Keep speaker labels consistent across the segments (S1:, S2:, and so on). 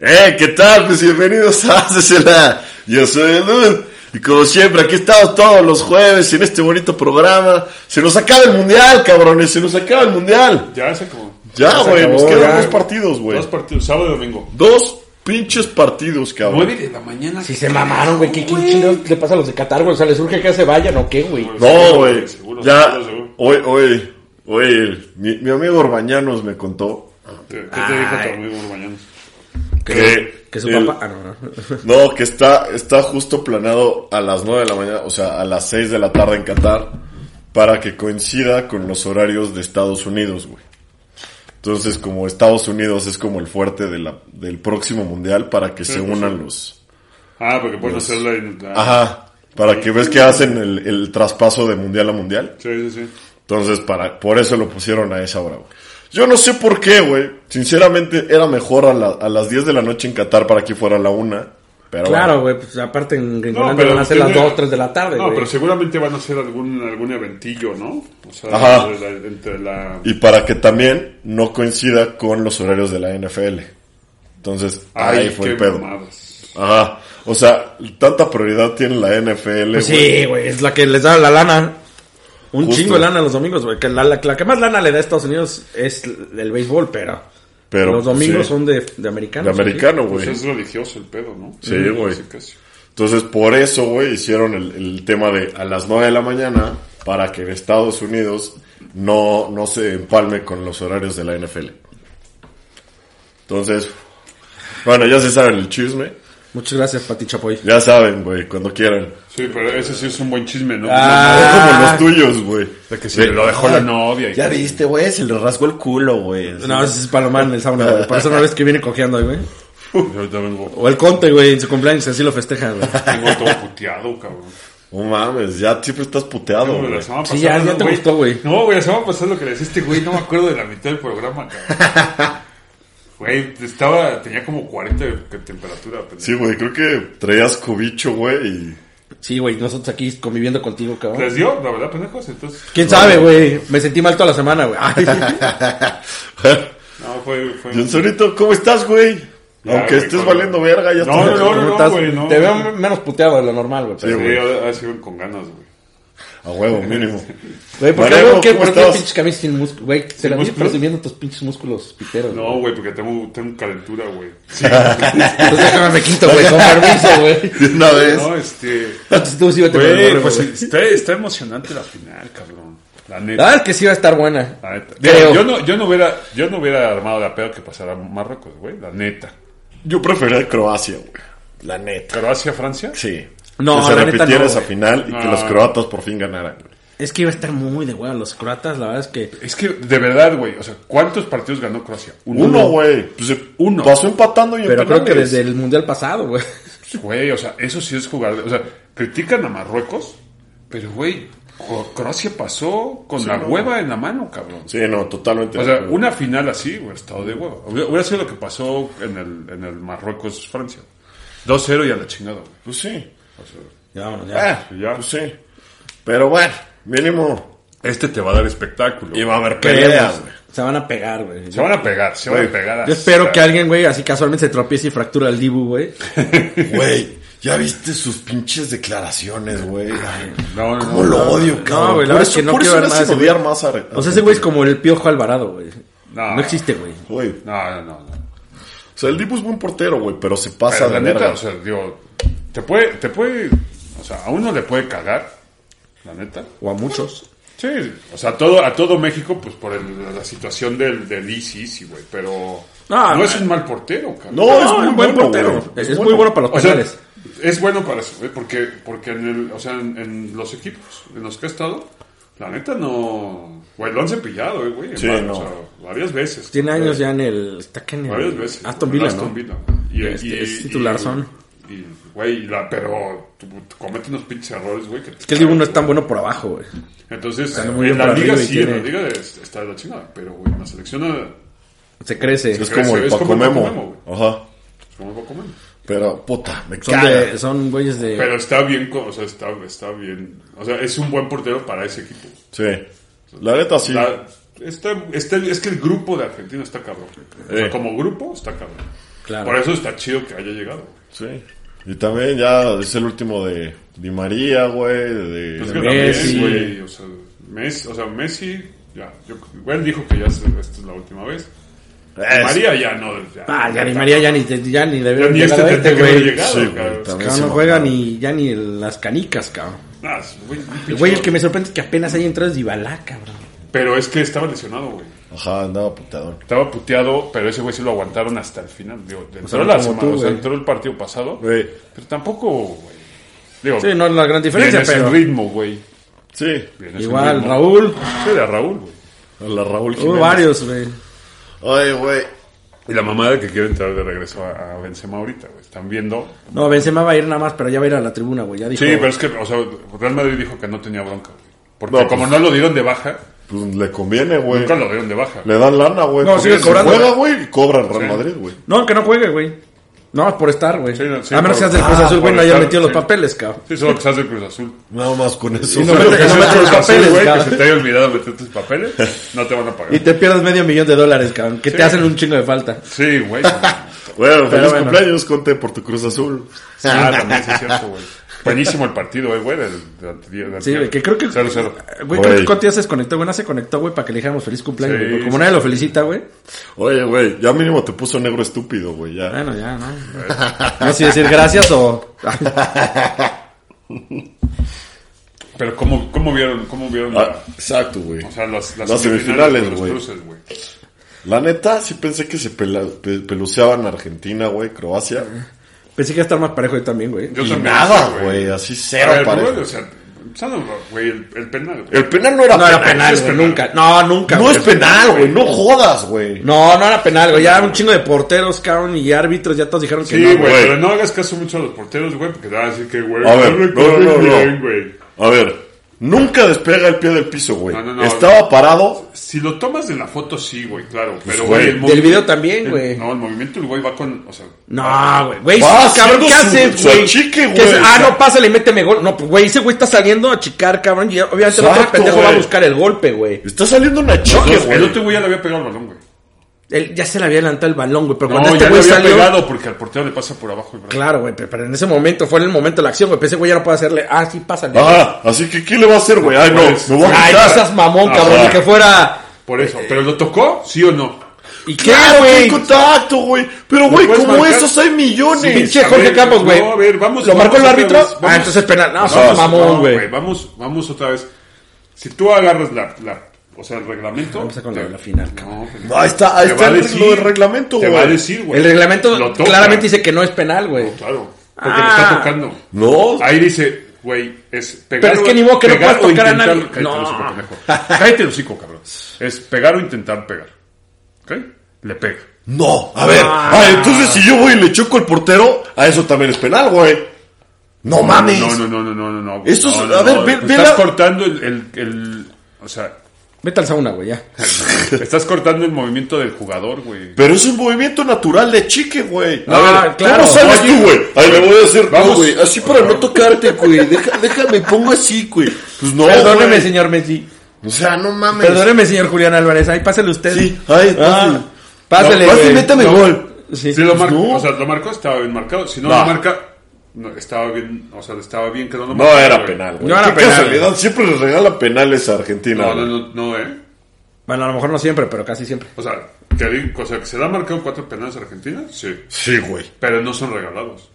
S1: ¡Eh! ¿Qué tal? Pues bienvenidos a Hácesela. Yo soy el Dude. Y como siempre, aquí estamos todos los jueves en este bonito programa. Se nos acaba el mundial, cabrones. Se nos acaba el mundial.
S2: Ya se acabó.
S1: Ya,
S2: se
S1: güey.
S2: acabó,
S1: Nos quedan
S2: ya.
S1: dos partidos, güey.
S2: Dos partidos, sábado y domingo.
S1: Dos pinches partidos, cabrón.
S2: Nueve de la mañana.
S3: Si se mamaron, güey. ¿Qué, qué chingados le pasa a los de Qatar, güey? O sea, les urge que se vayan o qué, güey.
S1: No, güey.
S2: Seguro,
S1: Ya.
S2: seguro, seguro.
S1: Hoy, hoy, hoy. Mi, mi amigo Orbañanos me contó
S2: ¿Qué te dijo tu
S3: Ay.
S2: amigo mañana?
S1: que.
S3: Que su
S1: el-
S3: papá. Ah, no, no.
S1: No, que está, está justo planado a las 9 de la mañana, o sea, a las 6 de la tarde en Qatar, para que coincida con los horarios de Estados Unidos, güey. Entonces, como Estados Unidos es como el fuerte de la- del próximo mundial, para que se unan los...
S2: Ah, porque pueden hacer la. la-
S1: Ajá, para que ves que hacen el, el traspaso de mundial a mundial.
S2: Sí, sí, sí.
S1: Entonces, para, por eso lo pusieron a esa hora, güey. Yo no sé por qué, güey. Sinceramente, era mejor a, la- a las 10 de la noche en Qatar para que fuera a la 1. Pero bueno.
S3: Claro, güey. Pues aparte en Gringolandia van a ser
S2: tiene-
S3: las 2, 3 de la tarde,
S2: No,
S3: güey.
S2: pero seguramente van a hacer algún, algún eventillo, ¿no? O sea,
S1: Ajá.
S2: entre la- entre la-
S1: Y para que también no coincida con los horarios de la NFL. Entonces,
S2: Ay,
S1: ahí fue
S2: qué
S1: el pedo.
S2: mamadas.
S1: Ajá. O sea, tanta prioridad tiene la NFL,
S3: Pues
S1: güey.
S3: sí, güey. Es la que les da la lana. Un
S1: Justo.
S3: chingo de lana los domingos, güey. Que la, la- la que más lana le da a Estados Unidos es el béisbol, pero.
S1: Pero,
S3: los domingos
S1: sí.
S3: son de, de americanos.
S1: De americano,
S2: Pues
S1: güey.
S2: es religioso el pedo, ¿no?
S1: Sí, güey.
S2: Casi, casi.
S1: Entonces, por eso, güey, hicieron el, el tema de a las 9 de la mañana para que en Estados Unidos no, no se empalme con los horarios de la NFL. Entonces, bueno, ya se saben el chisme.
S3: ¿sí? Muchas gracias, Pati Chapoy.
S1: Ya saben, güey, cuando quieran.
S2: Sí, pero ese sí es un buen chisme, ¿no?
S3: Ah.
S1: Es como los tuyos, güey. Ah.
S2: De que sí, lo dejó la novia. y-
S1: viste, este güey, se le rasgó el culo, güey.
S3: No, ese es Palomar en el sauna, güey. Por eso una vez que viene cojeando, güey.
S2: Yo también tengo
S3: O el Conte, güey, en su cumpleaños, así lo festeja, güey.
S2: tengo todo puteado, cabrón.
S1: No mames, ya siempre estás puteado,
S2: No,
S1: güey.
S2: la semana
S3: Sí,
S2: pasada,
S3: ya- ya te
S2: güey.
S3: gustó, güey.
S2: No, güey, la semana pasada lo que le decía este güey, no me acuerdo de la mitad del programa, cabrón. Güey, estaba, tenía como 40 de de temperatura. pendejo.
S1: Sí, güey, creo que traías cobicho, güey. y-
S3: Sí, güey, nosotros aquí conviviendo contigo, cabrón.
S2: ¿Les dio? La verdad, pendejos, entonces.
S3: ¿Quién sabe, güey? Me sentí mal toda la semana, güey. Ay,
S2: No, fue. fue
S1: Johnsorito, ¿cómo estás, güey?
S2: Ya,
S1: Aunque
S2: güey,
S1: estés
S2: con-
S1: valiendo verga, ya
S2: No,
S1: estás-
S2: no, no,
S3: ¿cómo
S2: no.
S3: estás?
S2: güey, no.
S3: Te veo menos puteado de lo normal, güey.
S2: Sí,
S3: pero-
S2: güey, ha, ha sido con ganas, güey.
S1: A huevo, mínimo.
S3: Güey, ¿por qué,
S1: Manejo,
S3: güey, qué-
S1: ¿cómo
S3: por qué
S1: estás?
S3: pinches camisas sin músculo? Güey, se la vive
S2: músculo?
S3: presumiendo tus pinches músculos piteros.
S2: No, güey, porque tengo, tengo calentura, güey.
S3: Entonces déjame me quito, güey, con permiso, güey.
S1: De una vez.
S2: No, este.
S3: Entonces tú sí vete con el
S2: Güey,
S3: gorro,
S2: pues
S3: güey.
S2: está, está emocionante la final, cabrón. La neta.
S3: Ah, es que sí va a estar buena.
S2: La neta.
S3: Creo.
S2: Mira, yo, no, yo, no hubiera, yo no hubiera armado la peda que pasara Marruecos, güey, la neta.
S1: Yo prefería Croacia, güey. La neta.
S2: Croacia, Francia.
S1: Sí.
S3: No,
S1: que se
S3: la neta
S1: repitiera
S3: no,
S1: esa
S3: güey.
S1: final y que
S2: No.
S1: los croatas por fin ganaran, güey.
S3: Es que iba a estar muy de hueva los croatas, la verdad es que...
S2: Es que, de verdad, güey, o sea, ¿cuántos partidos ganó Croacia?
S1: Uno, güey. Pues,
S2: Uno.
S1: Pasó empatando y en
S3: Pero creo que
S1: penales.
S3: desde el mundial pasado, güey.
S2: Güey, o sea, eso sí es jugar. O sea, critican a Marruecos, pero, güey, Cro- Croacia pasó con la hueva en la mano, cabrón.
S1: Sí, no, totalmente.
S2: O sea, una final así, güey, estado de hueva. Hubiera hubiera sido lo que pasó en el, en el Marruecos-Francia. 2-0 y a la chingada, güey.
S1: Pues sí.
S3: Ya, bueno, ya.
S1: Ah,
S2: Ya.
S1: pues sí. Pero bueno, mínimo.
S2: Este te va a dar espectáculo.
S1: Y va a haber
S3: Creemos.
S1: peleas, güey.
S3: pues, Se van a pegar, güey.
S2: Se van a pegar, se van
S1: Güey,
S2: a pegar.
S3: Yo espero que alguien, güey, así casualmente se tropiece y fractura el Dibu, güey.
S1: Güey, ya viste sus pinches declaraciones, güey. Ay,
S2: No, no,
S1: Cómo
S2: no,
S1: lo
S2: no,
S1: odio,
S3: no,
S1: cabrón.
S3: güey, la
S1: por
S3: verdad
S1: eso,
S3: es que no
S1: por eso
S3: quiero
S1: me
S3: ver
S1: hace
S3: nada de
S1: odiar
S3: ese
S1: más a...
S3: O sea, ese güey es como el Piojo Alvarado, güey. No,
S2: No.
S3: existe, güey.
S1: Güey, o
S2: No, no, no. no.
S1: sea, el Dibu es buen portero, güey, pero se pasa
S2: Pero la
S1: de verga.
S2: neta, o sea, digo, te puede, te puede, o sea, a uno le puede cagar, la neta.
S3: O a muchos.
S2: Sí, o sea, a todo, a todo México, pues por el- la situación del, del ISIS, y, güey, pero
S3: Ah,
S2: no es un mal portero, cabrón.
S1: no, es muy buen portero.
S3: Es, muy bueno para los
S2: O sea,
S3: penales.
S2: es bueno para eso, güey, porque, porque en, el, o sea, en, en los equipos en los que ha estado, la neta no, güey, lo han cepillado, eh, güey, en
S1: Sí,
S2: varios,
S1: no.
S2: o sea, varias veces.
S3: Tiene años ya en el... Está acá en el...
S2: Varias veces.
S3: Aston
S2: güey,
S3: Villa,
S2: Eh, Aston
S3: ¿no?
S2: Villa.
S3: Este, es titular, son.
S2: Y, güey, la, pero tu- tu- comete unos pinches errores, güey. Que, te
S3: Es que el Dibu no
S2: cagas,
S3: es tan bueno por abajo, güey.
S2: güey. Entonces,
S3: muy bien
S2: en la
S3: para
S2: liga
S3: arriba y
S2: sí, en la
S3: tiene-
S2: liga es- está de la chingada. Pero, güey, en la selección, eh,
S3: Se crece.
S1: Es como el
S2: es
S1: Paco
S2: como el Paco
S1: Memo.
S2: Memo,
S1: Ajá.
S2: ¿cómo pues, va a comer?
S1: Pero, puta, me
S3: Son,
S1: caga.
S3: de- son güeyes de...
S2: Pero está bien, co- o sea, está, está bien. O sea, es un buen portero para ese equipo.
S1: Sí. La neta, sí.
S2: La- está- está- es que el grupo de Argentina está cabrón. O sea,
S1: Eh.
S2: como grupo, está cabrón.
S3: Claro.
S2: Por eso está chido que haya llegado.
S1: Sí. Y también ya es el último de Di María, güey. De,
S2: Es que
S3: Messi.
S2: también, güey, o sea, Messi, o sea, Messi, ya, yo, bueno, dijo que ya se- esta es la última vez.
S1: Es-
S2: María ya no. Ya,
S3: Ah, ya ni María, ya ni, te- ya ni debe
S2: Ya ni este
S3: llegar a
S2: tendría
S3: este,
S2: que haber
S3: güey.
S2: llegado,
S1: Sí, güey,
S2: cabrón.
S1: también.
S3: Cabrón,
S1: Sí,
S3: no juega
S1: mamá.
S3: ni, ya ni las canicas, cabrón.
S2: Ah, sí, güey, un
S3: El
S2: pinche
S3: güey, el que
S2: gol.
S3: me sorprende es que apenas haya entrado es Dybala, cabrón.
S2: Pero es que estaba lesionado, güey.
S1: Ajá, andaba puteador.
S2: Estaba puteado, pero ese güey se lo aguantaron hasta el final. Digo, entró,
S3: sea, no
S2: la
S3: como
S2: semana,
S3: tú,
S2: o sea,
S3: güey.
S2: entró el partido pasado,
S1: Güey,
S2: pero tampoco, güey. Digo,
S3: Sí, no es la gran diferencia,
S2: vienes en
S3: pero
S2: ritmo, güey.
S1: sí.
S2: Vienes en
S3: igual,
S2: ritmo.
S3: Raúl,
S2: Sí, de Raúl, güey.
S1: A la Raúl
S3: hubo
S1: Jiménez.
S3: varios, güey.
S1: Ay, güey.
S2: Y la mamada que quiere entrar de regreso a, a Benzema ahorita, güey. Están viendo.
S3: No, Benzema va a ir nada más, pero ya va a ir a la tribuna, güey. Ya dijo,
S2: Sí, pero es que, o sea, Real Madrid dijo que no tenía bronca, güey. Porque
S1: No,
S2: como
S1: pues-
S2: no lo dieron de baja,
S1: Pues le conviene, güey.
S2: nunca lo dieron de baja.
S1: Le dan lana, güey.
S3: No,
S1: porque
S3: sigue
S1: si
S3: cobrando.
S1: Juega, güey, y cobra el Real Madrid, güey.
S3: No, que no juegue, güey. No, es por estar, güey.
S2: Sí, no, sí,
S3: a menos que
S2: por-
S3: seas del Cruz
S2: Ah,
S3: Azul, güey,
S2: por
S3: no haya
S2: estar,
S3: metido los
S2: sí.
S3: papeles, cabrón.
S2: Sí, solo que estás del Cruz Azul.
S1: Nada más con eso.
S3: Y no
S1: güey.
S3: mete-
S2: Que
S3: no
S2: seas
S3: metes
S2: del Cruz
S3: los
S2: Azul,
S3: papeles,
S2: güey, que
S3: cabrón.
S2: se te haya olvidado meter tus papeles, no te van a
S3: Y
S2: pagar.
S3: te pierdes medio millón de dólares, cabrón, que te hacen un chingo de falta.
S2: Sí, güey.
S1: Bueno, feliz
S3: bueno.
S1: cumpleaños, Conte, por tu Cruz Azul.
S2: Ah, también sí es cierto, güey. Buenísimo el partido, eh, güey, del, del, del-
S3: Sí, güey, que creo que... Ah,
S2: 0-0.
S3: Güey, creo que
S1: Güey.
S3: Conti ya se desconectó, güey, no se conectó, güey, para que le dijéramos feliz cumpleaños,
S2: Sí,
S3: güey. porque
S2: sí,
S3: Como nadie lo felicita, güey.
S1: Oye, güey, ya mínimo te puso negro estúpido, güey, ya.
S3: Bueno, ya, ¿no? No sé si decir gracias o... ah,
S2: Pero ¿cómo, cómo vieron, cómo vieron
S1: Ah,
S2: la,
S1: exacto, güey.
S2: o sea, las, las,
S1: las semifinales,
S2: con los
S1: güey.
S2: cruces, güey?
S1: La neta, sí pensé que se pela- pe- peluceaban Argentina, güey, Croacia.
S3: Pensé que iba a estar más parejo yo también, güey.
S2: Yo
S1: Y
S2: también,
S1: nada,
S2: sí,
S1: güey, así
S2: A
S1: cero
S2: ver,
S1: parejo.
S2: güey, o sea, empezando, güey, el, el penal. güey.
S1: El penal no era
S3: No era
S1: penal.
S3: penal,
S2: es
S3: güey,
S2: penal.
S3: nunca. No, nunca,
S1: No
S3: güey.
S1: es penal, güey, no jodas, güey.
S3: No, no era penal, güey. Ya un chingo de porteros, cabrón, y árbitros, ya todos dijeron que
S2: Sí,
S3: no,
S2: güey,
S3: güey.
S1: güey.
S2: pero no hagas caso mucho a los porteros, güey, porque te van a decir que, güey,
S1: A ver,
S2: me
S1: no, no,
S2: corres
S1: no.
S2: bien, güey.
S1: A ver, nunca despega el pie del piso, güey.
S2: No, no, no.
S1: Estaba parado.
S2: Si lo tomas de la foto, sí, güey, claro. Pero,
S1: güey,
S2: güey, el
S1: del
S2: movimiento-
S3: Pues, video también,
S2: el-
S3: güey.
S2: No, el movimiento, el güey va con, o sea...
S3: No, güey. Güey,
S1: Va
S3: sí, cabrón,
S1: haciendo
S3: ¿qué
S1: su-
S3: haces,
S1: su
S3: güey?
S1: achique,
S3: ¿Qué
S1: güey.
S3: haces? Ah, no, pásale, méteme gol. No, pues, güey, ese güey está saliendo a chicar, cabrón. Y obviamente el otro
S1: Exacto,
S3: pendejo va a
S1: güey.
S3: buscar el golpe, güey.
S1: Está saliendo una chica,
S2: No, el
S1: güey.
S2: otro güey ya le había pegado el balón, güey.
S3: Él ya se le había adelantado el balón, güey. Pero
S2: No,
S3: cuando este
S2: ya le
S3: güey
S2: había
S3: salió.
S2: pegado porque al portero le pasa por abajo el brazo.
S3: Claro, güey, pero pero en ese momento, fue en el momento de la acción, güey. Pensé, güey, ya no puedo hacerle. Ah, sí, pásale.
S1: Ajá, así que ¿qué le va a hacer, güey? Ay, no,
S2: Pues,
S1: me voy a
S3: Ay, no
S1: quitar.
S3: seas mamón,
S1: Ajá.
S3: cabrón. Ni que fuera.
S2: Por eso. ¿Pero lo tocó? ¿Sí o no?
S3: ¿Y qué,
S1: Claro, qué
S3: güey?
S1: contacto, güey. Pero, güey,
S2: puedes
S1: como
S2: marcar?
S1: esos hay millones.
S3: Pinche
S2: A
S3: Jorge
S2: ver,
S3: Campos, güey.
S2: no, a ver, vamos-
S3: ¿Lo
S2: vamos
S3: marcó el
S2: otra
S3: árbitro?
S2: vez, vamos.
S3: Ah, entonces es penal. No,
S2: Vamos,
S3: seas
S2: no,
S3: mamón, güey.
S2: Vamos, vamos otra vez. Si tú agarras la, la- o sea, el reglamento.
S3: Vamos a con la-
S2: te-
S3: la final,
S2: No, pues, pero-
S1: Ahí está, ahí
S2: te
S1: está
S2: va a
S1: el
S2: decir-
S1: reglo del reglamento,
S2: Te va a
S1: güey.
S2: decir, güey.
S3: El reglamento
S2: Lo toca.
S3: claramente dice que no es penal, güey.
S2: Claro. Porque
S3: Ah.
S2: lo está tocando.
S1: No,
S2: Ahí dice, güey, es pegar.
S3: Pero es que
S2: o-
S3: ni modo que no
S2: pegar
S3: puedas
S2: o
S3: tocar a
S2: intentar-
S3: nadie.
S2: Cállate el
S3: No.
S2: hocico, pendejo. Cállate el hocico, cabrón. Es pegar o intentar pegar. ¿Ok? Le pega.
S1: no, a ver.
S3: Ah.
S1: Ah, entonces si yo voy y le choco al portero, a eso también es penal, güey. No mames.
S2: No, no, no, no, no, no. no.
S1: Eso es-
S2: No,
S1: a ver, ve-
S2: Estás
S1: ve la-
S2: cortando el, el, el- O sea,
S3: Vete al sauna, güey, ya.
S2: estás cortando el movimiento del jugador, güey.
S1: Pero es un movimiento natural de chique, güey. A
S3: Ah,
S1: ver,
S3: claro.
S1: ¿cómo sabes
S2: Oye,
S1: tú, güey? Ahí le voy a hacer,
S2: vamos.
S1: no, güey. Así para no tocarte, güey. Deja- déjame, pongo así, güey. Pues no,
S3: Perdóneme,
S1: güey.
S3: señor Messi.
S1: O sea, no mames.
S3: Perdóneme, señor Julián Álvarez. Ahí, pásale usted.
S1: Sí, ay,
S3: Ah,
S1: sí. No, pásale,
S3: pásale, güey.
S1: métame gol.
S3: Sí.
S2: Si lo marcó,
S1: no.
S2: o sea, lo marcó, estaba bien marcado. Si no,
S1: No.
S2: lo marca, no, estaba bien, o sea, estaba bien que no lo
S1: No
S2: marcara,
S1: era
S2: güey.
S1: penal, güey.
S3: No era
S1: Qué
S3: penal.
S1: casualidad, siempre le regala penales a Argentina.
S2: No,
S1: güey.
S2: no, no, no, eh.
S3: Bueno, a lo mejor no siempre, pero casi siempre.
S2: O sea, que, diga- o sea, que se le han marcado cuatro penales a Argentina, sí.
S1: Sí, güey.
S2: Pero no son regalados.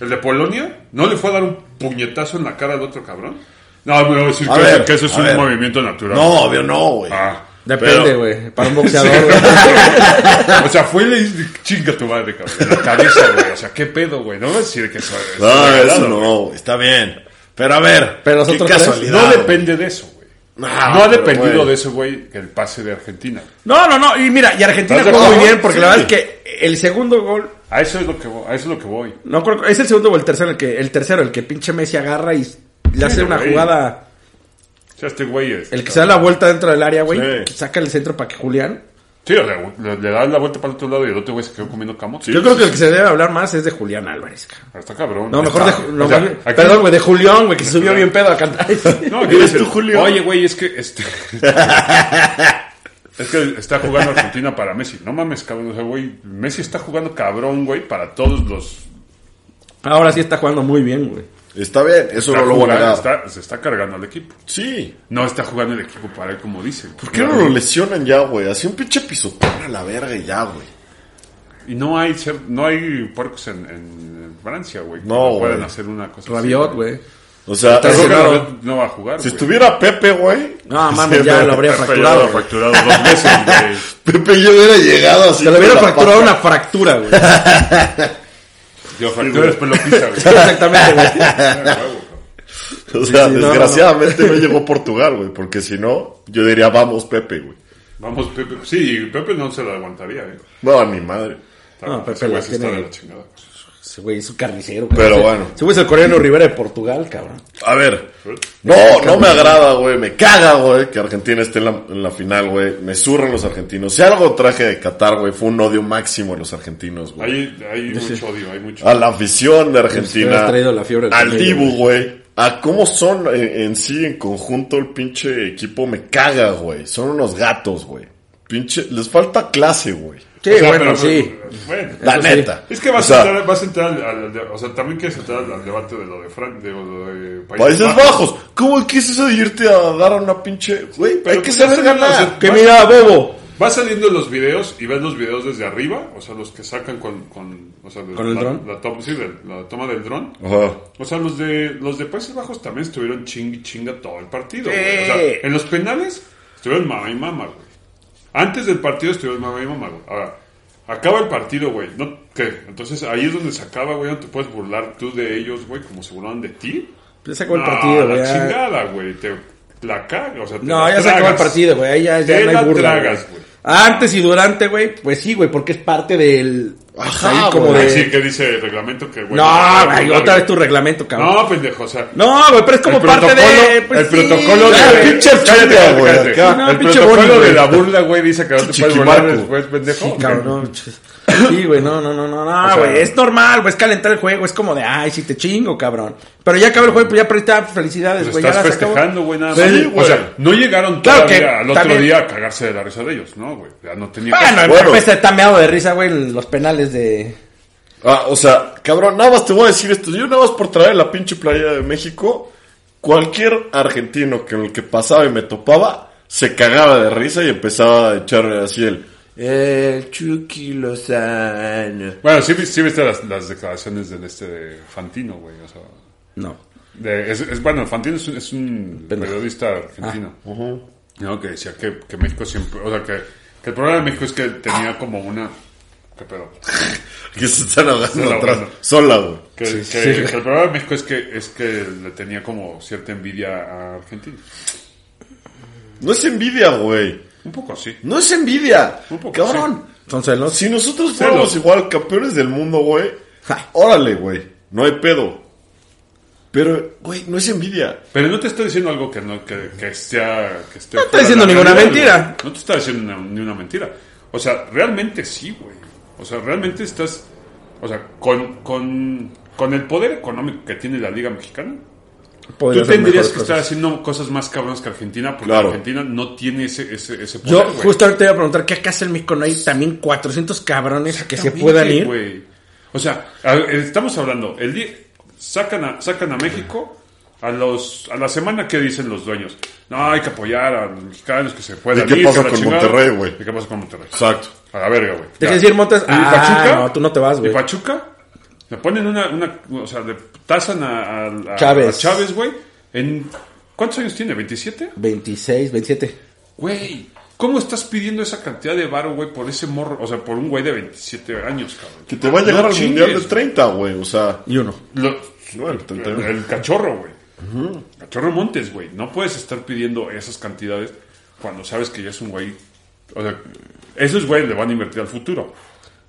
S2: El de Polonia no le fue a dar un puñetazo en la cara al otro cabrón. No, me voy a decir
S1: A
S2: que,
S1: ver,
S2: que eso es
S1: a
S2: un
S1: ver.
S2: movimiento natural.
S1: No, obvio no, güey.
S2: Ah.
S3: Depende,
S1: Pero-
S3: güey. Para un boxeador, güey.
S2: O sea, fue y le dice, chinga tu madre, cabrón. en La cabeza, güey. O sea, qué pedo, güey. No voy a decir que eso es
S1: No,
S2: regalado,
S1: eso
S2: güey.
S1: no, güey. Está bien. Pero a ver,
S3: Pero
S1: qué
S3: nosotros tres,
S1: casualidad.
S2: No
S1: güey.
S2: depende de eso, güey.
S1: No,
S2: No, ha
S1: pero,
S2: dependido
S1: güey.
S2: de eso, güey, que el pase de Argentina.
S3: No, no, no. Y mira, y Argentina
S2: ¿Estás de
S3: jugó muy
S2: acuerdo?
S3: bien porque la
S1: Sí.
S3: verdad es que el segundo gol.
S2: A eso es lo que voy. A eso es lo que voy.
S3: No creo es el segundo o el tercero, el que, el tercero, el que pinche Messi agarra y le hace una
S2: güey.
S3: jugada.
S2: O sea, este güey es.
S3: El que se da la vuelta dentro del área, güey.
S1: Sí.
S3: Saca el centro para que Julián.
S2: Sí, o sea, le, le das la vuelta para el otro lado y el otro güey se quedó comiendo camote.
S3: Yo creo que el que se debe hablar más es de Julián Álvarez. cabrón.
S2: Está cabrón.
S3: No, mejor de.
S2: Está-
S3: no,
S2: o sea,
S3: más bien-
S2: aquí-
S3: Perdón, güey, de Julián, güey, que se subió bien pedo a cantar.
S2: No, aquí
S1: Eres
S2: dice,
S1: tú, Julio.
S2: Oye, güey, es que este. Es que está jugando Argentina para Messi. No mames, cabrón. O sea, güey, Messi está jugando cabrón, güey, para todos los...
S3: Ah, Ahora sí está jugando muy bien, güey.
S1: Está bien, eso no
S2: Está
S1: lo voy a
S2: jugando,
S1: negar.
S2: está- se está cargando al equipo.
S1: Sí.
S2: No está jugando el equipo para él, como dicen.
S1: ¿Por qué no lo lesionan ya, güey? Así un pinche pisotón a la verga y ya, güey.
S2: Y no hay, cer- no hay puercos en, en Francia, güey. que
S1: No,
S2: Pueden
S1: güey.
S2: hacer una cosa
S3: Rabiot,
S2: así,
S3: güey.
S1: O sea,
S2: Creo que
S1: eso-
S2: Rabiot no va a jugar,
S1: si
S2: güey.
S1: estuviera Pepe, güey.
S3: No, mames, ya lo habría
S2: Pepe ya
S3: fracturado,
S2: lo ha
S3: güey.
S2: fracturado dos veces, güey.
S1: Pepe ya hubiera llegado así.
S3: Se le
S1: con
S3: hubiera
S1: la
S3: fracturado
S1: pata.
S3: una fractura, güey.
S2: Yo fractura después lo pisa, güey.
S3: Exactamente, güey.
S1: O sea,
S3: sí, no,
S1: desgraciadamente no, llegó Portugal, güey. Porque si no, yo diría, vamos, Pepe, güey.
S2: Vamos, Pepe. Sí, Pepe no se lo aguantaría, eh.
S1: No, ni madre.
S3: No, Pepe
S2: Ese güey
S3: la
S2: sí está
S3: tiene-
S2: de la chingada.
S3: Ese güey es un carnicero,
S1: Pero
S3: Ese-
S1: bueno.
S3: Ese güey es el coreano Rivera de Portugal, cabrón.
S1: A ver. No, no me agrada, güey. Me caga, güey, que Argentina esté en la, en la final, güey. Me zurran los argentinos. Si algo traje de Qatar, güey, fue un odio máximo a los argentinos, güey.
S2: Hay, hay mucho odio, hay mucho.
S1: a la afición de Argentina,
S3: Pues Hubieras traído la fiebre del
S1: al
S3: camello,
S1: Dibu,
S3: güey.
S1: güey, a cómo son en, en sí, en conjunto, el pinche equipo me caga, güey. Son unos gatos, güey. Pinche, les falta clase, güey.
S3: Sí,
S2: O sea,
S3: bueno,
S2: pero-
S3: sí.
S2: Bueno.
S1: La
S3: Eso sí.
S1: neta.
S2: Es que vas
S1: O sea,
S2: a entrar, vas a entrar al, al- de- o sea, también quieres entrar al debate de lo de Fran, de, lo de
S1: Países Bajos. ¿Cómo que es eso de irte a dar a una pinche, güey?
S2: pero
S1: hay que
S2: pues
S1: saber
S2: no, o
S1: ganar.
S2: sea,
S3: Que mira, Bobo.
S2: Vas saliendo los videos y ves los videos desde arriba, o sea, los que sacan con, con, o sea, de-
S3: ¿Con el
S2: la,
S3: dron?
S2: la toma- sí, de- la toma del dron.
S1: Ajá.
S2: O sea, los de los de Países Bajos también estuvieron ching y chinga todo el partido.
S3: Sí.
S2: güey. O sea, en los penales estuvieron mamá y mamá, güey. Antes del partido estuvieron mamá y mamá, güey. Ahora, acaba el partido, güey. ¿no? ¿Qué? Entonces ahí es donde se acaba, güey. No te puedes burlar tú de ellos, güey, como se burlaban de ti.
S3: Ya se acabó el
S2: No, la
S3: partido, güey. ya.
S2: chingada, güey. Te la caga, o sea, te
S3: No,
S2: la
S3: ya se acabó el
S2: tragas.
S3: partido, güey. Ahí ya, ya
S2: Te
S3: no
S2: la
S3: hay burla.
S2: tragas,
S3: güey.
S2: güey.
S3: Antes y durante, güey, pues sí, güey, porque es parte del.
S1: Ajá,
S3: ahí como
S1: güey.
S3: de.
S2: Así que dice el reglamento que, güey. te
S3: no, güey,
S2: puedes
S3: otra
S2: burlar,
S3: vez tu reglamento,
S2: güey.
S3: cabrón.
S2: No, pendejo, o sea.
S3: No, güey, pero es como
S2: El
S3: parte de.
S2: protocolo-
S3: pues
S2: el
S3: sí.
S2: protocolo
S1: Ah,
S2: de-
S1: pinche
S2: Cállate,
S1: chamba,
S2: cállate,
S1: güey,
S2: cállate.
S1: acá.
S3: No,
S2: El
S3: pinche
S2: protocolo
S3: boli,
S2: de
S3: güey.
S2: la burla, güey, dice que no te puedes burlar
S1: Chiquimarco.
S2: después, pendejo.
S3: Sí, cabrón.
S2: Ok.
S3: Sí, güey, no, no, no, no, no,
S2: sea-
S3: güey. es normal, güey, es calentar el juego. Es como de, ay, si te chingo, cabrón. Pero ya acabó el juego, pues ya perdiste ah, felicidades,
S2: Pues
S3: güey.
S2: estás
S3: ya las acabó.
S2: festejando, güey, nada
S1: Sí,
S2: más.
S1: güey.
S2: o sea, no llegaron
S3: Claro
S2: todavía
S3: que
S2: al otro
S3: también- Ah,
S2: día a cagarse de la risa de ellos, ¿no, güey? Ya no tenía
S3: Bueno,
S2: caso.
S3: el
S1: Bueno.
S3: Pepe se está meado de risa, güey, en los penales de.
S1: Ah, o sea, cabrón, nada más te voy a decir esto. Yo nada más por traer la pinche playa de México, cualquier argentino que el que pasaba y me topaba, se cagaba de risa y empezaba a echarle así el... El Chucky Lozano.
S2: Bueno, sí, vi- sí viste las, las declaraciones del este de Fantino, güey, o sea...
S3: No.
S2: de- es, es- bueno, Fantino es un, es un
S3: Pendejo. Ah.
S2: periodista argentino. ¿no? Que decía que, que México siempre... O sea, que, que el problema de México es que tenía como una... ¿Qué pedo?
S1: Que se están ahogando
S2: Sola,
S1: atrás.
S2: bueno.
S1: Sola, güey.
S2: Que, que- que el problema de México es que, es que le tenía como cierta envidia a Argentina.
S1: No es envidia, güey.
S2: Un poco así.
S1: No es envidia.
S2: Un poco,
S1: Cabrón.
S3: Son celos.
S1: Si nosotros fuéramos
S2: Celos.
S1: igual campeones del mundo, güey.
S3: Ja.
S1: Órale, güey. No hay pedo. Pero, güey, no es envidia.
S2: Pero no te estoy diciendo algo que no que, que sea... Que esté
S3: No te
S2: fuera
S3: estoy
S2: de
S3: diciendo
S2: la
S3: ninguna
S2: realidad,
S3: mentira.
S2: güey. No te estoy diciendo una- ni una mentira. O sea, realmente sí, güey. O sea, realmente estás... O sea, con, con, con el poder económico que tiene la Liga Mexicana,
S3: Podría
S2: tú
S3: ser
S2: tendrías
S3: mejores
S2: que estar
S3: cosas.
S2: haciendo cosas más cabronas que Argentina porque
S1: Claro.
S2: Argentina no tiene ese, ese, ese poder,
S3: Yo
S2: güey.
S3: justamente te iba a preguntar qué acá hace el México. No hay también 400 cabrones que se
S2: Exactamente,
S3: puedan ir.
S2: güey. O sea, a- estamos hablando, el día, sacan a, sacan a México a los a la semana que dicen los dueños. No, hay que apoyar a los mexicanos que se puedan
S1: ¿Y qué
S2: ir,
S1: pasa
S2: que la
S1: con
S2: chingada.
S1: Monterrey, güey?
S2: ¿Y qué pasa con Monterrey?
S1: Exacto.
S2: A la verga, güey.
S3: Deja
S2: Ya.
S3: de decir Montes.
S2: ¿Y
S3: Ah,
S2: Pachuca?
S3: no, tú no te vas,
S2: ¿Y
S3: güey.
S2: Pachuca? Le ponen una, una o sea, le tasan a, a- a-
S3: Chávez.
S2: a Chávez, güey. En ¿cuántos años tiene? ¿27?
S3: 26, 27.
S2: Güey, ¿cómo estás pidiendo esa cantidad de varo, güey, por ese morro, o sea, por un güey de 27 años, cabrón?
S1: Que te va a llegar
S2: No
S1: al
S2: chingues,
S1: mundial de 30, güey. O sea,
S3: Y uno.
S2: lo-
S1: no, el 31.
S2: el, el cachorro, güey. Cachorro Montes, güey. No puedes estar pidiendo esas cantidades cuando sabes que ya es un güey. O sea, esos güeyes le van a invertir al futuro.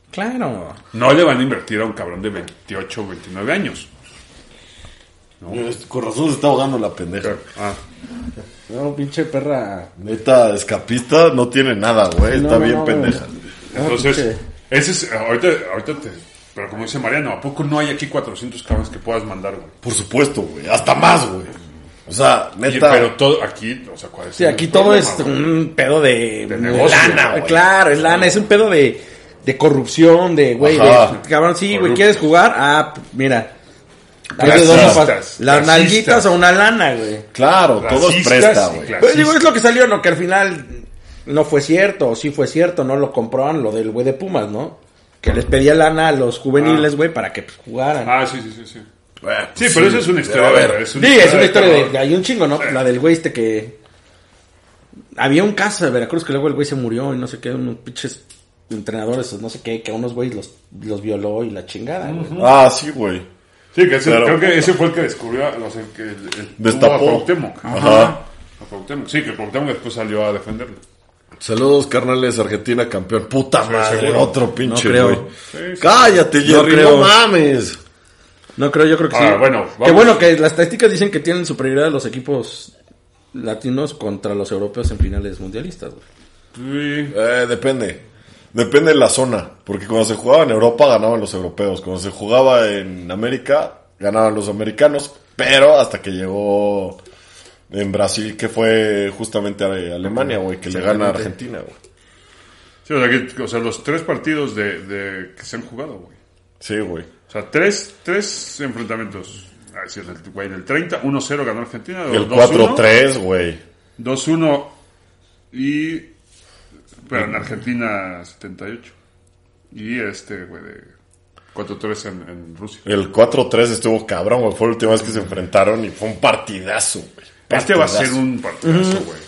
S3: Claro.
S2: No le van a invertir a un cabrón de 28 o 29 años.
S1: Con razón se está ahogando la pendeja.
S2: Ah,
S3: No, pinche perra.
S1: Neta, escapista no tiene nada, güey.
S3: No,
S1: está
S3: no,
S1: bien
S3: no,
S1: pendeja.
S2: entonces,
S1: Ah,
S3: pinche.
S1: pues,
S2: ese es. Ahorita, ahorita te. Pero como dice Mariano, ¿a poco no hay aquí 400 cabrones que puedas mandar, güey?
S1: Por supuesto, güey. Hasta más, güey. O sea,
S2: Y-
S1: neta.
S2: pero todo aquí, o sea, ¿cuál es
S3: Sí,
S2: el
S3: aquí todo es
S2: problema, güey?
S3: un pedo de,
S2: De negocio,
S3: lana,
S2: güey.
S3: claro, es lana, es un pedo de, de corrupción, de güey,
S1: Ajá.
S3: de- cabrón, sí, güey,
S2: Corruptos.
S3: ¿quieres jugar? Ah, p- mira. Hay de
S1: Racistas,
S3: dos sopas, las
S2: racistas.
S3: nalguitas o una lana, güey.
S1: Claro, todo es
S2: Racistas
S1: presta,
S2: y
S1: güey.
S2: clasistas.
S3: Pero digo, es lo que salió, ¿no? Que al final no fue cierto, o sí fue cierto, no lo comprobaron, lo del güey de Pumas, ¿no? Que les pedía lana a los juveniles, güey, para que pues, jugaran.
S2: Ah, sí, sí, sí, sí.
S1: Bueno,
S2: Sí, pero eso es una historia.
S1: A ver,
S2: güey,
S3: Sí, es una historia de,
S2: terror.
S3: hay un chingo, ¿no? La del güey este que había un caso de Veracruz que luego el güey se murió y no sé qué, unos pinches entrenadores, no sé qué, que a unos güeyes los, los violó y la chingada, güey.
S1: Ah, sí, güey.
S2: Sí, que ese-
S1: Claro.
S2: creo que ese fue el que descubrió, o sea, el que el, el-
S1: Destapó.
S2: tuvo a Cuauhtémoc.
S1: Ajá.
S2: A Cuauhtémoc. Sí, que Cuauhtémoc después salió a defenderlo.
S1: Saludos, carnales, Argentina campeón. Puta madre,
S2: seguro.
S1: otro pinche,
S3: No creo.
S1: güey.
S2: Sí, sí.
S1: Cállate,
S3: No
S1: Jerry,
S3: creo.
S1: no mames.
S3: No creo, yo creo que
S2: Ah,
S3: sí.
S2: bueno,
S3: Que
S2: vamos.
S3: bueno, que las estadísticas dicen que tienen superioridad los equipos latinos contra los europeos en finales mundialistas, güey.
S2: Sí.
S1: Eh, depende. Depende de la zona. Porque cuando se jugaba en Europa ganaban los europeos. Cuando se jugaba en América ganaban los americanos. Pero hasta que llegó en Brasil, que fue justamente a Alemania, güey, que le gana a Argentina, güey.
S2: Sí, o sea, que- o sea, los tres partidos de, de- que se han jugado, güey.
S1: Sí, güey.
S2: O sea, tres, tres enfrentamientos. Ah, sí, el, güey, del 30, 1-0 ganó Argentina.
S1: El
S2: 2-1,
S1: 4-3, güey.
S2: 2-1 y... Pero en Argentina 78. Y este, güey, de 4-3 en, en Rusia.
S1: El 4-3 estuvo cabrón, güey. Fue la última vez que se enfrentaron y fue un partidazo, güey.
S2: Este va a
S1: Partidazo.
S2: ser un partidazo, güey.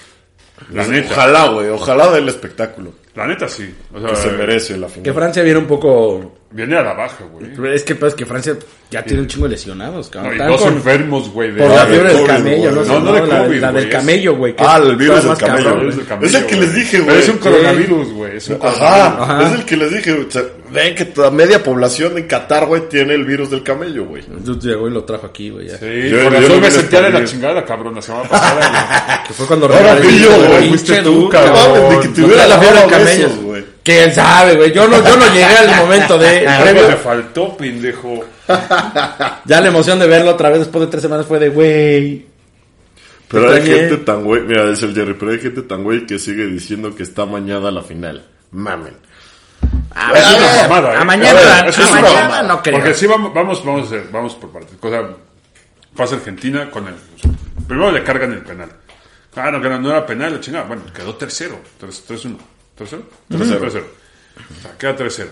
S2: La neta.
S1: Ojalá, güey. Ojalá del espectáculo.
S2: La neta sí. O sea,
S1: Que se merece la final.
S3: Que Francia viene un poco...
S2: Viene a la baja, güey.
S3: Es que pues, que Francia ya tiene un chingo de lesionados,
S2: No, y
S3: cabrón. Están
S2: dos
S3: con-
S2: enfermos, güey. de-
S3: por la
S1: Ah, de
S3: fiebre del
S1: COVID,
S3: camello,
S1: güey.
S3: no, sé,
S2: No, no de
S3: la- la,
S2: COVID, güey,
S3: del
S2: es-
S3: camello, güey. que
S1: Ah, el
S3: es
S1: virus del
S3: más
S1: camello.
S3: cabrón,
S2: Es
S3: güey.
S2: el camello,
S1: Es el que
S2: güey.
S1: les dije,
S2: Pero
S1: güey.
S2: es un coronavirus, güey. Es un coronavirus.
S1: Ajá,
S3: Ajá.
S1: es el que les dije, güey. O sea, ven que toda media población en Qatar, güey, tiene el virus del camello, güey.
S3: Entonces llegó y lo trajo aquí, güey. ya.
S2: Sí,
S1: Yo-
S2: por
S1: yo
S2: eso
S1: no
S2: me
S1: me
S2: sentía de la
S1: respondí.
S2: chingada, cabrón, la semana pasada.
S3: Que fue cuando
S1: Ahora
S3: regalé-
S1: fui yo, güey,
S3: Pinche
S2: fuiste tú,
S3: Duca,
S1: No
S2: cabrón.
S1: mames, de que
S3: No
S1: tuviera
S3: te
S1: la fiebre del
S3: camello.
S1: camello, güey.
S3: ¿Quién sabe, güey? Yo no, yo no llegué al momento de...
S2: Algo me faltó, pendejo.
S3: Ya la emoción de verlo otra vez después de tres semanas fue de, güey...
S1: Pero hay
S3: Extrañé.
S1: gente tan güey, mira, es el Jerry, pero hay gente tan güey que sigue diciendo que está mañana la final. Mamen.
S2: Ah,
S3: A,
S1: ver, a ver,
S2: mamada,
S3: a
S2: eh.
S3: mañana,
S1: A ver,
S3: a
S1: eso es una
S3: mañana
S1: mamada.
S3: no creo.
S2: Porque sí, vamos, vamos, vamos, a hacer, vamos por partes. O sea, pasa Argentina con el. Primero le cargan el penal. Ah, no, que no, no era penal, la chingada. Bueno, quedó tercero. 3-1. ¿Tercero? 3-0. O sea, queda tercero.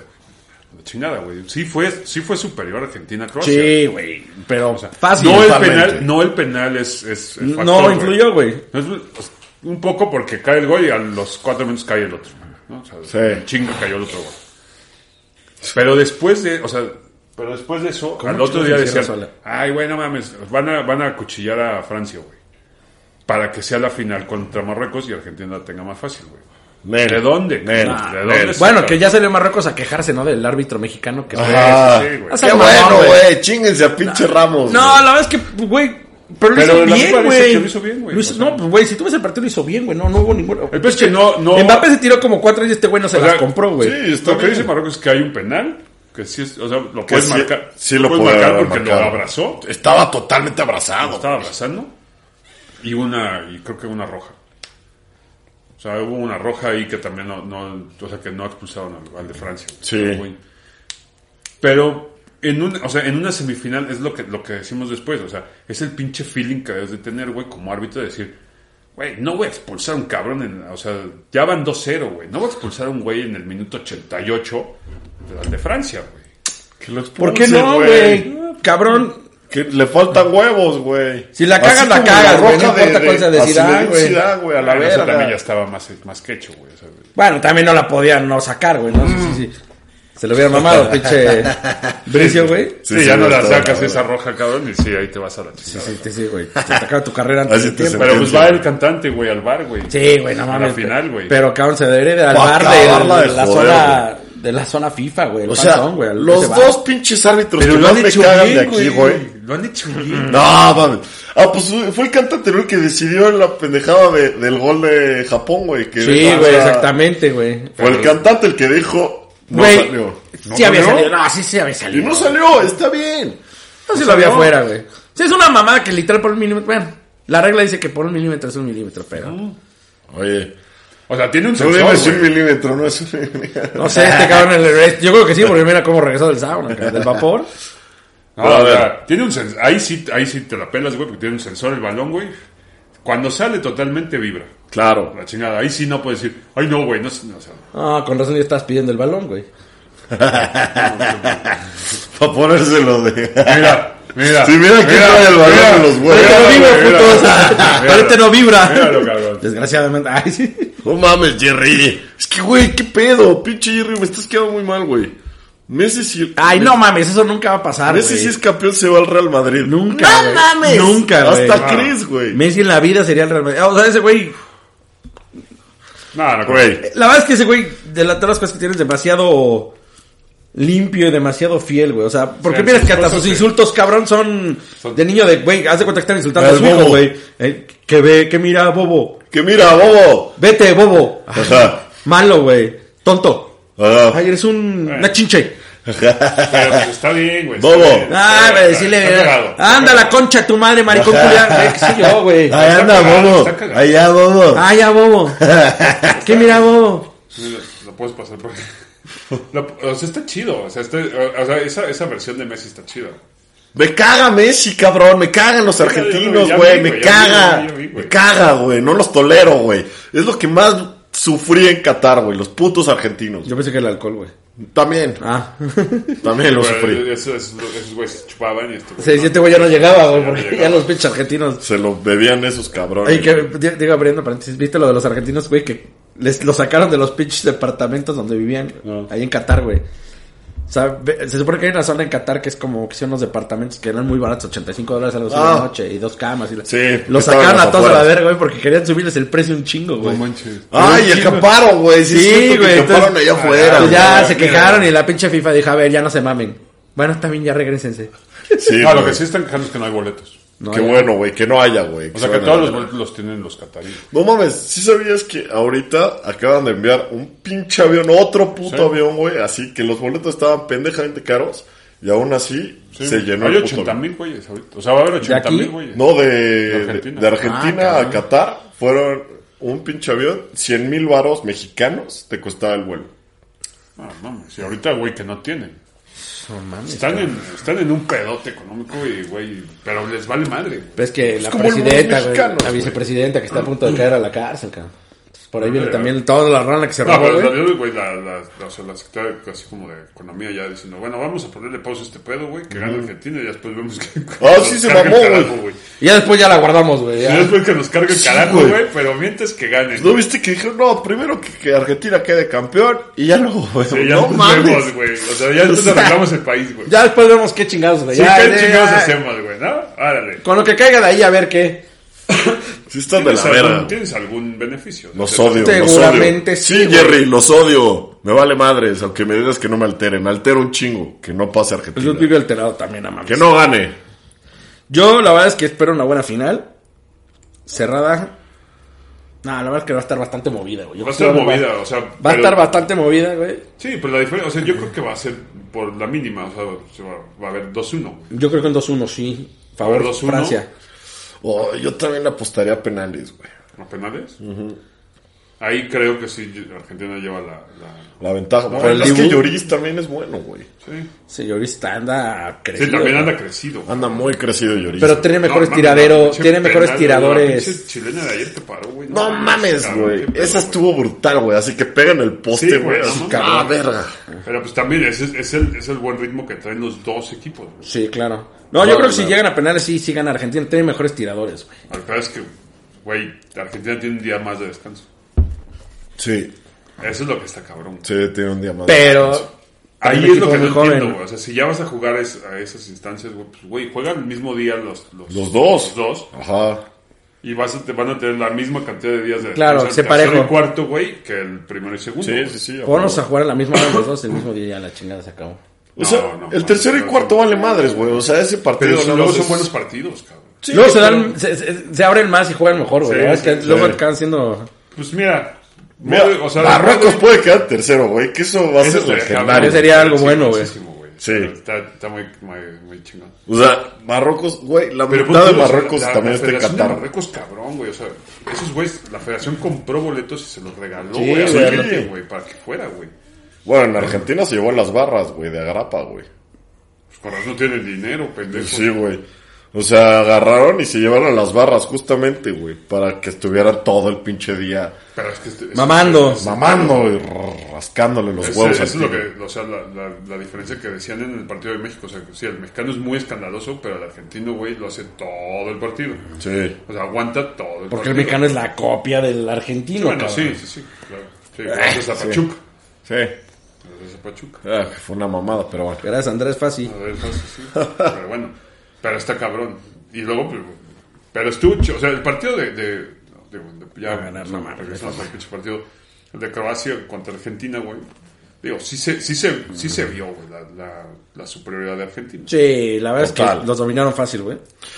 S2: La chingada, güey. Sí fue, sí fue superior Argentina a Croacia.
S3: Sí, güey, pero
S2: O sea,
S3: fácil.
S2: No el
S1: totalmente.
S2: penal, no el penal es, es el
S3: No
S2: factor, güey.
S3: influyó, güey.
S2: No es- es un poco porque cae el gol y a los cuatro minutos cae el otro. ¿no? O sea,
S1: Sí.
S2: en chinga cayó el otro gol. Pero después de, o sea, pero después de eso, al otro día
S3: chingas
S2: decían,
S3: hicieron sola?
S2: ay, güey, no mames, van a, van a acuchillar a Francia, güey. Para que sea la final contra Marruecos y Argentina la tenga más fácil, güey.
S1: Nel.
S2: ¿De dónde?
S1: Nel.
S2: Ah, ¿de
S1: Nel.
S2: dónde?
S3: Bueno, que ya salió Marruecos a quejarse, ¿no? Del árbitro mexicano que fue...
S1: Ajá.
S2: Sí, güey.
S1: Qué
S3: Hasta mamón,
S1: bueno,
S3: güey.
S1: güey. Chinguense a pinche Ramos.
S3: No,
S1: güey.
S3: la verdad es que, güey. Pero lo
S2: Pero
S3: hizo
S2: la
S3: bien,
S2: FIFA dice
S3: güey.
S2: que lo hizo bien, güey.
S3: Lo hizo-
S2: O sea,
S3: No, pues, güey, si tú ves el partido, lo hizo bien, güey. No, no hubo ningún. El
S2: peor es que no- no-
S3: Mbappé se tiró como cuatro y este güey no se
S2: O
S3: las
S2: sea,
S3: compró, güey.
S1: sí, está
S2: lo que
S1: bien.
S2: dice Marruecos es que hay un penal, que sí es, o sea, lo puedes
S1: sí-
S2: marcar.
S1: sí lo
S2: puedes
S1: puede
S2: marcar
S1: haber
S2: porque lo
S1: marcado.
S2: abrazó,
S1: Estaba totalmente abrazado.
S2: lo estaba abrazando y una y creo que una roja. O sea, hubo una roja ahí que también no, no o sea, que no expulsaron al, al de Francia.
S1: Sí.
S2: Güey. Pero en un, o sea, en una semifinal es lo que lo que decimos después, o sea, es el pinche feeling que debes de tener, güey, como árbitro de decir, güey, no voy a expulsar a un cabrón en, o sea, ya van 2-0, güey. No voy a expulsar a un güey en el minuto 88 al de Francia, güey.
S1: Que lo
S3: ¿Por qué
S1: expulsen,
S3: no, güey? Cabrón.
S1: Que le faltan huevos, güey.
S3: Si la cagas, la
S1: como
S3: cagas, güey, no
S1: roca
S3: importa cuál sea de
S1: así le
S3: Zidane,
S1: dio
S3: güey.
S1: Zidane, güey, a la
S2: Bueno, eso también ya
S1: verga.
S2: estaba más, más que hecho, güey. o sea,
S3: Bueno, también no la podían no sacar, güey. No sí, sí, sí. Se lo hubiera mamado, pinche. Bricio, güey.
S1: Sí,
S2: Sí, ya
S1: sí,
S2: no
S1: ya
S2: la
S1: estaba,
S2: sacas
S1: güey.
S2: esa roja, cabrón, y sí, ahí te vas a la chingada.
S3: Sí, sí, sí, güey. Se te acaba tu carrera antes
S1: Así
S3: de
S1: te
S3: tiempo.
S2: Pero pues
S1: Sentencia.
S2: va el cantante, güey, al bar, güey.
S3: Sí, güey, no
S2: A la
S3: mames.
S2: final, güey.
S3: Pero cabrón, se debe de al
S1: Pa'
S3: bar
S1: acabarla
S3: de
S1: de
S3: la
S1: joder,
S3: zona. De la zona FIFA, güey. el
S1: O sea,
S3: panzón, güey, al que
S1: los
S3: se va.
S1: dos pinches árbitros que más me cagan de aquí, güey.
S2: Lo han hecho bien.
S1: No, mames. Ah, pues fue el cantante ¿no? el que decidió la pendejada de- del gol de Japón, güey. que- o
S3: Sí,
S1: sea,
S3: güey, exactamente, güey.
S1: Fue el cantante el que dijo, no
S3: Güey,
S1: salió.
S3: sí había
S2: salió?
S3: salido. No, sí, sí había
S1: Y
S3: salido.
S1: no salió, está bien.
S3: No, sí lo había
S1: salió.
S3: afuera, güey. Sí, es una mamada que literal por un minuto. Bueno, La regla dice que por un milímetro es un milímetro, pero.
S1: Oye,
S2: O sea, tiene un
S1: tú
S2: sensor,
S1: debes un
S2: güey.
S1: milímetro, no es un milímetro.
S3: No sé, este cabrón. el- yo creo que sí, porque mira cómo regresó del sauna, cabrón, del vapor.
S2: No,
S1: Pero a
S2: Ah, o
S1: ver.
S2: sea, tiene un sensor. Ahí sí, ahí sí te la pelas, güey, porque tiene un sensor el balón, güey. Cuando sale totalmente vibra.
S1: Claro.
S2: La chingada. Ahí sí no puedes decir, ay, no, güey, no, sé", no, o sea,
S3: Ah, con razón ya estás pidiendo el balón, güey.
S1: Para ponérselo de.
S2: Mira, mira.
S1: Sí, mira quién trae el balón en los huevos.
S2: mira,
S1: Pero
S3: no
S2: güey,
S3: vibra,
S2: mira,
S3: putos.
S2: mira,
S3: Ahorita no vibra.
S2: Míralo, cabrón.
S3: Desgraciadamente. Ay, sí.
S1: No mames, Jerry. Es que, güey, qué pedo. Pinche Jerry, me estás quedando muy mal, güey. Messi sí.
S3: Ay, no mames, eso nunca va a pasar, güey.
S1: Messi sí es campeón, se va al Real Madrid.
S3: Nunca, güey. Nunca, güey.
S1: Hasta
S2: Ah.
S1: Chris, güey.
S3: Messi en la vida sería el Real Madrid. Ah, O sea, ese güey.
S2: No, no,
S1: Güey.
S3: La verdad es que ese güey, de la- todas las cosas que tiene, es demasiado limpio y demasiado fiel, güey. O sea, porque
S2: Sí,
S3: miras
S2: sus
S3: que hasta
S2: cosas,
S3: sus
S2: sí.
S3: insultos, cabrón, son
S2: Son-
S3: de niño de, güey, haz de cuenta que están insultando
S1: El
S3: a su hijo,
S1: bobo.
S3: güey. Eh, que ve, que mira, bobo.
S1: Que mira, bobo.
S3: Vete, bobo.
S1: Ajá.
S3: Malo, güey. Tonto.
S1: Ajá.
S3: Ay, eres un, una chinche.
S2: Pero pues, está bien, güey. está
S1: Bobo.
S2: bien, está
S3: Ah,
S2: bien,
S3: güey,
S2: está-
S3: decirle,
S2: está cagado.
S3: anda la concha a tu madre, maricón culiado. Güey, qué sé yo, güey.
S1: Ahí
S2: Está
S1: anda,
S2: cagado,
S1: bobo.
S2: está cagado.
S1: Allá, bobo.
S3: Ah, ya, bobo. ¿Qué mira, bobo?
S2: Mira, Lo puedes pasar por Lo- o sea, está chido. O sea, está- o sea, esa, esa versión de Messi está chida.
S1: Me caga Messi, cabrón. Me cagan los argentinos,
S2: Ya vi,
S1: güey.
S2: güey,
S1: Me
S2: ya vi,
S1: caga.
S2: ya vi, güey.
S1: Me caga, güey. No los tolero, güey. Es lo que más sufrí en Qatar, güey. Los putos argentinos.
S3: Yo pensé que era el alcohol, güey.
S1: También.
S3: Ah.
S1: También lo
S2: Pero
S1: sufrí.
S2: eso- eso- Esos güeyes se chupaban y esto. güey,
S3: Sí,
S2: ¿no?
S3: sí, este güey ya no llegaba, güey,
S2: Ya no
S3: porque
S2: llegaba.
S3: ya los pinches argentinos.
S1: Se los bebían esos cabrones.
S3: Ay, que, di- digo, abriendo paréntesis, ¿viste lo de los argentinos, güey? Que les lo sacaron de los pinches departamentos donde vivían, ahí en Qatar, güey. O sea, ve- se supone que hay una zona en Qatar que es como que son unos departamentos que eran muy baratos, 85 dólares a las
S1: Ah.
S3: de la noche y dos camas y la...
S1: Sí, estaban
S3: Los sacaron
S1: las
S3: a todos a la
S1: afueras.
S3: verga, güey, porque querían subirles el precio un chingo, güey.
S1: Ay, escaparon, güey. Sí,
S3: Sí,
S1: sí,
S3: güey,
S1: güey. Escaparon
S3: entonces-
S1: allá afuera.
S2: Ah,
S3: Pues
S1: güey.
S3: ya se
S2: mira.
S3: quejaron y la pinche FIFA dijo, a ver, ya no se mamen. Bueno, está bien, ya regresense.
S1: Sí,
S2: Ah, lo
S1: güey.
S2: que sí están quejando es que no hay boletos.
S3: No,
S1: Qué
S3: ya.
S1: bueno, güey. Que no haya, güey.
S2: O sea, que
S1: se vayan
S2: todos
S1: a la
S2: los
S1: verga.
S2: boletos los tienen los cataríes.
S1: No mames, ¿sí sabías que ahorita acaban de enviar un pinche avión, otro puto
S2: Sí.
S1: avión, güey? Así que los boletos estaban pendejamente caros y aún así
S2: Sí.
S1: se llenó
S2: Hay
S1: el puto
S2: 80
S1: avión.
S2: mil güeyes ahorita. O sea, va a haber 80 mil
S3: aquí?
S2: güeyes.
S1: No, de, de Argentina,
S2: Argentina.
S3: Ah,
S1: a
S3: cabrón.
S1: Qatar fueron un pinche avión, 100 mil varos mexicanos te costaba el vuelo.
S2: Ah, mames. Y ahorita, güey, que no tienen.
S3: No mames.
S2: Están en, están en un pedote económico y, güey, pero les vale madre. güey.
S3: Pues es que la
S1: como los
S3: presidenta, güey,
S1: mexicanos,
S3: la
S1: güey.
S3: vicepresidenta que está a punto de caer a la cárcel, cabrón. Entonces, Por ahí viene
S2: Pero-
S3: también toda la rana que se
S2: No,
S3: robó,
S2: pero
S3: güey.
S2: salió, güey, la, la, la- o sea, la secretaria así como de economía ya diciendo, bueno, vamos a ponerle pausa a este pedo, güey, que gana Argentina y después vemos que...
S1: Ah, sí, se
S2: carga el
S1: mamó,
S2: carajo,
S1: güey.
S3: Y ya después ya la guardamos, güey.
S2: Y
S3: ya.
S2: después que nos cargue el
S1: Sí,
S2: carajo,
S1: güey.
S2: güey, pero mientras que gane.
S1: ¿No viste que dijeron, no, primero que, que Argentina quede campeón y ya luego, güey,
S2: ya
S1: no
S2: nos
S1: mames.
S2: vemos, güey. O sea, ya después
S1: O sea,
S2: arreglamos el país, güey.
S3: Ya después vemos qué chingados, güey.
S2: Sí,
S3: ya,
S2: ¿qué
S3: ya,
S2: chingados
S3: ya.
S2: hacemos, güey? ¿No? Árale.
S3: Con lo que caiga de ahí a ver qué.
S1: Sí están de la
S2: ¿Tienes algún-
S1: verga.
S2: ¿Tienes algún beneficio?
S1: Los odio,
S3: Seguramente
S1: los
S3: sí,
S1: odio. Sí,
S3: güey.
S1: Jerry, los odio. Me vale madres, aunque me digas que no me alteren. Me altero un chingo. Que no pase
S3: Pues
S1: Argentina.
S3: yo estoy alterado también, a mames.
S1: Que no gane.
S3: Yo la verdad es que espero una buena final. Cerrada. No, la verdad es que va a estar bastante movida, güey. Yo
S2: Va a
S3: creo
S2: estar
S3: que
S2: movida, o sea...
S3: Va a
S2: pero-
S3: estar bastante movida, güey.
S2: Sí, pero la diferencia... O sea, yo creo que va a ser por la mínima. O sea, se va, va a haber 2-1.
S3: Yo creo que en 2-1, sí. Favor
S2: 2-1.
S3: Francia.
S1: Oh, yo también apostaría a penales, güey.
S2: ¿Los penales? Ahí creo que sí, Argentina lleva la... la-
S1: La ventaja.
S3: No,
S1: Pero
S3: el
S1: es que
S3: Dibu-
S1: Lloris también es bueno, güey.
S2: Sí.
S3: Señorista, anda
S2: Sí,
S3: crecido.
S2: también
S3: güey.
S2: anda crecido. güey.
S1: Anda muy crecido Lloris.
S3: Pero tiene
S2: No,
S3: mejores
S2: mames, la
S3: tiraderos,
S2: pinche
S3: tiene mejores
S2: penal,
S3: tiradores.
S2: La pinche chilena de ayer te paró, güey.
S1: No mames,
S2: cabrón,
S1: güey.
S2: qué pedo,
S1: Esa
S2: güey.
S1: estuvo brutal, güey. Así que pega en el poste,
S2: Sí,
S1: güey.
S2: güey, no
S1: así,
S2: mames.
S1: cabrón. Ah, verga.
S2: Pero pues también ese es, es el, es el buen ritmo que traen los dos equipos. güey.
S3: Sí, claro. No, yo
S1: Claro,
S3: creo que si
S1: claro.
S3: llegan a penales, sí, sí gana Argentina. Tiene mejores tiradores, güey.
S2: Al peor es que, güey, Argentina tiene un día más de descanso.
S1: Sí,
S2: Eso es lo que está cabrón.
S1: sí, tiene un día más.
S3: Pero.
S2: Ahí
S3: un
S2: es
S3: equipo
S2: lo que
S3: muy
S2: no
S3: joven.
S2: entiendo, güey. O sea, si ya vas a jugar es- a esas instancias, güey, pues, güey, juegan el mismo día los, los,
S1: Los dos.
S2: los dos.
S1: Ajá.
S2: Y vas a, te van a tener la misma cantidad de días de
S3: Claro,
S2: descanso.
S3: se
S2: el tercero
S3: parejo.
S2: y cuarto, güey, que el primero y segundo.
S1: Sí,
S2: güey.
S1: sí, sí. a huevo.
S3: Ponos a jugar a la misma hora los dos el mismo día ya la chingada se acabó.
S1: O sea,
S2: No, no,
S1: el tercero y
S2: no,
S1: cuarto
S2: no.
S1: vale madres, güey. O sea, ese partido...
S2: Pero
S1: no
S2: luego
S1: nos
S2: son
S1: es-
S2: buenos partidos, cabrón.
S1: Sí,
S3: luego se,
S1: pero-
S3: dan, se, se- se abren más y juegan mejor,
S2: Sí,
S3: güey. La verdad es que
S2: sí,
S3: luego
S1: sí.
S3: acaban siendo.
S2: Pues mira,
S1: Mira,
S2: Modri- o sea,
S1: Barracos
S2: Modri-
S1: puede quedar tercero, güey. Que eso va a
S2: Eso
S1: ser
S2: estaría
S1: legendario.
S3: Ese sería algo
S2: Sí,
S3: bueno, güey.
S2: muchísimo, güey.
S1: Sí.
S2: Está, está muy, muy, muy chingón.
S1: O sea, Marruecos, güey, la
S2: Pero
S1: mitad
S2: pues,
S1: de
S2: tío, o sea,
S1: Marruecos
S2: la-
S1: también
S2: la
S1: está en
S2: Federación
S1: Qatar.
S2: de Marruecos, cabrón, güey. O sea, esos güeyes, la federación compró boletos y se los regaló,
S3: Sí,
S2: güey. a la
S1: güey,
S2: gente,
S1: no.
S2: güey, para que fuera, güey.
S1: Bueno, en Argentina se llevó las barras, güey, de agrapa, güey.
S2: Pues con razón no tienen dinero, pendejo.
S1: Sí, güey. O sea, agarraron y se llevaron las barras justamente, güey, para que estuviera todo el pinche día
S2: Pero es que este- es-
S3: Mamando.
S2: es-
S1: mamando y rrr, rascándole los
S2: Ese-
S1: huevos.
S2: eso
S1: al
S2: es lo
S1: tigre.
S2: que, o sea, la, la- la diferencia que decían en el partido de México. O sea, que sí, el mexicano es muy escandaloso, pero el argentino, güey, lo hace todo el partido.
S1: Sí.
S2: O sea, aguanta todo el
S3: Porque
S2: partido.
S3: el mexicano es la copia del argentino,
S2: Bueno, sí,
S3: cabrón.
S2: sí, sí, claro. Sí,
S3: Eh,
S2: gracias a
S1: sí.
S2: Pachuca.
S1: Sí.
S2: Gracias a Pachuca.
S1: Ah, fue una mamada, pero bueno.
S3: Gracias, Andrés Fácil.
S2: A ver, pues, sí. Pero bueno, pero está cabrón. Y luego, pues, pero estuvo ch- O sea, el partido de. de, de- de- ya
S3: Va a ganar,
S2: o sea,
S3: no mames,
S2: regresamos al pinche partido. El de Croacia contra Argentina, güey. Digo, sí se, sí se, sí se vio, güey, la, la, la superioridad de Argentina.
S3: Sí, la verdad es
S1: Total.
S3: que los dominaron fácil, güey.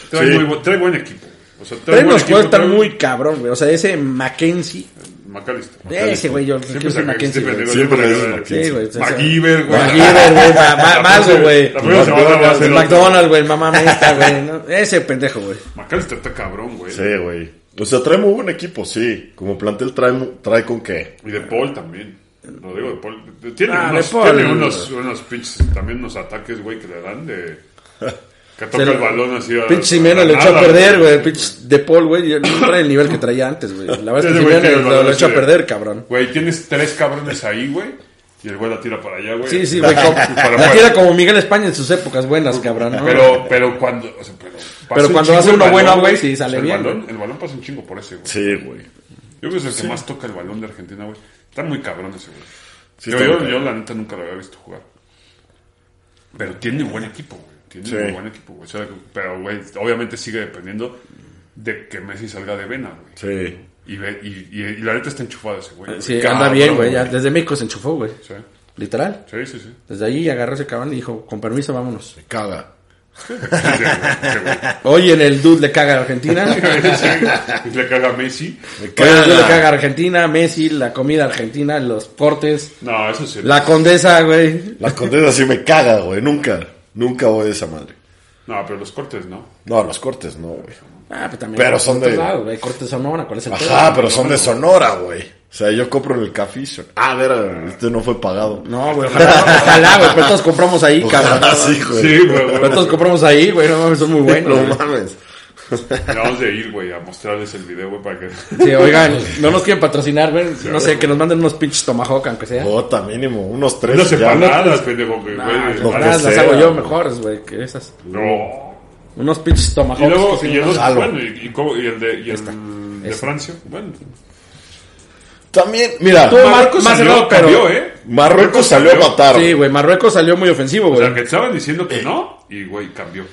S2: Trae,
S1: Sí.
S2: muy bu- trae buen equipo. güey. O sea, trae
S3: Tres
S2: buen
S3: nos
S2: equipo,
S3: puede estar
S2: trae-
S3: muy cabrón, güey. O sea, ese Mackenzie.
S2: McAllister.
S3: Ese, güey, yo le quiero decir
S2: saca-
S3: Mackenzie.
S2: siempre
S3: güey.
S2: le-
S1: Siempre le dices
S3: Sí, güey.
S1: McKinsey.
S3: o sea,
S2: MacGyver, güey.
S3: MacGyver, güey. ma- ma- Mago, güey.
S2: La primera semana le va a hacer
S3: El
S2: otro.
S3: McDonald's, güey. Mamá esta, güey. ¿no? Ese pendejo, güey.
S2: McAllister está cabrón, güey.
S1: Sí, güey. O sea, trae muy buen equipo, sí. Como plantel trae, mu- trae con qué.
S2: Y de Paul también. Lo digo de Paul. Tiene,
S3: Ah,
S2: unos,
S3: De Paul.
S2: tiene unos, unos pinches, también unos ataques, güey, que le dan de... Que toca
S3: Se-
S2: el balón así a...
S3: Pinche
S2: a
S3: Simeone lo
S2: nada,
S3: echó a perder, güey. Pinche De Paul, güey. ya No trae el nivel que traía antes, güey. La verdad es que
S2: Ese güey tiene
S3: Simeone
S2: el eh.
S3: lo,
S2: valor
S3: lo echó a
S2: de-
S3: perder, cabrón.
S2: Güey, tienes tres cabrones ahí, güey. Y el güey la tira para allá, güey.
S3: Sí, sí, güey. como-
S2: Para
S3: La
S2: afuera.
S3: tira como Miguel España en sus épocas buenas, cabrón. ¿no?
S2: Pero, pero cuando... o sea, pero, pasa
S3: Ah. Pero
S2: un
S3: cuando
S2: chingo
S3: hace
S2: el
S3: uno
S2: balón,
S3: bueno, güey, sí, sale
S2: el
S3: bien,
S2: Balón, el balón pasa un chingo por ese, güey.
S1: Sí, güey.
S2: Yo creo que es el que más toca el balón de Argentina, güey. Está muy cabrón ese, güey.
S1: Sí,
S2: yo,
S1: está
S2: yo-
S1: muy
S2: yo,
S1: cabrón.
S2: la neta, nunca lo había visto jugar. Pero tiene buen equipo, güey. Tiene
S1: Sí.
S2: muy buen equipo, güey. O sea, pero, güey, obviamente sigue dependiendo de que Messi salga de vena, güey.
S1: Sí.
S2: Y, ve- y, y, y la neta está enchufado ese, güey.
S3: Sí,
S2: Cabrón,
S3: anda bien, güey. ya Desde México se enchufó, güey.
S2: Sí,
S3: Literal.
S2: sí, sí. sí.
S3: Desde ahí agarró ese cabrón y dijo, con permiso, vámonos.
S1: Me caga.
S2: Sí, güey.
S3: Oye, en el dude le caga a Argentina.
S2: Y le caga a Messi.
S1: Me
S3: Oye, en el dude le
S1: caga.
S3: caga a Argentina, Messi, la comida argentina, los cortes,
S2: No, eso sí.
S3: la condesa, güey.
S1: La condesa sí me caga, güey. Nunca. Nunca voy a esa madre.
S2: No, pero los cortes, ¿no.
S1: No, los cortes no, güey.
S3: Ah, pues también.
S1: Pero son
S3: otros
S1: de-
S3: lados, güey, cortes sonora, ¿cuál es el
S1: Ajá,
S3: pedo?
S1: pero son de Sonora, güey. O sea, yo compro en el cafizo. Ah, ver, este no fue pagado.
S3: No, güey, ojalá, ojalá, güey, pero todos compramos ahí, cabrón.
S1: Pues, ah, sí, güey.
S2: Sí, güey. güey.
S3: Pero todos compramos ahí, güey, no mames, son muy buenos.
S1: No
S3: güey.
S1: mames.
S2: Ya Vamos de ir, güey, a mostrarles el video, güey, para que...
S3: Sí, oigan, no nos quieren patrocinar, güey. No sé, que nos manden unos pinches tomahawk, aunque sea.
S1: Bota mínimo, unos tres.
S2: No
S1: y ya.
S2: separadas, pendejo, que,
S3: Ah,
S2: güey.
S1: lo
S3: las
S1: que
S3: las
S1: sea,
S3: hago yo
S1: güey.
S3: mejores, güey, que esas.
S2: No.
S3: Unos pinches tomahawks.
S2: Y luego,
S3: que sí,
S2: y el,
S3: ¿no?
S2: otro,
S1: jalo.
S2: bueno, y, y cómo- y el de, y el de
S3: Esta. Eh,
S2: Francia, bueno.
S1: También, mira,
S3: Tú, Marruecos
S2: Más
S3: salió,
S2: cerrado,
S3: pero-
S2: cambió, ¿eh?
S1: Marruecos salió a matar.
S3: Sí, güey, Marruecos salió muy ofensivo,
S2: O
S3: güey.
S1: Pues,
S2: sea, que estaban diciendo
S3: Eh.
S2: que no, y güey, cambió.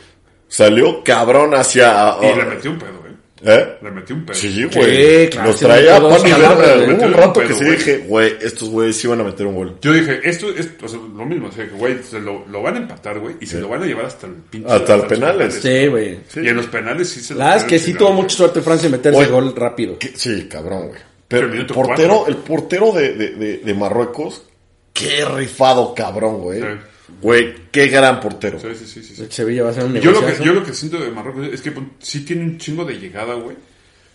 S1: Salió cabrón hacia. ah,
S2: Y le metió un pedo, ¿eh?
S1: ¿Eh?
S2: Le metió un pedo.
S1: Sí,
S3: Oh. Sí,
S1: güey.
S3: claro,
S1: Los
S3: sí,
S1: traía a
S3: metió dos
S1: pan y
S3: cabrones,
S1: verga,
S3: güey.
S1: güey. Hubo un
S2: Metió un
S1: rato que
S2: pedo,
S1: sí
S2: güey.
S1: dije, güey, estos güeyes sí van a meter un gol.
S2: Yo dije, esto es o sea, lo mismo, o sea, que, güey, se lo, lo van a empatar, güey, y se lo van a llevar hasta el pinche.
S1: Hasta el
S2: los
S1: penales.
S3: Sí, güey.
S2: Y en los penales sí se lo
S3: La verdad es
S2: van a
S3: que sí
S2: chingar,
S3: tuvo
S2: güey.
S3: mucha suerte Francia en meterse
S1: Oye.
S3: el gol rápido.
S1: Que- Sí, cabrón, güey.
S2: Pero
S1: Pero
S2: el
S1: el
S2: minuto
S1: portero,
S2: cuatro.
S1: el portero de, de, de, de Marruecos, qué rifado, cabrón, güey.
S2: Sí.
S1: Güey, qué gran portero.
S2: Sí, sí, sí, sí, sí.
S3: El Sevilla va a ser un
S2: Yo
S3: negocio.
S2: lo, que, yo lo que siento de Marruecos es que pues, sí tiene un chingo de llegada, güey.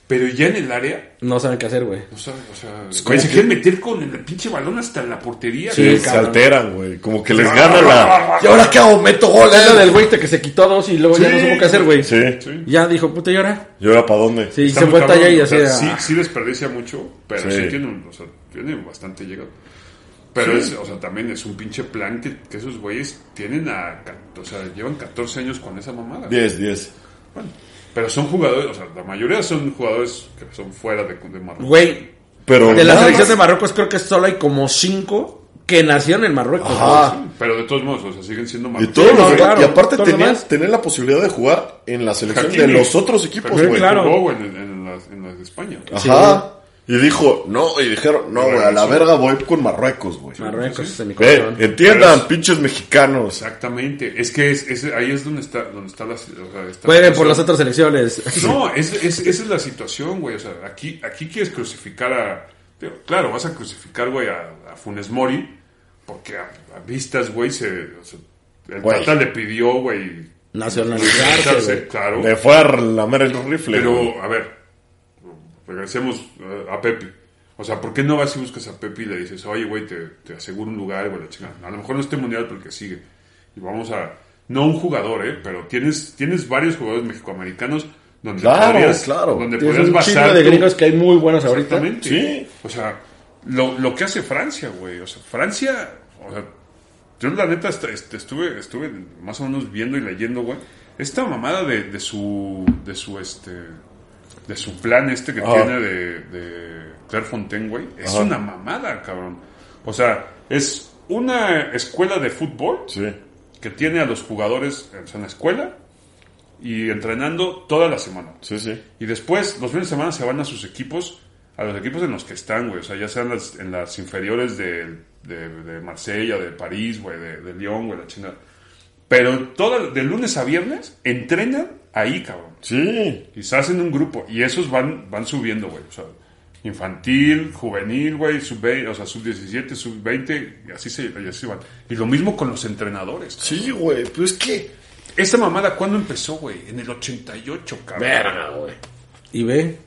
S2: Pero ya en el área,
S3: No saben qué hacer, güey.
S2: o sea, o sea
S1: como
S2: güey, se
S1: que-
S2: quieren meter con el pinche balón hasta la portería.
S3: Sí,
S2: güey.
S1: Se
S3: cabrón.
S1: alteran, güey. Como que les gana la.
S2: ¿Y
S1: ahora qué hago? Meto gol.
S3: Es la del güey este que se quitó a dos y luego ya
S2: Sí.
S3: no supo qué hacer, güey.
S1: Sí.
S2: Sí.
S3: Ya dijo, puta, ¿y ahora?
S1: ¿Y ahora para dónde?
S3: Sí, y
S2: Está
S3: se
S2: muy
S3: fue hasta allá
S2: cabrón,
S3: y
S2: o
S3: así.
S2: sea,
S3: ah.
S2: Sí, sí desperdicia mucho, pero sí,
S1: Sí.
S2: tiene, un- o sea, tiene bastante llegada. Pero es, o sea, también es un pinche plan que, que esos güeyes tienen a... ca- O sea, llevan 14 años con esa mamada.
S1: 10, 10.
S2: Bueno, pero son jugadores, o sea, la mayoría son jugadores que son fuera de, de Marruecos.
S3: Güey,
S1: Pero.
S3: de la
S1: nada
S3: selección
S1: más.
S3: de Marruecos creo que solo hay como cinco que nacieron en Marruecos.
S1: Ajá.
S3: güey.
S2: Pero de todos modos, o sea, siguen siendo
S1: Y,
S2: Marruecos.
S1: todos
S3: Sí,
S1: los
S3: no,
S1: demás-
S3: claro,
S1: y aparte
S3: todos los demás.
S1: tenías, tener la posibilidad de jugar en la
S3: Pues
S1: selección
S2: Hakimi.
S1: de los otros equipos,
S2: Pero
S1: güey. Ah.
S3: claro.
S2: jugó, güey, en, en las- en las de España. güey.
S1: Ajá. Y dijo, no, y dijeron, no, güey, a la
S2: Sí.
S1: verga voy con Marruecos, güey.
S3: Marruecos es en mi
S1: Ve,
S3: corazón.
S1: entiendan,
S2: Pero es-
S1: pinches mexicanos.
S2: Exactamente. Es que es, es- ahí es donde está, donde está la... O sea, está-
S3: Jueguen por
S2: o
S3: las
S2: sea,
S3: otras selecciones.
S2: No, es, es- esa es la situación, güey. O sea, aquí, aquí quieres crucificar a. digo, claro, vas a crucificar, güey, a, a Funes Mori, porque a, a vistas, güey, se, o sea, El
S1: Güey.
S2: Tata le pidió, güey.
S3: Nacionalizarse,
S2: regresarse,
S3: güey.
S2: claro.
S1: Le fue a lamer el rifle. güey.
S2: Pero, a ver, regresemos eh, a Pepe. O sea, ¿por qué no vas y buscas a Pepe y le dices, oye, güey, te, te aseguro un lugar, güey, la chingada? A lo mejor no este mundial, pero el que sigue. Y vamos a. No un jugador, ¿eh? Pero tienes, tienes varios jugadores mexicoamericanos donde
S1: Claro,
S2: podrías,
S1: claro.
S2: Donde
S3: Tienes
S2: podrías
S3: un chingo
S2: basar.
S3: de
S2: tu-
S3: gringos que hay muy buenos ahorita.
S2: Pues Exactamente.
S1: Sí.
S2: O sea, lo, lo que hace Francia, güey. O sea, Francia. O sea, yo la neta est- est- estuve, estuve más o menos viendo y leyendo, güey. Esta mamada de, de su. de su este. de su plan este que
S1: Ajá.
S2: tiene de, de Claire Fontaine, güey. Es
S1: Ajá.
S2: una mamada, cabrón. O sea, es una escuela de fútbol
S1: Sí.
S2: que tiene a los jugadores o sea, en la escuela y entrenando toda la semana.
S1: Sí, sí.
S2: Y después, los fines de semana se van a sus equipos, a los equipos en los que están, güey. O sea, ya sean las, en las inferiores de, de, de Marsella, de París, güey, de, de Lyon, güey, la chingada. Pero todo, de lunes a viernes entrenan ahí, cabrón.
S1: Sí.
S2: Quizás en un grupo. Y esos van, van subiendo, güey. O sea, infantil, juvenil, güey, sub o sea, sub-17, sub-20, y así se, y así van. Y lo mismo con los entrenadores. cabrón.
S1: Sí, güey. Pero es que.
S2: Esa mamada, ¿cuándo empezó, güey? En el 88, cabrón.
S3: Y ve,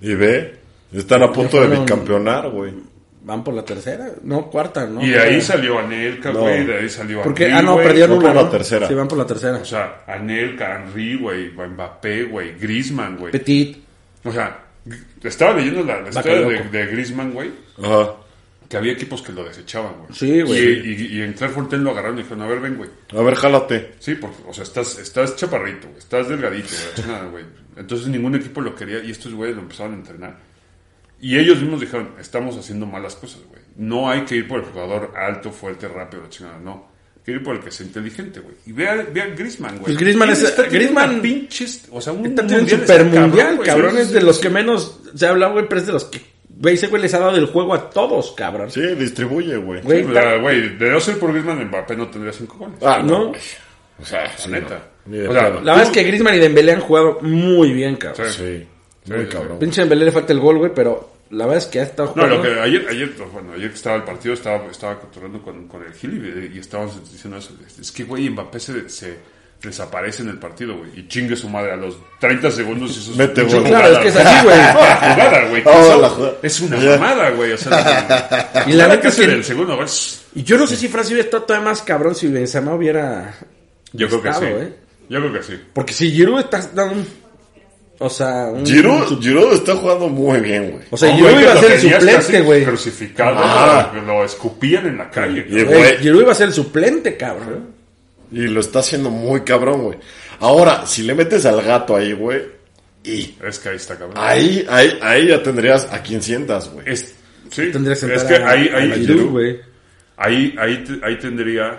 S1: Y ve. Están a punto de
S3: fueron-
S1: bicampeonar, güey.
S3: van por la tercera. No, cuarta, ¿no?
S2: Y de ahí salió Anelka,
S1: No.
S2: güey, de ahí salió
S3: Porque,
S2: Henry,
S3: ah, no,
S2: güey.
S3: perdieron
S1: van
S3: una.
S1: por la
S3: ¿no?
S1: tercera.
S3: Sí, van por la tercera.
S2: O sea, Anelka, Henry, güey, Mbappé, güey, Griezmann, güey.
S3: Petit.
S2: O sea, g- estaba leyendo la, la historia de,
S3: Bakayoko.
S2: de Griezmann, güey,
S1: Ajá.
S2: que había equipos que lo desechaban, güey.
S3: Sí, güey.
S2: Y, y- y en Claire Fontaine lo agarraron y dijeron, a ver, ven, güey.
S1: A ver, jálate.
S2: Sí, porque, o sea, estás, estás chaparrito, güey, estás delgadito, güey, la chingada, güey. Entonces ningún equipo lo quería y estos güeyes lo empezaron a entrenar. Y ellos mismos dijeron, estamos haciendo malas cosas, güey. No hay que ir por el jugador alto, fuerte, rápido, la chingada, no. Hay que ir por el que sea inteligente, güey. Y vean, vean Griezmann, güey.
S3: Pues Griezmann
S2: ¿Quién
S3: es-
S2: está teniendo
S3: Griezmann-
S2: una pinches, o sea, un
S3: Ahorita tiene un
S2: mundial
S3: super
S2: está
S3: mundial,
S2: güey.
S3: cabrón.
S2: Sí,
S3: Es de los que menos se habla, güey, pero es de los que. Güey, ese güey les ha dado el juego a todos, cabrón.
S1: Sí, distribuye, güey.
S3: Güey,
S2: o
S3: ta-
S2: sea, güey, de no ser por Griezmann, Mbappé no tendría cinco goles.
S1: Ah,
S3: no.
S1: güey. O sea, sí,
S2: la neta.
S1: no. Ni de
S2: O sea,
S1: pedo.
S3: La verdad es que Griezmann y Dembélé han jugado muy bien,
S2: Sí.
S3: cabrón.
S1: Sí.
S2: Sí,
S1: Muy
S2: sí,
S1: cabrón.
S3: Pinche Dembélé le falta el gol, güey, pero la verdad es que ha estado
S2: No,
S3: jugando.
S2: lo que ayer, ayer, bueno, ayer que estaba el partido, estaba, estaba controlando con, con el Gil y- y, estábamos diciendo eso. Es que, güey, Mbappé se, se desaparece en el partido, güey. Y chingue su madre a los 30 segundos y sus
S1: Mete
S2: pinche
S1: gol.
S3: Claro, es que es así, güey.
S2: jugada, güey.
S1: Oh,
S2: Eso
S1: la jugada.
S2: Es una mamada, güey. O sea,
S3: Y la neta
S2: que
S3: es que-
S2: en el segundo, güey.
S3: Y yo no sé si Francia hubiera estado todavía más cabrón si Benzema hubiera.
S2: Yo creo que sí.
S3: estado, ¿eh?
S2: Yo creo que sí.
S3: Porque si Giroud está dando un. O sea, un.
S1: Giroud, Giroud está jugando muy bien, güey.
S3: O sea,
S2: No,
S3: Giroud
S2: Oh, güey,
S3: iba a
S2: lo
S3: ser el
S2: tenías
S3: suplente,
S2: casi
S3: güey.
S2: Crucificado,
S1: Ah.
S2: güey, lo escupían en la calle.
S1: Y,
S2: güey.
S3: Güey,
S1: güey,
S3: Giroud iba a ser el suplente, cabrón.
S1: y lo está haciendo muy cabrón, güey. Ahora, si le metes al gato ahí, güey, y
S2: Es que ahí está, cabrón.
S1: ahí, ahí, ahí ya tendrías a quien sientas,
S3: Eh.
S1: güey.
S2: Es, sí,
S3: Tendría que sentar
S2: es que
S3: a-
S2: ahí,
S3: a
S2: ahí,
S3: Giroud, güey.
S2: Ahí, ahí, te- ahí tendría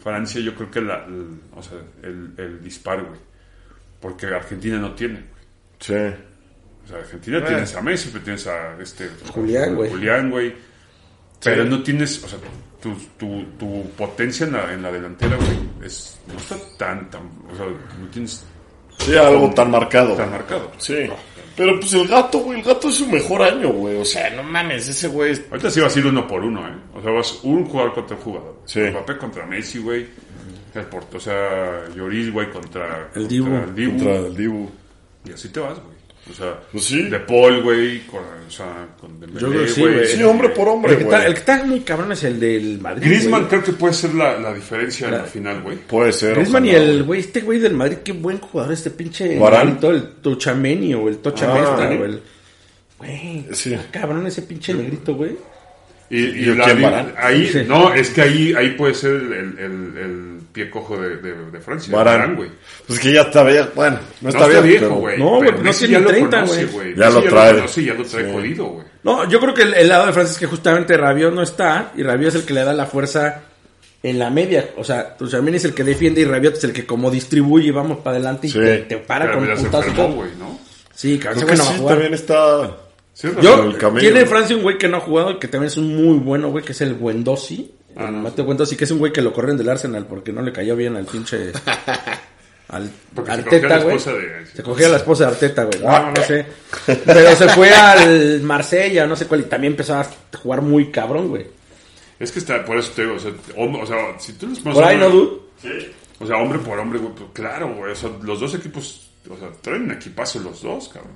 S2: Francia, yo creo que la, el, o sea, el, el disparo, güey. Porque Argentina no tiene, güey.
S1: Sí.
S2: O sea, Argentina tienes a Messi, pero tienes a este
S3: Julián, güey.
S2: Julián, güey. Pero no tienes, o sea, tu, tu, tu potencia en la, en la delantera, güey, es, no está tan, tan, o sea, no tienes
S1: Sí, algo tan marcado.
S2: tan marcado.
S1: Sí. Pero pues el gato, güey, el gato es su mejor año, güey. O sea, no mames, ese güey es...
S2: Ahorita sí vas a ir uno por uno, ¿eh? O sea, vas un jugador contra un jugador.
S1: Sí.
S2: Mbappé contra Messi, güey. El Porto, o sea, Lloris, güey, contra... contra
S3: Dibu.
S2: El Dibu.
S1: Contra el Dibu.
S2: Y así te vas, güey. O sea,
S1: Pues sí.
S2: De Paul, güey, con, o sea, con Dembélé,
S3: Yo creo que sí,
S2: güey.
S3: güey.
S1: Sí, hombre por hombre,
S3: El que, está, el
S1: güey.
S3: que está muy cabrón es el del Madrid.
S2: Griezmann
S3: güey.
S2: creo que puede ser la, la diferencia en la final, güey.
S1: Puede ser.
S3: Griezmann y
S1: ojalá,
S3: el
S1: güey.
S3: güey, este güey del Madrid, qué buen jugador este pinche.
S1: Varane.
S3: negrito, El Tuchameni o el Tochamesta,
S1: Ah.
S3: o el. Güey,
S1: Sí.
S3: está cabrón ese pinche negrito, güey.
S2: Y, y
S1: Yo
S2: la-
S1: quién Varane.
S2: ahí,
S3: Sí.
S2: no, es que ahí, ahí puede ser el, el, el, el pie cojo de, de, de Francia.
S1: Varane.
S2: Varane, güey.
S1: Pues que ya está viejo. Bueno, no
S2: No
S1: está, bien,
S2: viejo,
S1: pero-
S2: güey.
S3: No, güey,
S2: pero
S3: no
S2: Messi
S3: tiene
S2: ya lo
S3: 30,
S2: conoce,
S3: güey.
S2: güey.
S1: Ya
S2: Messi
S1: lo trae.
S2: Ya lo conoce y ya lo trae jodido, güey.
S3: No, yo creo que el, el lado de Francia es que justamente Rabiot no está y Rabiot es el que le da la fuerza en la media. O sea, Tuchameni es el que defiende y Rabiot es el que como distribuye y vamos para adelante y
S1: Sí.
S3: te, te para
S2: Pero
S3: con
S2: ya se
S3: putazos.
S2: enfermó, güey, ¿no?
S3: Sí, cabrón,
S1: Creo que
S3: ese güey no va a
S1: sí,
S3: jugar.
S1: también está...
S2: Sí, es
S3: Yo,
S2: razonable.
S1: El camello,
S3: tiene
S1: güey.
S3: Francia un güey que no ha jugado, que también es un muy bueno güey, que es el Wendosi.
S2: Ah,
S3: el
S2: no.
S3: Mateo Wendosi, que es un güey que lo corren del Arsenal porque no le cayó bien al pinche. al
S2: Porque se cogió a
S3: Arteta,
S2: la
S3: güey.
S2: esposa de-
S3: Se cogió a la esposa de Arteta, güey. No, no sé. Pero se fue al Marsella, no sé cuál, y también empezó a jugar muy cabrón, güey.
S2: Es que está, por eso te digo, o sea, hom- o sea si tú les pones
S3: Por ahí,
S2: hombre-
S3: ¿no, dude?
S1: Sí.
S2: O sea, hombre por hombre, güey. pues, claro, güey. O sea, los dos equipos, o sea, traen un equipazo los dos, cabrón.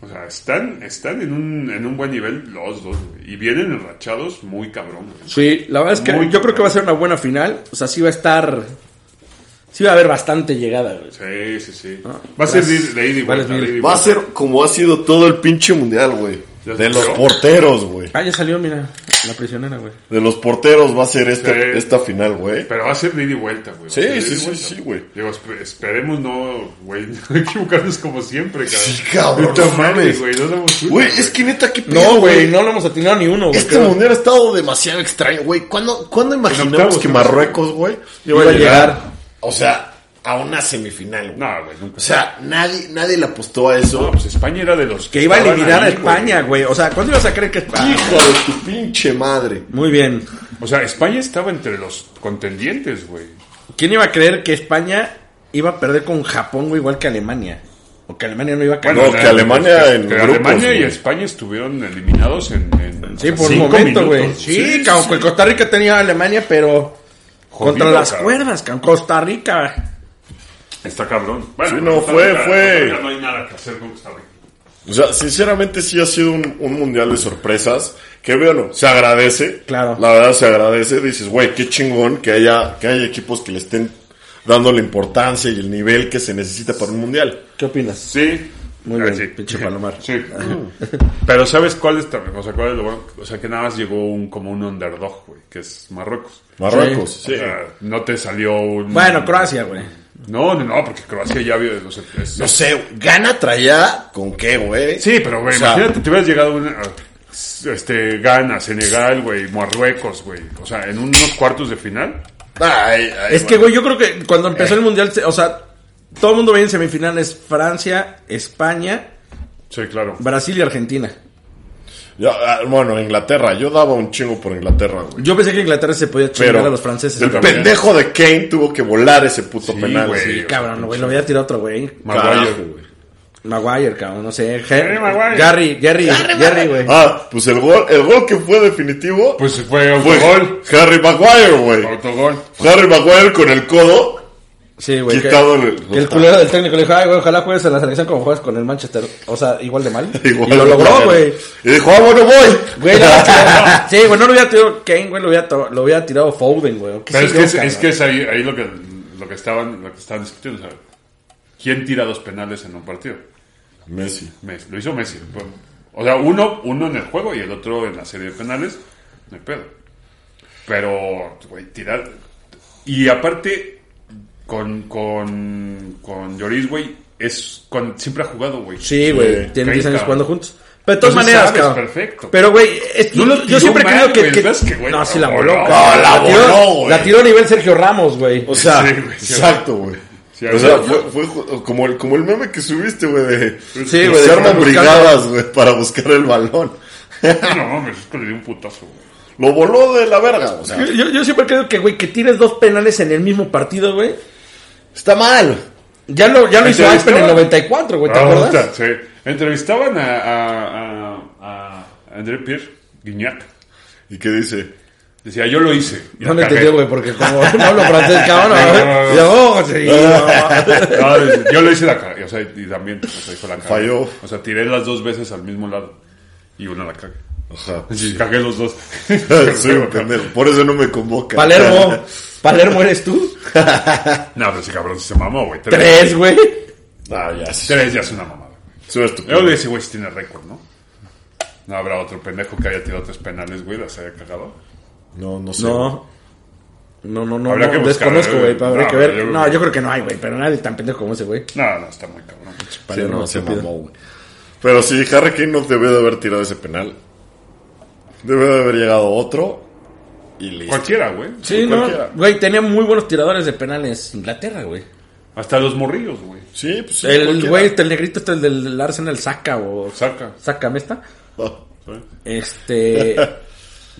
S2: O sea, están, están en, un, en un buen nivel los dos, güey. Y vienen enrachados muy cabrón, güey.
S3: Sí, la verdad es que
S2: Muy
S3: yo creo que va a ser una buena final. O sea, sí va a estar. Sí va a haber bastante llegada, güey.
S2: Sí, sí, sí.
S1: Ah,
S2: Va a ser de, de ida y
S3: Vale,
S2: vuelta, de
S3: mil.
S2: ida y
S1: Va a
S2: vuelta.
S1: ser como ha sido todo el pinche mundial, güey.
S2: Ya
S1: De
S2: se
S1: los
S2: quedó.
S1: porteros, güey.
S3: Ah, ya salió, mira, la prisionera, güey.
S1: De los porteros va a ser esta,
S2: Sí.
S1: esta final, güey.
S2: Pero va a ser de ida y vuelta, güey. Va a
S1: Sí,
S2: ser de ida
S1: sí,
S2: y
S1: sí,
S2: vuelta.
S1: sí, güey.
S2: Digo, esp- esperemos no, güey, no equivocarnos como siempre, cabrón.
S1: Sí, cabrón,
S2: Puta
S1: no
S2: madre,
S1: mames.
S2: güey, no damos una,
S1: Güey,
S2: güey.
S1: es que neta, qué pedo,
S3: No, güey, no lo hemos atinado ni uno, güey.
S1: Este
S3: creo.
S1: mundial ha estado demasiado extraño, güey. ¿Cuándo, cuándo imaginamos
S2: octavos,
S1: que
S2: ¿no?
S1: Marruecos, güey, iba, a
S3: Iba a
S1: llegar,
S3: llegar.
S1: o sea, a una semifinal, güey?
S2: No, güey, nunca.
S1: O sea, nadie, nadie le apostó a eso.
S2: No, pues España era de los
S3: Que iba a
S2: estaban
S3: eliminar a
S2: ahí, güey.
S3: España, güey. O sea, ¿cuándo ibas a creer que España?
S1: Hijo de tu pinche madre.
S3: Muy bien.
S2: O sea, España estaba entre los contendientes, güey.
S3: ¿Quién iba a creer que España iba a perder con Japón, güey, igual que Alemania? O que Alemania no iba a caer.
S1: Bueno, No, que Alemania
S2: que-
S1: en
S2: que
S1: grupos,
S2: Alemania y
S1: güey.
S2: España estuvieron eliminados en, en,
S3: sí,
S2: o sea,
S3: por un
S2: cinco
S3: momento,
S2: minutos.
S3: güey. Sí, cabrón, que Costa Rica tenía a Alemania, pero
S2: Jodido,
S3: contra las
S2: cabrón.
S3: cuerdas, cabrón. Costa Rica.
S2: Está cabrón.
S1: Sí, no,
S2: Costa
S1: fue-
S2: Rica-
S1: fue.
S2: Costa Rica No hay nada que hacer con Costa Rica.
S1: O sea, sinceramente sí ha sido un, un mundial de sorpresas. Que bueno, se agradece.
S3: Claro.
S1: La verdad se agradece. Dices, güey, qué chingón que haya, que haya equipos que le estén dando la importancia y el nivel que se necesita para un mundial.
S3: ¿Qué opinas?
S2: Sí.
S3: Muy
S2: Ah,
S3: bien,
S2: sí.
S3: pinche Palomar.
S2: Sí. Pero ¿sabes cuál es también? O sea, cuál es lo bueno? O sea, que nada más llegó un, como un underdog, güey, que es Marruecos.
S1: Marruecos,
S2: O
S1: sí.
S2: sea, no te salió un...
S3: Bueno, Croacia, güey.
S2: No, no, no, porque Croacia ya había... No sé, es-
S1: No sé, güey, gana traía con qué, güey.
S2: Sí, pero, güey,
S1: O sea,
S2: imagínate, te hubieras llegado una, este, Ghana, Senegal, güey, Marruecos, güey. O sea, en unos cuartos de final.
S1: ay, ay,
S3: Es que, güey, yo creo que cuando empezó el mundial, se- o sea, todo el mundo veía en semifinales Francia, España,
S2: Sí, claro.
S3: Brasil y Argentina.
S1: Yo, ah, bueno, Inglaterra, yo daba un chingo por Inglaterra, güey.
S3: Yo pensé que Inglaterra se podía chingar
S1: Pero
S3: a los franceses.
S1: el
S3: güey.
S2: también.
S1: pendejo de Kane tuvo que volar ese puto
S2: Sí,
S1: penal.
S2: güey.
S1: sí.
S3: Cabrón, güey, lo había tirado otro güey.
S2: Maguire,
S1: Carajo, güey.
S3: Maguire, cabrón, no sé.
S2: Harry Maguire.
S3: Gary, Gary, Gary, güey.
S1: Ah, pues el gol, el gol que fue definitivo
S2: Pues fue
S1: fue
S2: autogol.
S1: Harry Maguire, güey.
S2: Autogol.
S1: Harry Maguire con el codo
S3: Sí, güey. Que,
S1: quitado el-
S3: que el culero del técnico le dijo, ay, güey, ojalá juegues en la selección como juegas con el Manchester. O sea, igual de mal.
S1: Igual
S3: y lo
S1: de
S3: logró,
S1: mal.
S3: güey.
S1: Y dijo, ah, bueno, voy.
S3: Güey, lo había tirado- sí, güey, no lo hubiera tirado Kane, güey, lo hubiera, to- lo hubiera tirado Foden, güey. ¿Qué
S2: Pero
S3: sé
S2: es
S3: yo,
S2: que es,
S3: cabrón?
S2: es que es ahí, ahí lo, que, lo, que estaban, lo que estaban discutiendo, ¿sabes? ¿Quién tira dos penales en un partido?
S1: Messi.
S2: Messi. Lo hizo Messi. pues. O sea, uno, uno en el juego y el otro en la serie de penales. No hay pedo. Pero, güey, tirar. Y aparte, con, con, con Lloris, güey, es con, siempre ha jugado, güey.
S3: Sí, güey,
S1: Sí,
S3: tienen 10
S2: ahí,
S3: años
S2: cabrón.
S3: jugando juntos. Pero de
S2: Entonces
S3: todas maneras,
S2: sabes,
S3: cabrón.
S2: perfecto.
S3: Pero, güey, es-
S2: No lo
S3: yo
S2: tiró
S3: siempre he
S2: mal,
S3: creído que.
S2: güey,
S3: que-
S2: ves que, güey,
S3: no,
S2: la
S3: sí la
S2: voló.
S3: voló.
S2: No,
S3: cabrón.
S1: la
S3: tiró-
S1: voló, güey.
S3: La tiró a nivel Sergio Ramos, güey.
S1: O sea,
S2: Sí, güey, sí.
S1: exacto, güey.
S2: Sí,
S1: o sea,
S2: güey.
S1: fue, fue ju- como, el, como el meme que subiste, güey, de...
S3: Sí, güey,
S1: Se
S3: de
S1: arman
S3: estar buscando-
S1: brigadas, güey, para buscar el balón.
S2: No mames, es que le dio un putazo, güey.
S1: Lo voló de la verga, o sea,
S3: Yo, yo- yo siempre creo que, güey, que tires dos penales en el mismo partido, güey.
S1: está mal.
S3: Ya lo, ya lo hizo
S2: Entonces,
S3: Aspen en el
S2: ¿no?
S3: 94, güey, ¿te
S2: Ah,
S3: acuerdas?
S2: puta, sí. Entrevistaban a, a, a, a André Pierre Guignac.
S1: ¿Y qué dice?
S2: Decía, yo lo hice. Y la
S3: No lo
S2: cagué.
S3: entendió, güey, porque como no hablo francés, cabrón.
S2: No,
S3: güey.
S2: no, no.
S3: Y yo, oh, sí, no.
S2: No, desde- yo lo hice la cagué, o sea, y también, o sea, hizo la cagué.
S1: Falló.
S2: O sea, tiré las dos veces al mismo lado y una la cagué.
S1: Ajá.
S2: Sí, cagué los dos.
S1: Soy un pendejo, por eso no me convoca.
S3: Palermo, Palermo eres tú.
S2: No, pero sí, cabrón, sí se mamó, güey. Tres,
S3: Tres, güey.
S1: Ah, ya. sí.
S2: tres ya es una mamada.
S1: Subes tu
S2: Yo le dije, güey, si tiene récord, ¿no? No habrá otro pendejo que haya tirado tres penales, güey, las haya cagado.
S1: No, no sé.
S3: No. No, no, no.
S2: Habrá
S3: no,
S2: que buscar,
S3: desconozco,
S2: eh,
S3: güey. pero Habrá
S2: no,
S3: que ver.
S2: yo-
S3: no, yo creo que no hay, güey. Pero nadie tan pendejo como ese, güey.
S2: No, no, está muy cabrón.
S1: Palermo
S3: Sí, no,
S1: se
S3: estúpido.
S1: mamó, güey. Pero sí, Harry Kane no debió de haber tirado ese penal. Debió de haber llegado otro y listo.
S2: Cualquiera, güey.
S3: Sí, no.
S1: cualquiera.
S3: Güey, tenía muy buenos tiradores de penales Inglaterra, güey.
S2: Hasta los morrillos, güey.
S1: Sí, pues sí,
S3: El
S1: cualquiera.
S3: güey, el negrito este, el del Arsenal, saca o.
S2: Saca.
S3: Sácame esta.
S1: Ah,
S3: Este.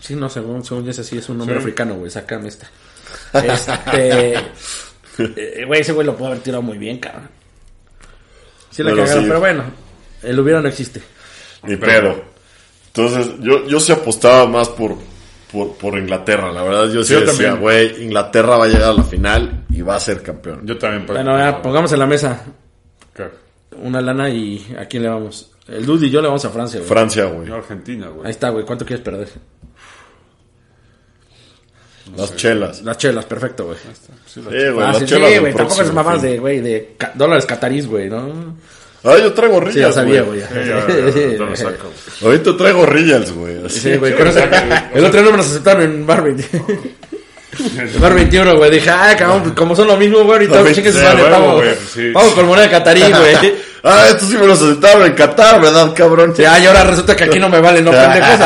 S3: sí, no, según, según yo ese sí es un nombre
S2: Sí.
S3: africano, güey. Sácame esta. Este. eh, Güey, ese güey lo pudo haber tirado muy bien, cabrón. Sí, la
S1: Pero
S3: cagaron,
S1: sí.
S3: pero bueno. El hubiera no existe.
S1: Ni pedo. Entonces, yo, yo sí apostaba más por, por, por Inglaterra. La verdad, yo sí,
S2: Yo
S1: decía,
S2: también.
S1: güey, Inglaterra va a llegar a la final y va a ser campeón.
S2: Yo también. pero-
S3: Bueno, ya, pongamos en la mesa
S2: Claro.
S3: una lana y ¿a quién le vamos? El Dude y yo le vamos a Francia, güey.
S1: Francia, güey.
S2: Yo Argentina, güey.
S3: Ahí está, güey. ¿Cuánto quieres perder?
S1: Las chelas.
S3: Las chelas, perfecto, güey.
S2: Sí, la-
S1: Eh, güey,
S3: Ah,
S1: las
S3: sí, sí,
S1: chelas del
S3: güey. Tampoco
S1: próximo
S3: es mamás
S1: fin.
S3: de, güey, de ca- dólares catarís, güey, ¿no?
S1: Ah, yo traigo
S3: Sí, ya
S1: rillas,
S3: sabía, güey.
S1: güey.
S2: Sí, ya, ya, ya, ya lo saco.
S1: Ahorita traigo rillas, güey. así.
S3: Sí, güey.
S2: Sí,
S3: con
S2: o
S3: eso-
S2: sea que-
S3: El otro día no me los aceptaron en Bar 20. En Bar 21, güey. Dije, ah, cabrón, pues como son lo mismo, güey, ahorita
S1: También,
S3: chingue su
S1: sí,
S3: madre,
S2: huevo,
S3: vamos.
S2: güey, sí.
S3: Vamos con moneda catarí, güey.
S1: Ah, estos sí me los aceptaron en Qatar, ¿verdad, cabrón?
S3: Sí, ah, y ahora resulta que aquí no me vale, no pendejos.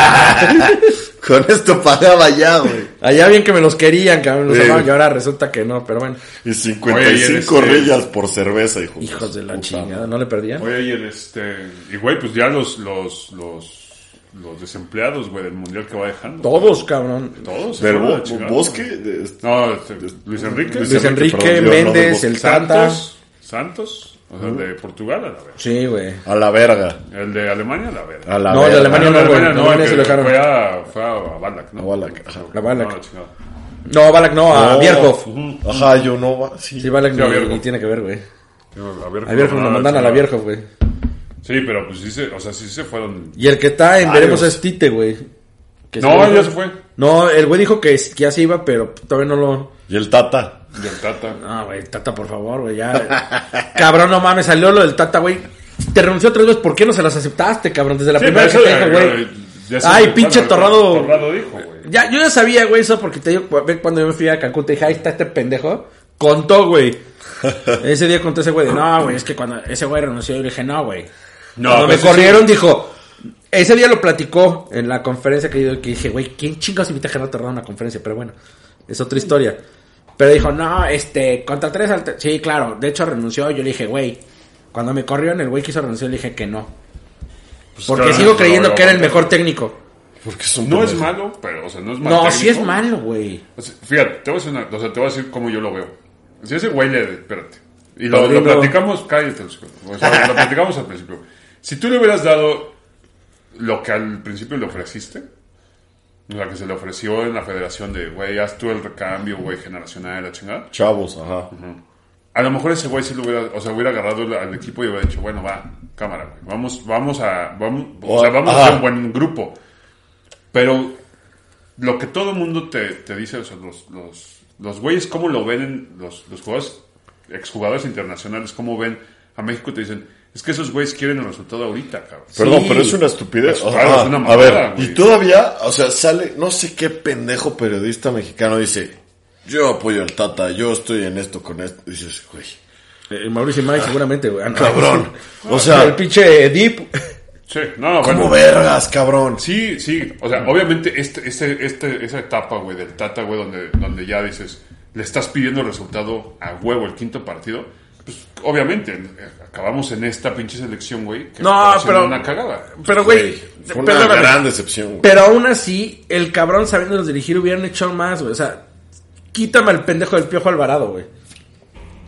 S1: Con esto pagaba ya, güey.
S3: Allá bien que me los querían, cabrón, los
S1: Sí.
S3: amaban, y ahora resulta que no, pero bueno.
S1: Y 55
S2: Oye, y eres, eh,
S1: rillas por cerveza, hijo.
S3: Hijos de la
S1: puta
S3: chingada,
S1: madre.
S3: ¿no le perdían?
S2: Oye, y el este. Y güey, pues ya los, los, los, los desempleados, güey, del mundial que va dejando.
S3: Todos, cabrón.
S2: Todos.
S1: Del
S2: se fueron a la
S1: bo-
S2: Ah, chingada.
S1: bosque. de-
S2: No, este, Luis Enrique.
S1: Luis
S3: Luis Enrique,
S1: perdón, Dios, no,
S3: Méndez,
S1: no,
S3: el Santa.
S2: Santos. Santos. O sea, de Portugal a la verga.
S3: Sí, güey.
S1: A la verga.
S2: El de Alemania a la verga.
S1: A la
S3: No, de
S1: verga.
S3: Alemania
S2: Ah,
S3: no,
S2: de
S3: güey.
S2: Alemania
S3: de Alemania
S2: que
S3: se lo dejaron.
S2: Fue a, fue a Balak, ¿no?
S1: A Balak, ajá.
S3: A Balak.
S2: No, la chingada.
S3: No, Balak no, a
S1: No.
S3: Bierhoff.
S1: Ajá, yo no va. Sí.
S3: Sí, Balak
S2: Sí, a
S3: ni,
S2: Bierhoff. Ah,
S3: ni tiene que ver, güey.
S2: Digo, a ver,
S3: A Bierhoff
S2: no, la
S3: nos mandan a la
S2: chingada.
S3: Bierhoff, güey.
S2: Sí, pero pues sí se, o sea, sí se fueron.
S3: Y el que está en Veremos
S1: Varios.
S3: es Tite, güey. Que
S2: No, ya se fue.
S3: No, el güey dijo que, es- que ya se iba, pero todavía no lo...
S1: Y el Tata.
S2: Y el Tata.
S3: No, güey, Tata, por favor, güey, ya. cabrón, no mames, salió lo del Tata, güey. Te renunció tres veces, ¿por qué no se las aceptaste, cabrón? Desde la
S2: Sí,
S3: primera vez que
S2: pero
S3: te
S2: eso
S3: dijo,
S2: ya-
S3: güey.
S2: ya se
S3: Ay,
S2: lo-
S3: pinche
S2: bueno,
S3: torrado.
S2: Torrado dijo, güey.
S3: Ya, yo ya sabía, güey, eso porque te digo, ve, cuando yo me fui a Cancún, te dije, ahí está este pendejo. Contó, güey. ese día contó ese güey de, no, güey, es que cuando ese güey renunció, yo le dije, no, güey.
S2: No,
S3: cuando
S2: pues
S3: me
S2: sí,
S3: corrieron, dijo, ese día lo platicó en la conferencia que yo que dije, güey, ¿quién chingados invita a Gerardo Torrado a una conferencia? Pero bueno, es otra historia. Pero dijo, no, este, contra tres alter- Sí, claro, de hecho renunció, yo le dije, güey. Cuando me corrieron, el güey quiso renunciar, le dije que no.
S2: Pues,
S3: Porque
S2: claro,
S3: sigo
S2: no,
S3: creyendo
S2: no,
S3: que era el
S2: no,
S3: mejor técnico.
S1: Porque es un
S2: No es
S1: pendejo.
S2: malo, pero, o sea, no es malo.
S3: No, sí es malo, güey.
S2: fíjate, te voy a decir, una- o sea, te voy a decir cómo yo lo veo. Si ese güey le. Espérate. Y lo, lo
S3: Rodrigo.
S2: platicamos, cállate, los- o sea, lo platicamos al principio. Si tú le hubieras dado lo que al principio le ofreciste, la que se le ofreció en la federación de, güey, haz tú el recambio, güey, generacional, la chingada.
S1: Chavos, ajá.
S2: A lo mejor ese güey sí lo hubiera, o sea, hubiera agarrado el- al equipo y hubiera dicho, bueno, va, cámara, güey. Vamos, vamos a, vamos, o sea, vamos a
S1: Ajá.
S2: hacer un buen grupo. Pero lo que todo el mundo te, te dice, o sea, los, los, los güeyes, cómo lo ven en los, los jugadores, exjugadores internacionales, cómo ven a México, te dicen, es que esos güeyes quieren el resultado ahorita, cabrón.
S1: Perdón,
S3: Sí.
S1: pero es una estupidez.
S2: Es
S1: O sea,
S2: raro, es una
S1: a
S2: mamada,
S1: ver,
S2: güey.
S1: y todavía, o sea, sale, no sé qué pendejo periodista mexicano dice, yo apoyo al Tata, yo estoy en esto con esto. Y dices, güey,
S2: Eh,
S3: El Mauricio May seguramente, güey. Ah, no.
S1: cabrón. O
S3: el
S1: sea,
S3: pinche Deep.
S2: Sí, no,
S1: como
S2: bueno.
S1: vergas, cabrón.
S2: Sí, sí. O sea, obviamente este, este, este- esa etapa, güey, del Tata, güey, donde, donde ya dices, le estás pidiendo el resultado a huevo el quinto partido. Pues, obviamente, eh, acabamos en esta pinche selección, güey. que
S3: No,
S2: acabó siendo
S3: pero-
S2: Una cagada.
S3: Pero,
S1: Güey,
S3: güey,
S1: fue una
S3: perdóname.
S1: gran decepción, güey.
S3: Pero aún así, el cabrón sabiéndolos dirigir hubieran hecho más, güey. O sea, quítame al pendejo del Piojo Alvarado, güey.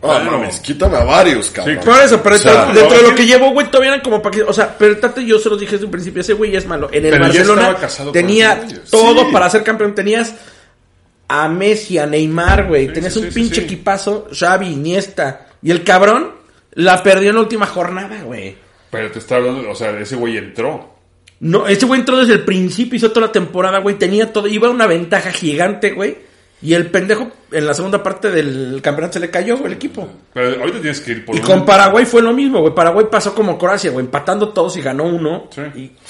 S1: Ah,
S2: Claro.
S1: mames, quítame a varios, cabrón.
S2: Sí,
S3: Por eso, pero
S1: O sea,
S3: dentro- dentro de
S2: no,
S3: lo que llevo, güey, todavía eran como para que... O sea, pero el Tata yo se los dije desde un principio, ese güey es malo. En el
S2: Pero ya
S3: Barcelona
S2: estaba casado
S3: tenía
S2: con esos güeyes.
S3: todo
S2: Sí.
S3: para ser campeón. Tenías a Messi, a Neymar, güey.
S2: Sí,
S3: Tenías
S2: sí,
S3: un
S2: sí,
S3: pinche
S2: sí.
S3: equipazo, Xavi, Iniesta. Y el cabrón la perdió en la última jornada, güey.
S2: Pero te está hablando, o sea, ese güey entró.
S3: No, este güey entró desde el principio, hizo toda la temporada, güey. Tenía todo, iba a una ventaja gigante, güey. Y el pendejo en la segunda parte del campeonato se le cayó, güey, el equipo.
S2: Pero ahorita tienes que ir por
S3: Y
S2: un-
S3: con Paraguay fue lo mismo, güey. Paraguay pasó como Croacia, güey, empatando todos y ganó uno.
S2: Sí.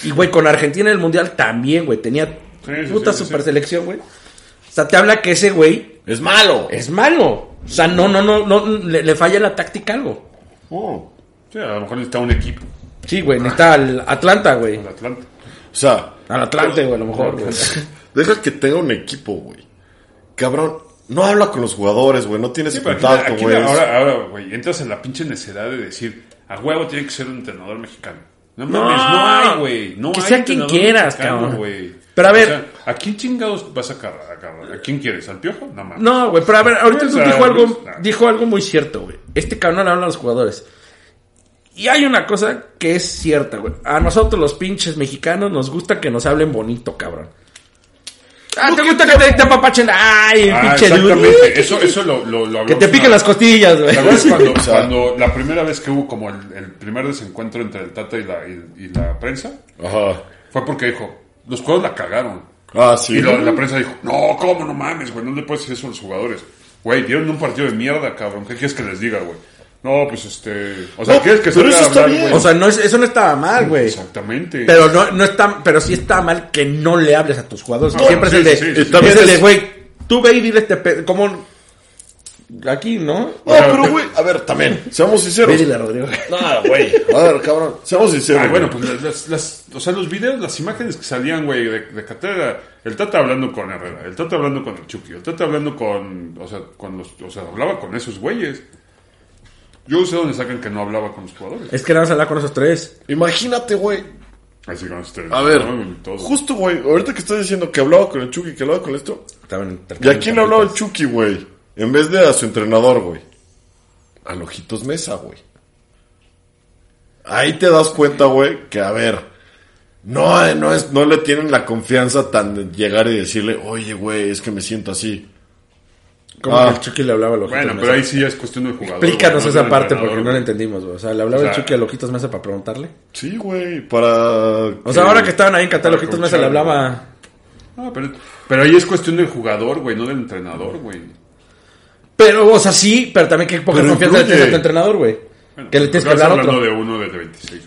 S3: Y- Y, güey, con Argentina en el Mundial también, güey. Tenía
S2: Sí, sí,
S3: puta
S2: sí, sí,
S3: super
S2: sí.
S3: selección, güey. O sea, te habla que ese güey
S1: Es malo.
S3: es malo. O sea, no, no, no, no, le, le falla la táctica algo.
S1: Oh.
S2: Sí, a lo mejor necesita un equipo.
S3: Sí, güey, necesita al Atlanta, güey.
S2: El Atlanta.
S1: O sea,
S3: Al Atlante, güey, a lo mejor, güey.
S1: deja que tenga un equipo, güey. Cabrón, no habla con los jugadores, güey. No tienes
S2: Sí, pero aquí-
S1: contacto,
S2: aquí
S1: güey.
S2: ahora, ahora, güey, entras en la pinche necedad de decir, a huevo tiene que ser un entrenador mexicano. No mames, no hay, güey. No
S3: que
S2: hay
S3: sea quien
S2: entrenador
S3: quieras,
S2: mexicano,
S3: cabrón.
S2: güey.
S3: Pero a ver-
S2: O sea, ¿a quién chingados vas a agarrar? agarrar? ¿A quién quieres? ¿Al piojo? No mames.
S3: No, güey, pero a ver, ahorita
S2: O
S3: tú
S2: sea,
S3: dijo algo,
S2: pues,
S3: dijo algo muy cierto, güey. Este cabrón le habla a los jugadores. Y hay una cosa que es cierta, güey. A nosotros los pinches mexicanos nos gusta que nos hablen bonito, cabrón. Ah, te gusta que te, te apapachen. Ay,
S2: Ah,
S3: pinche dude.
S2: exactamente. Eso, eso lo, lo, lo
S3: Que
S2: hablamos
S3: te
S2: una-
S3: piquen las costillas, güey.
S2: ¿Te acuerdas cuando,
S1: O sea-
S2: cuando la primera vez que hubo como el, el primer desencuentro entre el Tata y la, y- y la prensa?
S1: Ajá.
S2: Fue porque dijo, los juegos la cagaron.
S1: Ah, sí.
S2: Y lo- la prensa dijo, no, ¿cómo no mames, güey? No le puedes decir eso a los jugadores. Güey, dieron un partido de mierda, cabrón. ¿Qué quieres que les diga, güey? No, pues este... O sea,
S1: No,
S2: ¿quieres que
S1: pero
S2: salga
S1: eso
S2: a
S1: está
S2: hablar,
S1: bien.
S2: güey?
S3: O sea, no, es- eso no estaba mal, güey.
S2: Exactamente.
S3: Pero no, no está, pero sí está mal que no le hables a tus jugadores.
S2: No,
S3: Siempre
S2: sí,
S3: es el de,
S2: sí, sí,
S3: es
S1: sí. También
S3: el de,
S1: es-
S3: güey, tú ve y dile este pe- ¿cómo? Aquí, ¿no?
S1: No, pero güey, a ver, también, seamos sinceros.
S3: Ve y dile a Rodrigo.
S1: No, güey. A ver, cabrón, seamos sinceros.
S2: Ay, bueno,
S1: güey.
S2: pues las, las- las- o sea, los videos, las imágenes que salían, güey, de, de Qatar era el Tata hablando con Herrera, el Tata hablando con el Chucky, el Tata hablando con, o sea, con los, o sea, hablaba con esos güeyes. Yo no sé dónde sacan que no hablaba con los jugadores.
S3: Es que nada más hablar con esos tres.
S1: imagínate, güey.
S2: Así con ustedes.
S1: A ver,
S2: ¿no? Y todo.
S1: justo, güey, ahorita que estás diciendo que hablaba con el Chucky, que hablaba con esto.
S3: Estaban
S1: ¿Y a quién le hablaba el Chucky, güey? En vez de a su entrenador, güey. A Lojitos Mesa, güey. Ahí te das cuenta, güey, que a ver. No, eh, no, es, no le tienen la confianza tan de llegar y decirle, oye, güey, es que me siento así.
S3: Como
S1: Ah.
S3: que el Chucky le hablaba a los
S2: Bueno, pero ahí sí ya es cuestión del jugador.
S3: Explícanos
S2: güey, no
S3: esa
S2: del
S3: parte
S2: entrenador,
S3: porque no la
S2: güey.
S3: entendimos, güey. O sea, le hablaba
S2: O sea-
S3: el Chucky a Lojitos Mesa para preguntarle.
S1: Sí, güey, para...
S3: O sea, ahora que estaban ahí en Qatar,
S2: para
S3: Lojitos Mesa le
S2: coacharlo.
S3: hablaba.
S2: Ah, pero, pero ahí es cuestión del jugador, güey, no del entrenador, güey.
S3: Pero, o sea, sí, pero también que poca
S1: Pero
S3: confianza le
S1: influye.
S3: tienes a tu entrenador, güey.
S2: Bueno,
S3: que le tienes que
S2: estás
S3: hablar a
S2: hablando
S3: otro.
S2: de uno de 26.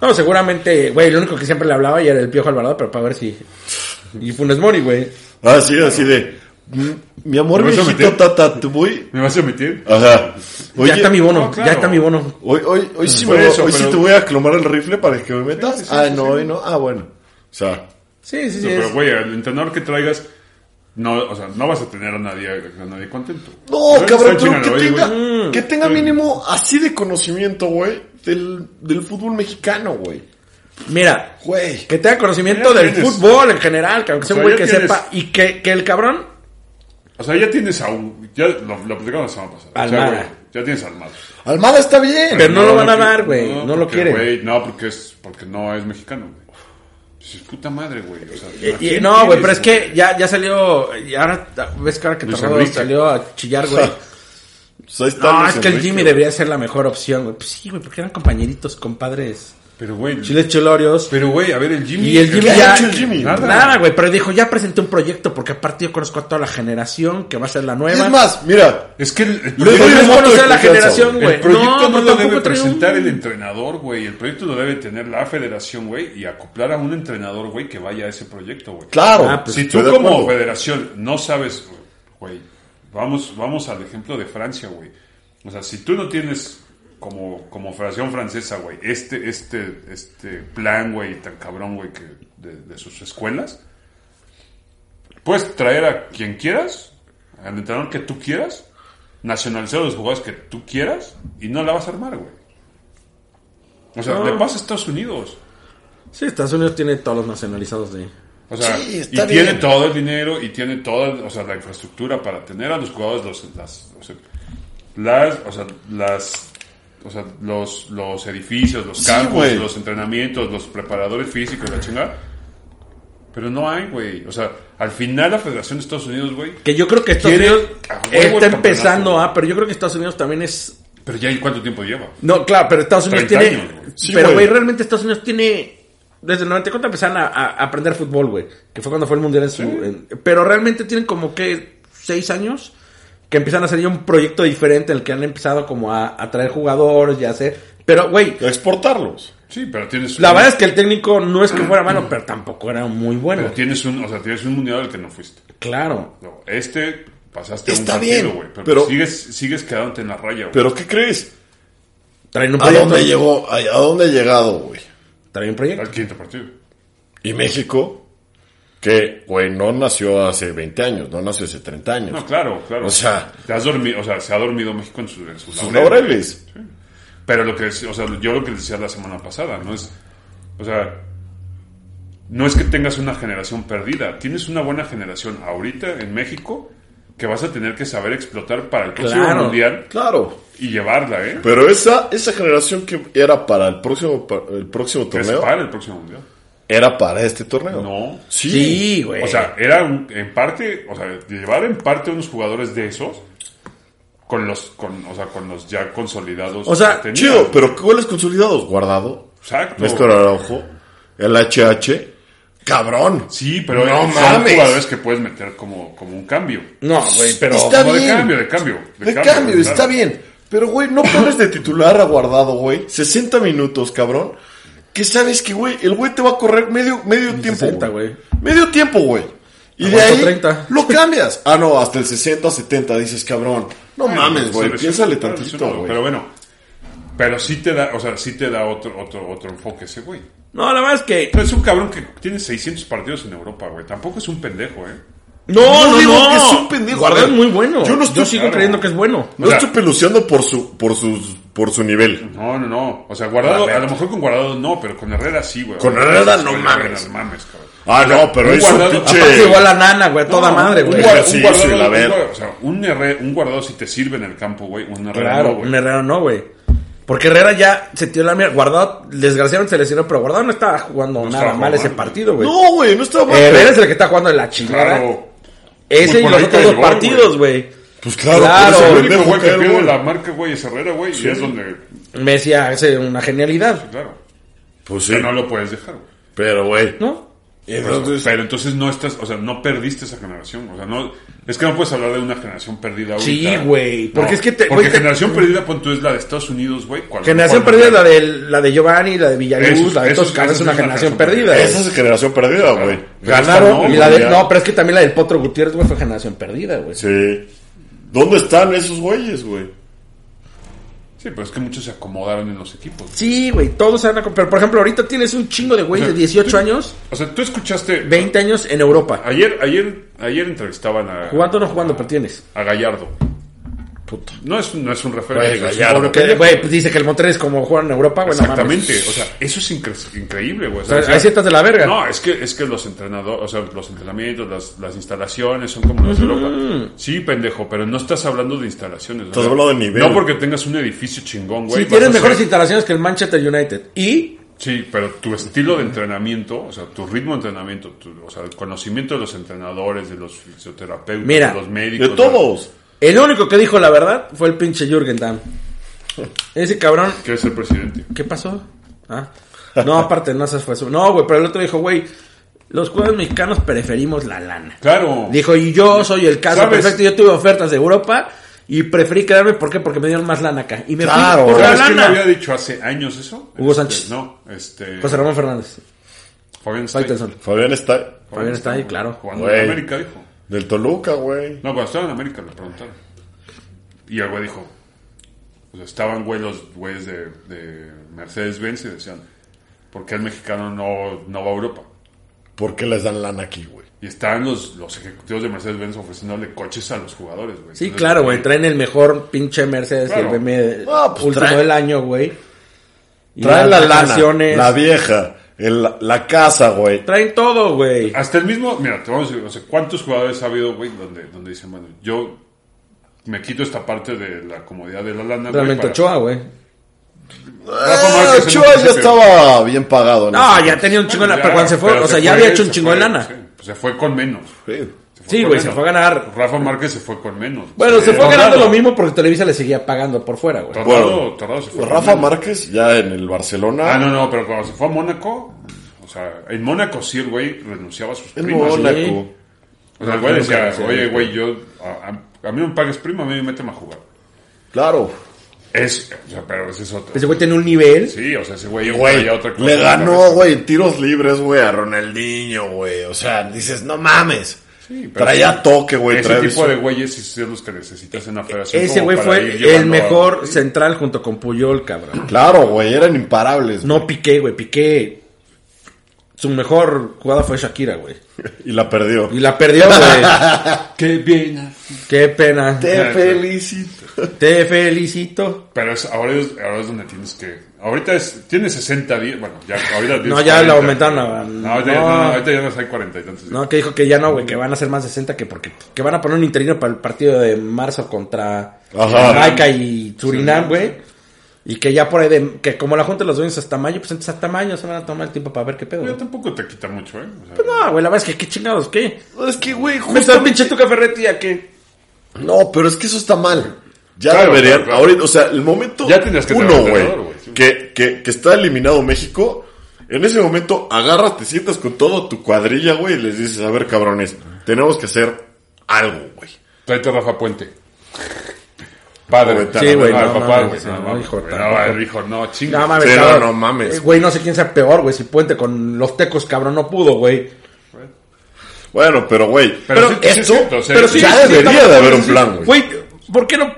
S3: No, seguramente, güey, el único que siempre le hablaba y era el Piojo Alvarado, pero para ver si... Y Funes Mori, güey.
S1: Así, Ah, así de... "Mm, Mi amor,
S2: ¿Me vas a
S1: viejito,
S2: meter?
S1: tata, te voy...
S2: ¿Me vas a omitir?
S1: Ajá.
S3: ya está mi bono,
S2: no, claro.
S3: ya está mi bono.
S1: Hoy, hoy, hoy, sí,
S2: Por
S1: me-
S2: eso,
S1: hoy sí
S2: pero-
S1: te voy a aclomar el rifle para que me metas.
S2: Sí, sí, sí,
S1: ah,
S2: sí,
S1: no,
S2: sí.
S1: hoy no. Ah, bueno. O sea,
S3: Sí, sí, sí.
S2: No, pero
S3: es-
S2: güey, el entrenador que traigas, no, o sea, no vas a tener a nadie, a nadie contento.
S1: No,
S2: Pero
S1: cabrón, pero que
S2: está chingando, oye,
S1: tenga, Mm.
S2: güey.
S1: que tenga mínimo así de conocimiento, güey, del, del fútbol mexicano, güey.
S3: Mira,
S1: Güey.
S3: que tenga conocimiento
S2: Ya
S3: del
S2: tienes.
S3: fútbol en general, que aunque sea
S2: O
S3: un
S2: sea,
S3: güey
S2: ya
S3: que
S2: tienes.
S3: sepa y que, que el cabrón...
S2: O sea, ya tienes a un, ya lo, lo platicamos la semana pasada. O sea,
S3: Almada.
S2: güey, ya tienes a Almada.
S1: Almada está bien.
S3: Pero no lo van a
S2: quiere-
S3: dar, güey, no lo
S2: porque,
S3: quieren.
S2: güey, no, porque es, porque no es mexicano, güey. Dices, puta madre, güey. O sea, ¿a
S3: y- y-
S2: quién
S3: no, güey,
S2: quieres,
S3: pero es que ya, ya salió... Y ahora, ves que ahora que
S2: Luis
S3: Torrado
S2: Enrique.
S3: salió a chillar, güey.
S1: Pues ahí está
S3: No,
S1: Luis
S3: es que el
S1: Enrique,
S3: Jimmy
S1: güey.
S3: debería ser la mejor opción, güey. Pues sí, güey, porque eran compañeritos, compadres.
S2: Pero, güey,
S3: Chiles Cholorios.
S2: pero, güey, a ver, el Jimmy.
S3: Y el Jimmy
S1: ¿Qué ha
S3: ya...
S1: hecho el Jimmy?
S2: Nada.
S3: Nada, güey, pero dijo, ya presenté un proyecto porque aparte yo conozco a toda la generación que va a ser la
S1: Y
S3: nueva.
S1: es más, mira,
S2: Es que el, el
S1: Le doy
S3: Pero no
S1: un
S3: es
S1: voto
S3: conocer
S1: de
S3: a la
S1: confianza,
S3: generación,
S1: güey.
S3: güey.
S2: El proyecto no,
S3: pero
S2: lo
S3: tampoco
S2: debe
S3: trae un-
S2: presentar el entrenador, güey. El proyecto lo debe tener la federación, güey. Y acoplar a un entrenador, güey, que vaya a ese proyecto, güey.
S1: claro.
S3: Ah, pues
S2: si tú
S1: estoy de
S2: como
S1: acuerdo.
S2: federación no sabes, güey, vamos, vamos al ejemplo de Francia, güey. O sea, si tú no tienes como, como federación francesa, güey, este, este, este plan, güey, tan cabrón, güey, que de, de sus escuelas, puedes traer a quien quieras, al entrenador que tú quieras, nacionalizar a los jugadores que tú quieras y no la vas a armar, güey. O sea,
S3: No.
S2: le pasa a Estados Unidos.
S3: Sí, Estados Unidos tiene todos los nacionalizados de...
S2: O sea,
S1: Sí,
S2: y
S1: está
S2: tiene
S1: bien.
S2: todo el dinero y tiene toda o sea, la infraestructura para tener a los jugadores, los, las, o sea, las, o sea, las, o sea, los, los edificios, los
S1: Sí,
S2: campos,
S1: güey.
S2: los entrenamientos, los preparadores físicos, la chingada. Pero no hay, güey. O sea, al final la Federación de Estados Unidos, güey.
S3: Que yo creo que Estados
S2: Quiere
S3: Unidos
S2: a huevo el
S3: está
S2: campeonato,
S3: empezando
S2: güey.
S3: a... Pero yo creo que Estados Unidos también es...
S2: Pero ya, ¿y cuánto tiempo lleva?
S3: No, claro, pero Estados Unidos
S2: 30
S3: tiene...
S2: años, güey.
S1: Sí,
S3: pero,
S1: güey.
S3: güey, realmente Estados Unidos tiene... Desde el 94 empezaron a, a- a aprender fútbol, güey. Que fue cuando fue el Mundial en su... en- pero realmente tienen como que seis años que empiezan a hacer ya un proyecto diferente en el que han empezado como a, a traer jugadores y a hacer... Pero, güey,
S1: Exportarlos.
S2: Sí, pero tienes.
S3: la
S2: un-
S3: verdad es que el técnico no es que fuera malo, pero tampoco era muy bueno.
S2: Pero tienes un, o sea, tienes un mundial al que no fuiste.
S3: Claro.
S2: No, este pasaste
S1: Está
S2: un partido,
S1: bien,
S2: güey. Pero,
S1: pero-
S2: sigues, sigues quedándote en la raya, güey.
S1: Pero ¿qué crees?
S3: Traen un
S1: ¿A
S3: proyecto.
S1: dónde llegó? ¿A, a dónde ha llegado, güey?
S3: Traen un proyecto.
S2: Al quinto partido.
S1: Y México, que, güey, no nació hace 20 años, no nació hace 30 años.
S2: No, claro, claro.
S1: O sea- Pues
S2: Te has dormido, o sea, se ha dormido México en, su, en sus,
S1: Sus laureles.
S2: laureles. Pero lo que, es- o sea, yo lo que les decía la semana pasada, no es, o sea, no es que tengas una generación perdida, tienes una buena generación ahorita en México que vas a tener que saber explotar para el próximo
S3: Claro.
S2: mundial
S1: Claro.
S2: y llevarla, ¿eh?
S1: Pero esa, esa generación que era para el próximo, pa- el próximo
S2: Que es
S1: torneo,
S2: para el próximo mundial.
S1: era para este torneo.
S2: No.
S1: Sí.
S3: Sí, güey.
S2: O sea, era un- en parte, o sea, llevar en parte unos jugadores de esos con los, con, o sea, con los ya consolidados.
S3: O sea,
S2: que tenían.
S1: Chido, pero ¿cuáles consolidados? Guardado.
S2: Exacto.
S1: Néstor Araujo. El HH. Cabrón.
S2: Sí, pero
S1: No
S2: son
S1: mames.
S2: jugadores que puedes meter como, como un cambio.
S3: No, güey, pero.
S1: Está
S2: Como de
S1: bien.
S2: cambio, de cambio.
S1: De cambio, está bien. Pero, güey, no pones de titular a guardado, güey. 60 minutos, cabrón. Que sabes que, güey, el güey te va a correr medio, medio tiempo.
S3: 60,
S1: Medio tiempo, güey. Y de
S3: Aguanto
S1: ahí
S3: 30.
S1: lo cambias. Ah, no, hasta el 60, 70, dices, cabrón. No
S2: Ay,
S1: mames, güey.
S2: se lesiona,
S1: Piénsale
S2: está
S1: tantito,
S2: lesionado,
S1: güey.
S2: Pero bueno, pero sí te da, o sea, sí te da otro, otro, otro enfoque ese güey.
S3: No, la verdad es que.
S2: Pero es un cabrón que tiene 600 partidos en Europa, güey. Tampoco es un pendejo, eh.
S3: No, no,
S1: digo
S3: no.
S1: que es un pendejo.
S3: Guardado es muy bueno.
S1: Yo
S3: Yo,
S1: no estoy-
S3: sigo
S2: claro.
S3: creyendo que es bueno.
S1: No
S2: o sea-
S1: estoy peluceando por su, por sus, por su nivel.
S2: No, no, no. O sea, guardado,
S1: La neta.
S2: a lo mejor con guardado no, pero con Herrera sí, güey.
S1: Con Herrera no
S2: Con
S1: mames.
S2: No mames, cabrón.
S1: Ah, no, pero
S2: un
S1: es un
S2: guardado-
S3: Aparte,
S1: pinche.
S3: igual a Nana, güey. a Toda
S2: No,
S3: madre,
S2: un
S3: güey.
S2: guar- un
S1: Ejercicio y
S2: guardado-
S1: la
S2: un
S1: verga.
S2: guar- O sea, un, Herre- un guardado si te sirve en el campo, güey. Un Herrera
S3: Claro,
S2: no, güey.
S3: un Herrera no, güey. Porque Herrera ya se tiró la mierda. Guardado, desgraciadamente se lesionó, pero Guardado no estaba jugando nada
S2: estaba
S3: mal
S2: jugando.
S3: ese partido, güey. Eh,
S1: No, güey, no estaba mal.
S3: Herrera es el que está jugando en la chingada.
S2: Claro.
S3: Ese
S2: Pues
S3: y
S2: por
S3: los
S2: ahí
S3: otros
S2: cae
S3: dos
S2: el gol,
S3: partidos, güey.
S1: Pues claro,
S3: Claro.
S1: por eso
S2: El
S1: pendejo
S2: único güey que
S1: cae el
S2: pierde
S1: gol.
S2: la marca, güey, es Herrera, güey. Y es donde,
S3: Messi hace una genialidad,
S2: claro.
S1: Pues sí,
S2: Pero no lo puedes dejar, güey.
S1: pero güey.
S3: ¿no?
S1: Entonces,
S2: Pero entonces no estás, o sea, no perdiste esa generación. O sea, no, es que no puedes hablar de una generación perdida ahorita.
S3: Sí, güey, porque es que te-
S2: porque
S3: güey, te-
S2: generación perdida, pon tú, es la de Estados Unidos, güey. cuando-
S3: Generación
S2: cuando-
S3: perdida es la de, la de Giovanni, la de Villaluz,
S2: Esos-
S3: la de
S2: esos-
S3: todos cabezas,
S2: esos
S3: es una
S2: es una
S3: generación
S2: generación
S3: perdida.
S1: esa es generación perdida, güey.
S2: Pero esta
S3: Ganaron,
S2: no,
S3: y la de,
S1: güey,
S3: no, pero es que también la del Potro Gutiérrez, güey, fue generación perdida, güey.
S1: Sí. ¿Dónde están esos güeyes, güey?
S2: Sí, pero es que muchos se acomodaron en los equipos.
S3: Sí, güey, todos se van a... comp- Pero, por ejemplo, ahorita tienes un chingo de güeyes de 18 años,
S2: O sea, tú escuchaste.
S3: 20 años en Europa.
S2: Ayer, ayer, ayer entrevistaban a.
S3: Jugando o no jugando, pero tienes.
S2: A Gallardo.
S3: Puta.
S2: No es, no es un referente.
S1: Güey,
S2: es un
S1: Gallardo.
S2: pobre
S3: Que,
S2: pendejo.
S3: Güey, pues dice que el Monterrey es como jugar en Europa, güey. no mames.
S2: Exactamente. O sea, eso es incre- increíble, güey. O sea,
S3: O sea, ahí sí estás de la verga.
S2: No, es que, es que los entrenadores, o sea, los entrenamientos, las, las instalaciones son como las de Europa. Sí, pendejo, pero no estás hablando de instalaciones. ¿no?
S1: Estás hablando de nivel.
S2: No porque tengas un edificio chingón, güey.
S3: sí,
S2: vas
S3: tienes
S2: a
S3: mejores
S2: ser-
S3: instalaciones que el Manchester United. Y
S2: Sí, pero tu estilo de entrenamiento, o sea, tu ritmo de entrenamiento, tu- o sea, el conocimiento de los entrenadores, de los fisioterapeutas,
S3: Mira,
S2: de los
S1: De
S2: médicos.
S1: todos.
S3: el único que dijo la verdad fue el pinche Jürgen Damm. Ese cabrón
S2: Que es el presidente.
S3: ¿Qué pasó? Ah. No, aparte, no se fue su... No, güey, pero el otro dijo, güey, los jugadores mexicanos preferimos la lana.
S2: Claro.
S3: Dijo, y yo soy el caso
S2: ¿Sabes?
S3: perfecto, yo tuve ofertas de Europa y preferí quedarme, ¿por qué? Porque me dieron más lana acá. Y me
S1: Claro.
S3: fui por la
S2: ¿Sabes quién
S3: lana.
S2: había dicho hace años eso?
S3: Hugo
S2: Este,
S3: Sánchez.
S2: No, este.
S3: José Ramón Fernández,
S2: Fabián Stein.
S3: Faitelson.
S1: Fabián está
S3: Fabián está ahí, claro.
S2: Jugando
S1: Güey.
S2: en América, dijo.
S1: del Toluca, güey.
S2: No, cuando estaba en América le preguntaron. Y el güey dijo, o sea, estaban güey los güeyes de, de Mercedes-Benz y decían, ¿por qué el mexicano no, no va a Europa?
S1: ¿Por qué les dan lana aquí, güey?
S2: Y estaban los, los ejecutivos de Mercedes-Benz ofreciéndole coches a los jugadores, güey.
S3: Sí,
S2: Entonces,
S3: claro, güey, traen el mejor pinche Mercedes
S2: Claro.
S3: y el BMW
S1: Ah, pues,
S3: último
S1: traen-
S3: del año, güey. Y
S1: Traen la
S3: las
S1: lana,
S3: vacaciones.
S1: la vieja, el- la casa, güey.
S3: Traen todo, güey.
S2: Hasta el mismo, mira, te vamos a decir, o sea, ¿cuántos jugadores ha habido, güey, donde, donde dicen, bueno, yo me quito esta parte de la comodidad de la lana, güey,
S3: Realmente
S2: para-
S3: Ochoa, güey.
S2: Ah, Rafa Márquez
S1: Eh,
S2: en un
S1: Ochoa ya
S2: principio.
S1: estaba bien pagado. en
S3: No,
S1: ese
S3: ya tenía un chingo de
S2: Bueno,
S3: lana, pero cuando se fue,
S2: pero
S3: o sea, ya
S2: fue,
S3: había hecho un
S2: se
S3: chingo de
S2: fue,
S3: lana.
S2: sí, pues se fue con menos.
S1: momento. Sí.
S3: Sí,
S2: con
S3: güey, se
S2: menos.
S3: fue a ganar.
S2: Rafa Márquez se fue con menos.
S3: Bueno, se fue
S2: Torrado-
S3: ganando lo mismo porque Televisa le seguía pagando por fuera, güey.
S2: Torrado,
S1: Bueno.
S2: Torrado se fue con
S1: Rafa
S2: menos.
S1: Márquez ya en el Barcelona.
S2: Ah, no, no, pero cuando se fue a Mónaco, o sea, en Mónaco sí el güey renunciaba a sus
S1: En
S2: primas.
S1: Mónaco.
S3: sí.
S2: O sea, el güey decía,
S3: Nunca
S2: oye,
S3: renunciaba.
S2: güey, yo, a, a- a mí no me pagues prima, a mí me meten a jugar.
S1: Claro.
S2: Es, o sea, pero ese es otro.
S3: Ese güey tiene un nivel.
S2: Sí, o sea, ese güey
S1: Güey,
S2: traía otra cosa
S1: le
S2: en la
S1: ganó,
S2: cabeza.
S1: güey, en tiros libres, güey, a Ronaldinho, güey. O sea, dices, no mames.
S2: Sí, pero
S1: Traía
S2: sí,
S1: toque, güey.
S2: Ese
S1: traía
S2: tipo
S1: visión.
S2: de güeyes sí son los que necesitas en la federación. pues,
S3: Ese
S2: como
S3: güey
S2: para
S3: fue
S2: ir
S3: el
S2: llevando a-
S3: mejor central junto con Puyol, cabrón.
S1: Claro, güey, eran imparables.
S3: No Piqué, güey, Piqué. Su mejor jugada fue Shakira, güey.
S1: güey. Y la perdió.
S3: Y la perdió, güey.
S2: Qué bien.
S3: Qué pena. Te,
S1: Te felicito.
S3: felicito.
S2: Pero es, ahora, es, ahora es donde tienes que. Ahorita es, tiene 60 días. Bueno, ya, ahorita. tienes
S3: No, ya
S2: 40.
S3: lo aumentaron a-
S2: No, ahorita, ya-
S3: no.
S2: no, no, ahorita ya no hay 40 y tantos.
S3: No, que dijo que ya no, güey, que van a ser más 60 que porque que van a poner un interino para el partido de marzo contra
S1: Ajá.
S3: Jamaica y Surinam, güey. Y que ya por ahí, de, que como la Junta de los Dueños hasta mayo, pues entonces hasta mayo se van a tomar el tiempo para ver qué pedo.
S2: Yo
S3: güey.
S2: tampoco te quita mucho, ¿eh? O sea,
S3: Pues no, güey, la verdad es que qué chingados, qué.
S1: Es que, güey,
S3: Justo el
S1: justamente...
S3: pinche Tuca Ferretti a que.
S1: No, pero es que eso está mal. Ya
S2: Claro,
S1: deberían,
S2: claro, claro.
S1: ahorita, o sea, el momento
S2: Ya tendrías que
S1: uno,
S2: tener
S1: güey,
S2: entrenador, güey, sí.
S1: que, que, que está eliminado México, en ese momento agarras, te sientas con todo tu cuadrilla, güey, y les dices, a ver, cabrones, tenemos que hacer algo, güey.
S2: Tráete a Rafa Puente. Padre.
S1: Sí, güey,
S2: Ah,
S1: no
S2: papá,
S3: mames,
S2: güey.
S3: no,
S2: No, mames,
S3: hijo,
S2: güey.
S3: tampoco.
S2: No, el hijo, no, chinga.
S3: No mames,
S1: Sí, no,
S3: cabrón.
S1: no mames.
S3: Eh, Güey, no sé quién sea peor, güey. Si Puente con los tecos, cabrón, no pudo, güey.
S1: Bueno, pero, güey, pero,
S2: Pero sí, sí es
S1: esto
S2: cierto, o sea,
S1: pero
S2: sí,
S1: ya
S3: sí,
S1: debería
S3: estamos-
S1: de haber un
S3: sí,
S1: plan, güey.
S3: Güey, ¿por qué no?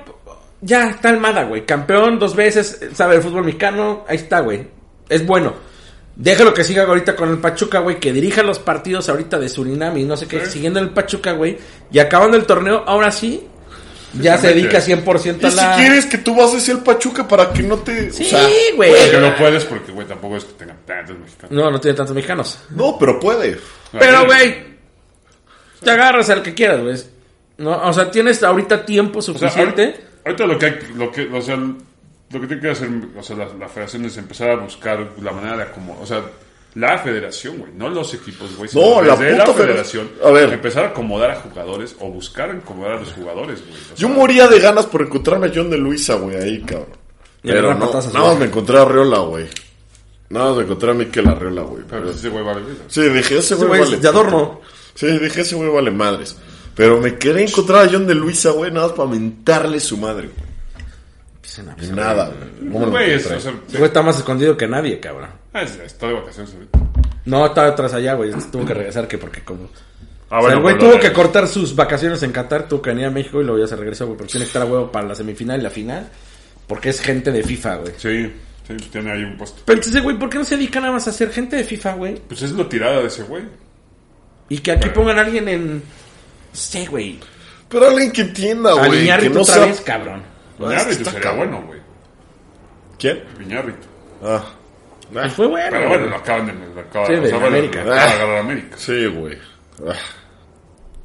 S3: Ya, está Almada, güey. Campeón dos veces, sabe el fútbol mexicano. Ahí está, güey. Es bueno. Déjalo que siga ahorita con el Pachuca, güey. Que dirija los partidos ahorita de Surinam y no sé qué. Siguiendo el Pachuca, güey. Y acabando el torneo, ahora sí. Ya se dedica 100% a
S1: Y si
S3: la...
S1: quieres que tú vas hacia el Pachuca para que no te... o
S3: Sí,
S1: sea,
S3: güey.
S2: Que no puedes porque, güey, tampoco es que tengan tantos mexicanos.
S3: No, no tiene tantos mexicanos.
S1: no, pero puede.
S3: Pero, güey, te agarras al que quieras, güey. No, o sea, tienes ahorita tiempo
S2: O sea,
S3: suficiente.
S2: ahorita- ahorita lo que hay, lo que, o sea, lo que tiene que hacer, o sea, la, la federación es empezar a buscar la manera de acomodar, o sea, la federación, güey, no los equipos, güey. sino
S1: No, la
S2: desde
S1: puta
S2: federación.
S1: federación. A ver.
S2: Empezar a acomodar a jugadores o buscar acomodar a los jugadores, güey. O sea,
S1: Yo moría de ganas por encontrarme a John de Luisa, güey, ahí, cabrón.
S3: Y le
S1: Pero
S3: dan
S1: no,
S3: patazas,
S1: nada más
S3: güey.
S1: me encontré a Riola, güey. Nada más me encontré a Mikel Arriola, güey.
S2: Pero ese güey vale verga.
S1: Sí, dije, ese
S3: Ese
S1: güey
S3: güey es
S1: vale...
S3: de adorno.
S1: Sí, dije, ese güey vale madres. Pero me quería encontrar a John de Luisa, güey, nada más para mentarle su madre, güey. Y Nada, güey. ¿Cómo no me
S2: Güey, es,
S1: encontré?
S2: o sea,
S3: Ese güey está más escondido que nadie, cabrón.
S2: ah, es- está de vacaciones ahorita.
S3: No, estaba atrás allá, güey. Tuvo que regresar que porque como...
S2: Ah,
S3: o sea,
S1: pues
S3: el güey
S2: pero
S3: tuvo
S2: la-
S3: que cortar sus vacaciones en Qatar, tuvo que venir a México y luego ya se regresó, güey. Porque tiene que estar a huevo para la semifinal y la final. Porque es gente de FIFA, güey.
S2: Sí, sí, tiene ahí un puesto.
S3: Pero entonces, güey, ¿por qué no se dedica nada más a ser gente de FIFA, güey?
S2: Pues es la tirada de ese güey.
S3: Y que aquí pongan a alguien en... no sé, güey.
S1: Pero alguien que entienda, güey.
S3: Alinear
S1: Que no
S3: otra
S1: sea...
S3: vez,
S1: es
S3: cabrón.
S1: que
S2: Piñarrito
S1: Pues está
S2: Pues, sería
S1: cabrón.
S2: bueno, güey.
S1: ¿Quién?
S2: Piñarrito.
S1: Ah. Ah,
S3: Y Pues fue bueno.
S2: Pero
S3: güey.
S2: bueno, lo acaban de, lo acaban,
S3: Sí,
S2: o
S3: de
S2: sea, bueno,
S3: América.
S2: lo acaba de agarrar a América.
S1: Sí, güey. Ah,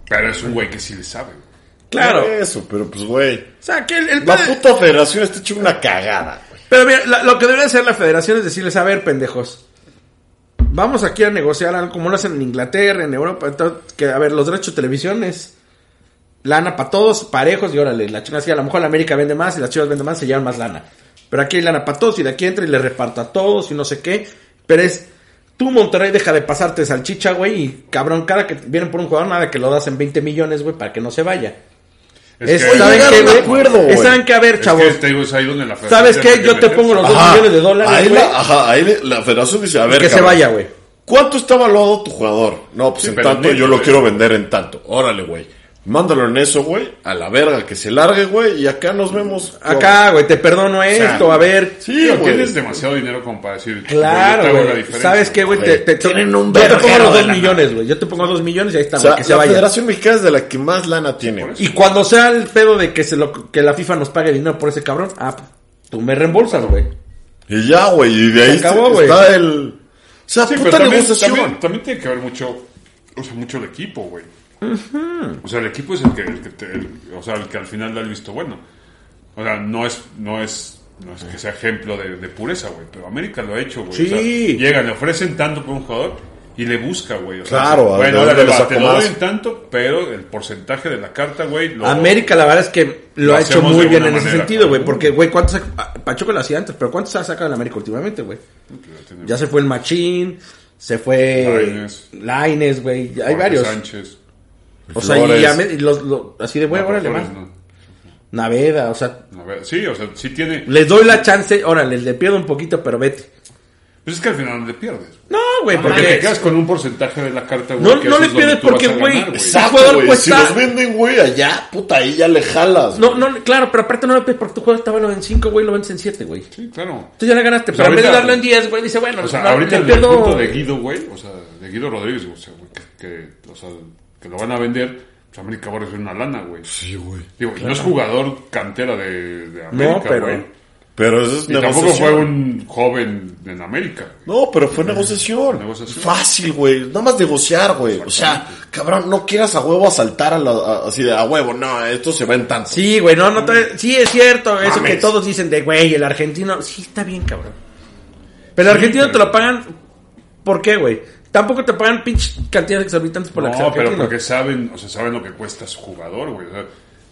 S2: Pero es un güey que sí le sabe. güey.
S3: Claro.
S1: Eso, pero pues, güey.
S3: O sea, que el, el
S1: La
S3: pedo-
S1: puta federación está hecho una cagada, güey.
S3: Pero mira, la- lo que debería hacer la federación es decirles, a ver, pendejos. Vamos aquí a negociar algo como lo hacen en Inglaterra, en Europa, to- que a ver, los derechos de televisión es lana para todos, parejos, y órale, la china sí, a lo mejor la América vende más y las chivas venden más, se llevan más lana. Pero aquí hay lana para todos y de aquí entra y le reparto a todos y no sé qué. Pero es, tú Monterrey deja de pasarte salchicha, güey, y cabrón, cada que vienen por un jugador, nada que lo das en 20 millones, güey, para que no se vaya. Es-
S2: que-
S3: ¿Saben
S1: llegaron
S3: qué,
S1: a un
S3: güey?
S1: acuerdo,
S3: Es-
S1: güey.
S3: ¿Saben qué? A ver,
S2: es
S3: chavos.
S2: que te digo, es ahí donde la federación
S3: ¿Sabes qué?
S2: tiene que
S3: Yo te
S2: meterse.
S3: pongo los dos
S1: Ajá.
S3: millones de dólares,
S1: Ahí
S3: güey.
S1: la, ajá, ahí le- la federación dice, a ver,
S3: que se
S1: cabrón,
S3: vaya, güey.
S1: ¿Cuánto está valuado tu jugador? No, pues
S2: Sí,
S1: en
S2: pero
S1: tanto
S2: neto,
S1: yo lo
S2: güey.
S1: quiero vender en tanto. Órale, güey. Mándalo en eso, güey. A la verga, que se largue, güey. Y acá nos vemos.
S3: Acá, güey, te perdono esto, a ver.
S1: Sí,
S2: Pero
S1: güey.
S2: Ah, tienes demasiado dinero como para decir. yo te
S3: Claro,
S2: hago la
S3: güey.
S2: diferencia.
S3: ¿Sabes qué, güey? Te,
S1: Güey,
S3: te, te-
S1: tienen un
S3: Yo te pongo
S1: verguero
S3: los
S1: de
S3: dos
S1: lana.
S3: millones, güey. Yo te pongo dos millones y ahí está,
S1: O
S3: güey,
S1: sea,
S3: que se
S1: la
S3: vaya.
S1: Federación Mexicana es de la que más lana tiene.
S2: Por eso.
S3: Y cuando sea el pedo de que, se lo, que la FIFA nos pague dinero por ese cabrón, ah, pues, tú me reembolsas, güey.
S1: Y ya, güey. Y de
S3: Se
S1: ahí
S3: acabó,
S1: se-
S3: güey.
S1: está el. O sea,
S2: Sí, pero
S1: puta
S2: también,
S1: negociación.
S2: también- también tiene que ver mucho, o sea, mucho el equipo, güey. O sea, el equipo es el que, el que te- el- o sea, el que al final da el visto bueno. O sea, no es, no es, no es que sea ejemplo de, de pureza, güey. Pero América lo ha hecho, güey. O sea,
S3: Sí.
S2: llegan, le ofrecen tanto por un jugador y le busca, güey. O sea,
S1: Claro, a ver,
S2: bueno,
S1: ¿de
S2: ahora
S1: dónde le
S2: te
S1: saco
S2: lo
S1: más?
S2: doy en tanto, pero el porcentaje de la carta, güey. lo-
S3: América, la verdad es que lo,
S2: Lo
S3: ha hecho
S2: hacemos
S3: muy
S2: de
S3: bien en
S2: una
S3: ese
S2: manera,
S3: sentido, güey.
S2: cabrón.
S3: Porque, güey, ¿cuántos. ha- ah, Pachuca lo hacía antes, pero ¿cuántos ha sacado en América últimamente, güey? Ya se fue el Machín, se fue.
S2: Lainez.
S3: Laines, güey. Hay
S2: Jorge
S3: varios.
S2: Sánchez.
S3: O sea, y,
S1: Flores.
S3: a me- y los, lo- así de, güey,
S2: No,
S3: órale,
S2: Ah, Flores
S3: va.
S2: no.
S3: Naveda, o sea,
S2: A ver, sí, o sea, sí tiene.
S3: les doy la chance, órale, le pierdo un poquito, pero vete.
S2: Pues es que al final no le pierdes.
S3: No, güey,
S2: Porque te
S3: porque
S2: quedas con un porcentaje de la carta, güey.
S3: No-
S2: que
S3: no
S2: eso
S3: le
S2: es donde
S3: pierdes
S2: tú vas
S3: porque,
S2: a ganar,
S3: güey,
S1: Exacto,
S3: Jugador
S1: güey. Si
S3: cuesta-
S1: los venden, güey, allá, puta, ahí ya le jalas.
S3: no, no, claro, pero aparte no lo pierdes porque tu juego estaba en 5, güey, lo vendes en 7, güey.
S2: Sí, claro.
S3: Tú ya la ganaste,
S2: sea,
S3: pero en vez de
S2: Pues ahorita-
S3: darlo en 10, güey, dice, bueno,
S2: O sea,
S3: no,
S2: ahorita
S3: le
S2: el
S3: pierdo-
S2: punto de Guido, güey, o sea, de Guido Rodríguez, güey, o sea, güey, que, que, o sea, que lo van a vender, pues América va a recibir una lana, güey.
S1: Sí, güey.
S2: Digo, y no es jugador cantera de, de América,
S3: pero-
S2: güey.
S1: Pero eso es
S2: Y tampoco fue
S1: negociación.
S2: un joven en América.
S1: No, pero fue negociación.
S2: Negociación.
S1: Fácil, güey. Nada más negociar, güey. O sea, cabrón, no quieras a huevo asaltar a la, a- así de a huevo. No, esto se va en tanto.
S3: Sí, güey, no, no te- Sí, es cierto, eso
S1: Mames.
S3: que todos dicen de, güey, el argentino. Sí, está bien, cabrón. Pero el argentino
S2: pero-
S3: te lo pagan. ¿Por qué, güey? Tampoco te pagan pinche cantidades exorbitantes por la que sea
S2: no, pero
S3: argentino.
S2: porque saben, o sea, saben lo que cuesta su jugador, güey. O sea,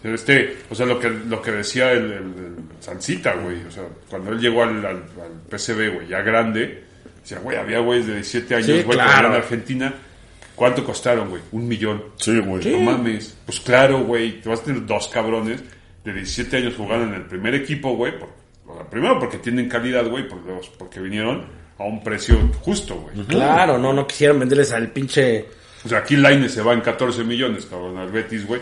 S2: este, o sea lo que lo que decía el, el- el Sansita, güey. O sea, cuando él llegó al, al, al PCB, güey, ya grande, decía, güey, había güeyes de 17 años,
S3: Sí,
S2: güey, que
S3: claro.
S2: venían de Argentina. ¿Cuánto costaron, güey? Un millón.
S1: Sí, güey.
S2: No mames. Pues claro, güey, te vas a tener dos cabrones de 17 años jugando en el primer equipo, güey. por- o sea, primero porque tienen calidad, güey, por los- porque vinieron a un precio justo, güey.
S3: Claro, no, no quisieron venderles al pinche.
S2: O sea, Pues aquí Laine se va en 14 millones, cabrón, al Betis, güey.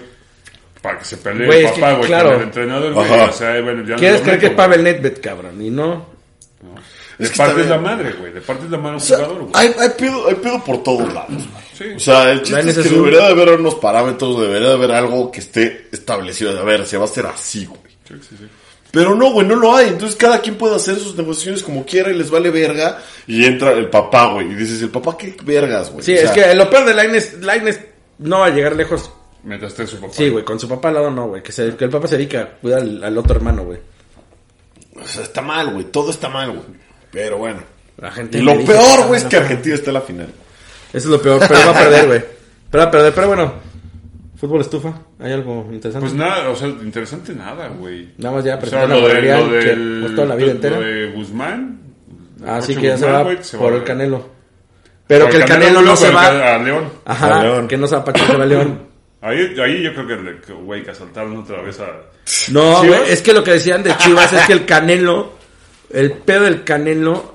S2: Para que se pelee
S3: Güey,
S2: el
S3: es que,
S2: papá, güey,
S3: claro.
S2: con el entrenador, güey.
S1: Ajá.
S2: O sea, bueno, ya no
S3: ¿Quieres
S2: lo
S3: creer que
S2: meto,
S3: es Pavel Nedved, cabrón? Y no.
S2: güey. De
S1: Es que
S2: parte
S1: está
S2: es la
S1: bien.
S2: madre, güey. De parte es la madre un
S1: O sea,
S2: jugador, güey.
S1: hay, hay pedo, hay pedo por todos lados, güey.
S2: Sí.
S1: O sea, el chiste
S3: La
S1: es que
S3: NSU.
S1: debería de haber unos parámetros, debería de haber algo que esté establecido. A ver, se va a hacer así, güey.
S2: Sí, sí, sí.
S1: Pero no, güey, no lo hay. Entonces cada quien puede hacer sus negociaciones como quiera y les vale verga. Y entra el papá, güey. Y dices, el papá, qué vergas, güey.
S3: Sí,
S1: O sea,
S3: es que lo peor de Laines, Laines no va a llegar lejos.
S2: Mientras esté su papá.
S3: Sí, güey, con su papá al lado no, güey. Que, se- que el papá se dedica a cuidar al, al otro hermano, güey.
S1: o sea, pues, está mal, güey. Todo está mal, güey. Pero bueno.
S3: La gente.
S1: Y lo
S3: le dice,
S1: peor, güey, es
S3: "Ah,
S1: que
S3: no".
S1: Argentina está en la final.
S3: Eso es lo peor, pero va a perder, güey. Pero va a perder, pero bueno. Fútbol estufa, hay algo interesante.
S2: Pues nada, o sea, interesante nada, güey.
S3: Nada más ya,
S2: O sea,
S3: presentar
S2: lo,
S3: la
S2: de,
S3: Real,
S2: lo
S3: que
S2: del-
S3: costó la vida
S2: lo
S3: entera.
S2: de Guzmán.
S3: Así
S2: Pocho
S3: Ah, que ya se
S2: Guzmán,
S3: va
S2: güey, se
S3: por
S2: va
S3: el
S2: a-
S3: Canelo. Pero
S2: por
S3: que el Canelo no se
S2: con el
S3: va.
S2: Can- A León.
S3: Ajá,
S1: A León.
S3: que no se va a Pachuca, se va a León.
S2: Ahí, ahí yo creo que, le- que, güey, que asaltaron otra vez a...
S3: No,
S2: ¿Chivas?
S3: güey, es que lo que decían de Chivas es que el Canelo, el pedo del Canelo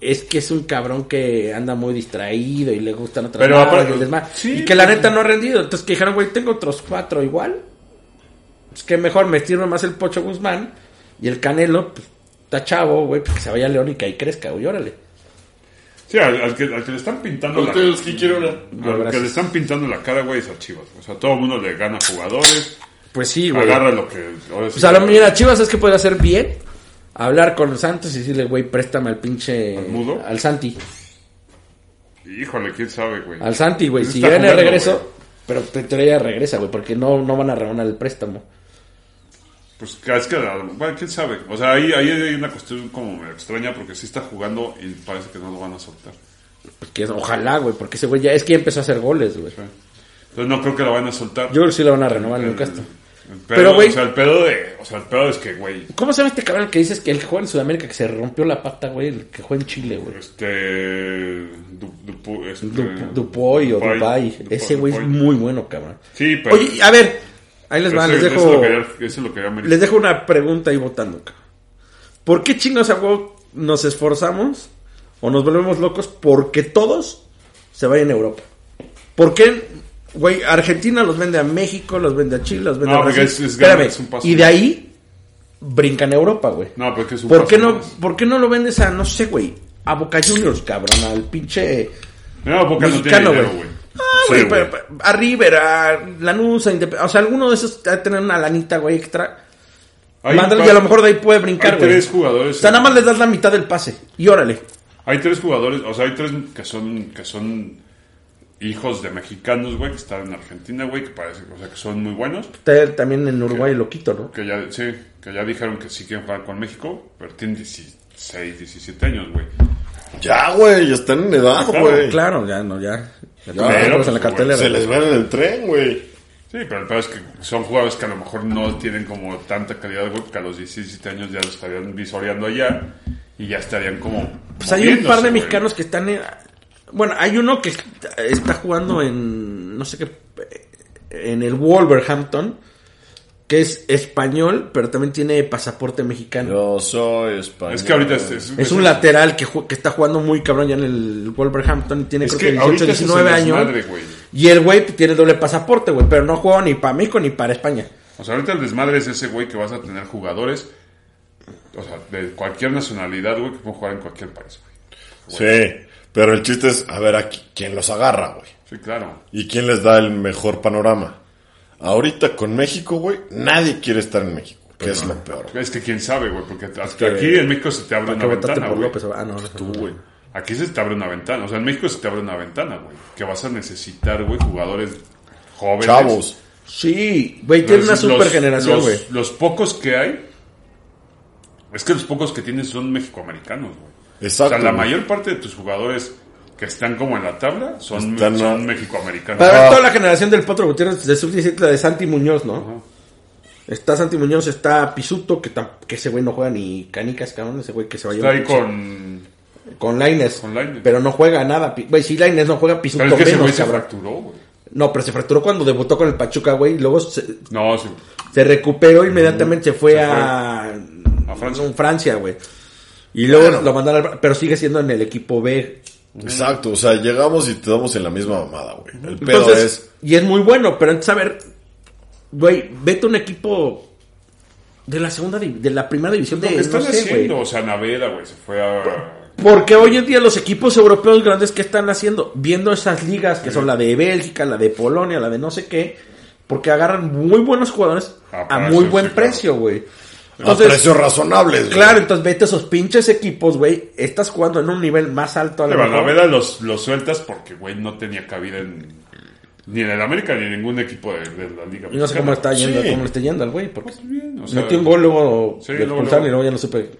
S3: es que es un cabrón que anda muy distraído y le gustan otras
S2: Pero
S3: cosas
S2: aparte-
S3: y, el desmadre.
S2: sí,
S3: Y que la
S2: pero-
S3: neta no ha rendido. Entonces que dijeron, güey, tengo otros cuatro igual. Es que mejor me sirve más el Pocho Guzmán y el Canelo, pues, está chavo, güey, pues que se vaya a León y que ahí crezca, güey, órale.
S2: Sí, al, al que, al que le están pintando la
S1: Ustedes, ¿quién quiere hablar?
S2: Al que
S3: Gracias.
S2: le están pintando la cara, güey, es a Chivas. O sea, todo el mundo le gana jugadores,
S3: Pues sí, güey. Pues
S2: agarra lo que... ahora sí
S3: O sea, la
S2: que-
S3: mira, Chivas es que puede hacer bien hablar con Santos y decirle, güey, préstame al pinche...
S2: ¿Al mudo?
S3: Al Santi.
S2: Híjole, quién sabe, güey.
S3: Al Santi, güey.
S2: Pues
S3: Si
S2: está
S3: viene de
S2: jugando,
S3: regreso,
S2: güey.
S3: pero te traía regresa, güey, porque no, no van a rebanar el préstamo.
S2: Pues es que, bueno, quién sabe. O sea, ahí, ahí hay una cuestión como medio extraña porque sí está jugando y parece que no lo van a soltar.
S3: Porque es- Pues ojalá, güey, porque ese güey ya es que ya empezó a hacer goles, güey.
S2: Sí. Entonces no creo que lo van a soltar.
S3: Yo creo que sí lo van a renovar en
S2: El-
S3: el Castro.
S2: el pedo-
S3: Pero, güey-
S2: O sea, el pedo de... O sea, el pedo es que, güey,
S3: ¿Cómo se llama este cabrón que dices que el que juega en Sudamérica que se rompió la pata, güey? El que juega en Chile, güey.
S2: este... Du, Dupu- este-
S3: Du- Dupoy o Dubai.
S2: Dupoy,
S3: Ese güey es
S2: Dupoy.
S3: muy bueno, cabrón.
S2: Sí, pero...
S3: Oye, a ver, ahí les va,
S2: Ese-
S3: les
S2: eso
S3: dejo.
S2: lo quería- Eso es lo que ya me
S3: Les dejo una pregunta ahí votando. cabrón. ¿Por qué chingos a huevo nos esforzamos o nos volvemos locos porque todos se vayan a Europa? ¿Por qué, güey, Argentina los vende a México, los vende a Chile, los vende
S2: No,
S3: a Brasil?
S2: porque es- es
S3: Espérame,
S2: ganar, es un paso
S3: y de ahí brincan a Europa, güey.
S2: No, pero es que es un
S3: ¿Por qué
S2: paso
S3: no,
S2: más.
S3: ¿Por qué no lo vendes a, no sé, güey, a Boca Juniors, cabrón, al pinche...
S2: No, Boca no tiene
S3: Mexicano,
S2: dinero,
S3: güey.
S2: güey.
S3: Ah,
S1: Sí,
S3: güey,
S1: güey.
S3: pero- pero a River, a Lanús, a Independ- O sea, alguno de esos va a tener una lanita, güey, extra.
S2: Hay
S3: Mándale
S2: pa-
S3: y a lo mejor de ahí puede brincar,
S2: hay
S3: güey.
S2: tres jugadores. eh.
S3: O sea, nada más les das la mitad del pase. Y órale.
S2: Hay tres jugadores, o sea, hay tres que son que son hijos de mexicanos, güey, que están en Argentina, güey, que parece, o sea, que son muy buenos,
S3: Usted también en Uruguay lo quito, ¿no?
S2: que ya sí, que ya dijeron que sí quieren jugar con México, pero tienen 16, 17 años, güey.
S1: Ya, güey, ya están en edad,
S2: Claro,
S1: güey.
S3: Claro, ya, no, ya.
S1: Ya,
S3: Ya tenemos
S2: pero,
S3: en la
S2: pues,
S3: cartelera.
S1: Se les van en el tren, güey.
S2: Sí, pero el peor es que son jugadores que a lo mejor no tienen como tanta calidad, güey, que a los 17 años ya lo estarían visoreando allá y ya estarían como
S3: Pues hay un par de
S2: moviéndose, güey.
S3: mexicanos que están en... Bueno, hay uno que está- está jugando en... No sé qué... En el Wolverhampton. Que es español, pero también tiene pasaporte mexicano.
S1: Yo soy español.
S2: Es que ahorita es, es-
S3: Es un lateral que, ju- que está jugando muy cabrón ya en el Wolverhampton y tiene
S2: Es
S3: creo
S2: que
S3: que 18,
S2: ahorita ese es el
S3: 19 años.
S2: desmadre, güey.
S3: y el güey tiene doble pasaporte, güey, pero no juega ni para México ni para España.
S2: O sea, ahorita el desmadre es ese güey que vas a tener jugadores, o sea, de cualquier nacionalidad, güey, que pueden jugar en cualquier país, güey.
S1: Sí, pero el chiste es a ver a qui- quién los agarra, güey.
S2: Sí, claro.
S1: ¿Y quién les da el mejor panorama? Ahorita con México, güey, nadie quiere estar en México. que
S2: Pues
S1: es lo peor.
S2: Es que quién sabe, güey, porque hasta
S3: que-
S2: aquí en México se te abre
S3: Para
S2: una
S3: que votaste
S2: ventana,
S3: por
S2: güey.
S3: López Obrador. Ah, no, no,
S2: Tú,
S3: no, no.
S2: güey. Aquí se te abre una ventana. O sea, en México se te abre una ventana, güey. Que vas a necesitar, güey, jugadores jóvenes.
S1: Chavos,
S3: Sí, güey, tiene una
S2: Entonces, los-
S3: super generación,
S2: los-
S3: güey.
S2: Los, pocos que hay. Es que los pocos que tienes son mexicoamericanos, güey. O
S1: exacto.
S2: sea, la
S1: güey.
S2: mayor parte de tus jugadores que están como en la tabla son,
S1: Están-
S2: son mexicoamericanos.
S3: Para ver
S1: Ah.
S3: toda la generación del Potro Gutiérrez de sub-17, la de Santi Muñoz, ¿no? Está Santi Muñoz, está Pisuto, que, tam- que ese güey no juega ni canicas, cabrón, ese güey que se va a
S2: Está ahí
S3: llevar
S2: con.
S3: con Laines.
S2: con Lainez.
S3: Pero no juega nada. pi- Güey, si Laines no juega, Pisuto
S2: Pero es que ese
S3: menos,
S2: güey se
S3: cabrón.
S2: fracturó, güey.
S3: No, pero se fracturó cuando debutó con el Pachuca, güey, y luego se,
S2: No, sí.
S3: se recuperó inmediatamente, se fue,
S2: Se fue.
S3: a,
S2: A Francia.
S3: no, Francia, güey. Y luego
S1: Bueno.
S3: lo mandaron al... Pero sigue siendo en el equipo B.
S1: Exacto, o sea, llegamos y te damos en la misma mamada, güey. El pedo
S3: Entonces, y es muy bueno, pero entonces, a ver, güey, vete a un equipo de la segunda, div- de la primera división
S2: Lo
S3: de,
S2: que están
S3: no sé,
S2: haciendo,
S3: güey.
S2: o sea, Navera, güey, se fue a.
S3: Porque hoy en día los equipos europeos grandes que están haciendo, viendo esas ligas que son la de Bélgica, la de Polonia, la de no sé qué, porque agarran muy buenos jugadores
S2: Ah,
S3: a
S2: para
S3: muy
S2: eso,
S3: buen
S2: sí, claro.
S3: precio, güey.
S1: es a precios razonables, güey.
S3: Claro, entonces vete a esos pinches equipos, güey. Estás jugando en un nivel más alto a la
S2: Pero Navera los, los sueltas porque, güey, no tenía cabida en. Ni en el América ni en ningún equipo de, de la Liga.
S3: Y no
S2: Mexicana.
S3: sé
S2: Pues,
S3: cómo está yendo,
S1: Sí.
S3: cómo le está yendo al güey. Porque
S2: bien, o sea-
S3: metió un gol, luego
S2: Sí,
S3: lo
S2: luego,
S3: expulsaron
S2: luego.
S3: y luego ya no supe.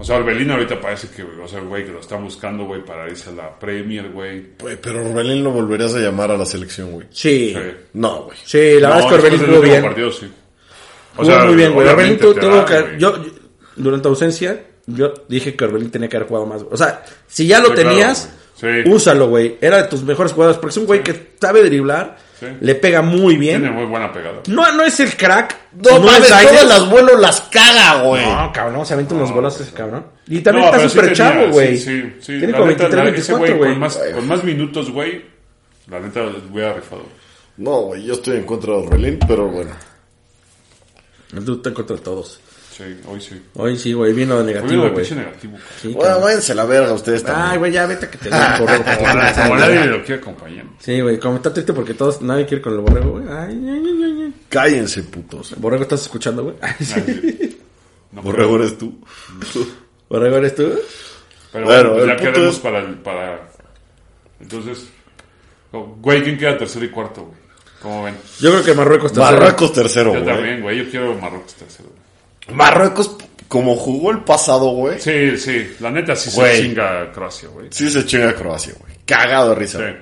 S2: O sea, Orbelín ahorita parece que, o sea, güey, que lo están buscando, güey, para irse a la Premier, güey.
S1: Güey, pero Orbelín lo volverías a llamar a la selección, güey.
S3: Sí.
S2: Sí.
S1: No, güey.
S3: Sí, la
S2: No,
S3: verdad es que Orbelín
S2: después del
S3: jugó
S2: último
S3: bien.
S2: partido, sí. O
S3: Jugó muy bien, güey.
S2: obviamente
S3: Orbelín tuvo
S2: te
S3: tuvo
S2: dan,
S3: que-
S2: güey.
S3: Yo, yo- durante ausencia, yo dije que Orbelín tenía que haber jugado más. güey. O sea, si ya lo
S2: Sí, claro,
S3: tenías,
S2: güey. Sí.
S3: úsalo, güey. Era de tus mejores jugadores. Porque es un güey que sabe driblar,
S2: Sí.
S3: le pega muy bien.
S2: Tiene muy buena pegada.
S3: No, no es el crack.
S1: No, mames,
S3: es Lainez.
S1: todas las vuelos las caga, güey.
S3: No, Ah, cabrón, se aventa unos golazos ese cabrón. Y también
S2: No,
S3: está
S2: pero sí
S3: súper
S2: tenía,
S3: chavo, güey.
S2: Sí, sí, sí.
S3: Tiene
S2: La
S3: como
S2: neta,
S3: 23,
S2: la- ese
S3: 24, güey.
S2: Con más, con más minutos, güey, la neta, hubiera rifado.
S1: No, güey, yo estoy en contra de Orbelín, pero bueno.
S3: Tú te contra todos.
S2: Sí, hoy sí.
S3: Hoy sí, güey, vino de
S2: Hoy vino
S3: negativo,
S2: de
S3: güey.
S2: pinche negativo. cabrón.
S3: Sí,
S1: Bueno,
S3: cabrón.
S1: váyanse la verga ustedes también.
S3: Ay, güey, ya vete que te den por
S2: Ojalá ojalá
S3: borrego.
S2: nadie lo quiera acompañar.
S3: Sí, güey, como está triste porque todos, nadie quiere con el borrego, güey. Ay, ay, ay, ay, ay.
S1: Cállense, putos.
S3: Borrego, ¿estás escuchando, güey? Ay, sí.
S2: No,
S1: Borrego eres tú.
S3: Borrego, ¿eres tú?
S2: Pero
S1: Bueno,
S2: bueno, pues
S1: el
S2: ya
S1: punto
S2: quedamos
S1: es-
S2: para el... Para... Entonces, oh, güey, ¿quién queda tercero y cuarto, güey? ¿Cómo ven?
S3: Yo creo que Marruecos está
S1: Marruecos tercero,
S2: Yo
S1: güey.
S2: también, güey. Yo quiero Marruecos tercero. güey.
S1: Marruecos, como jugó el pasado, güey.
S2: Sí, sí. La neta sí
S1: Güey.
S2: se chinga Croacia, güey.
S1: Sí se chinga a Croacia, güey. Cagado de risa.
S2: Sí.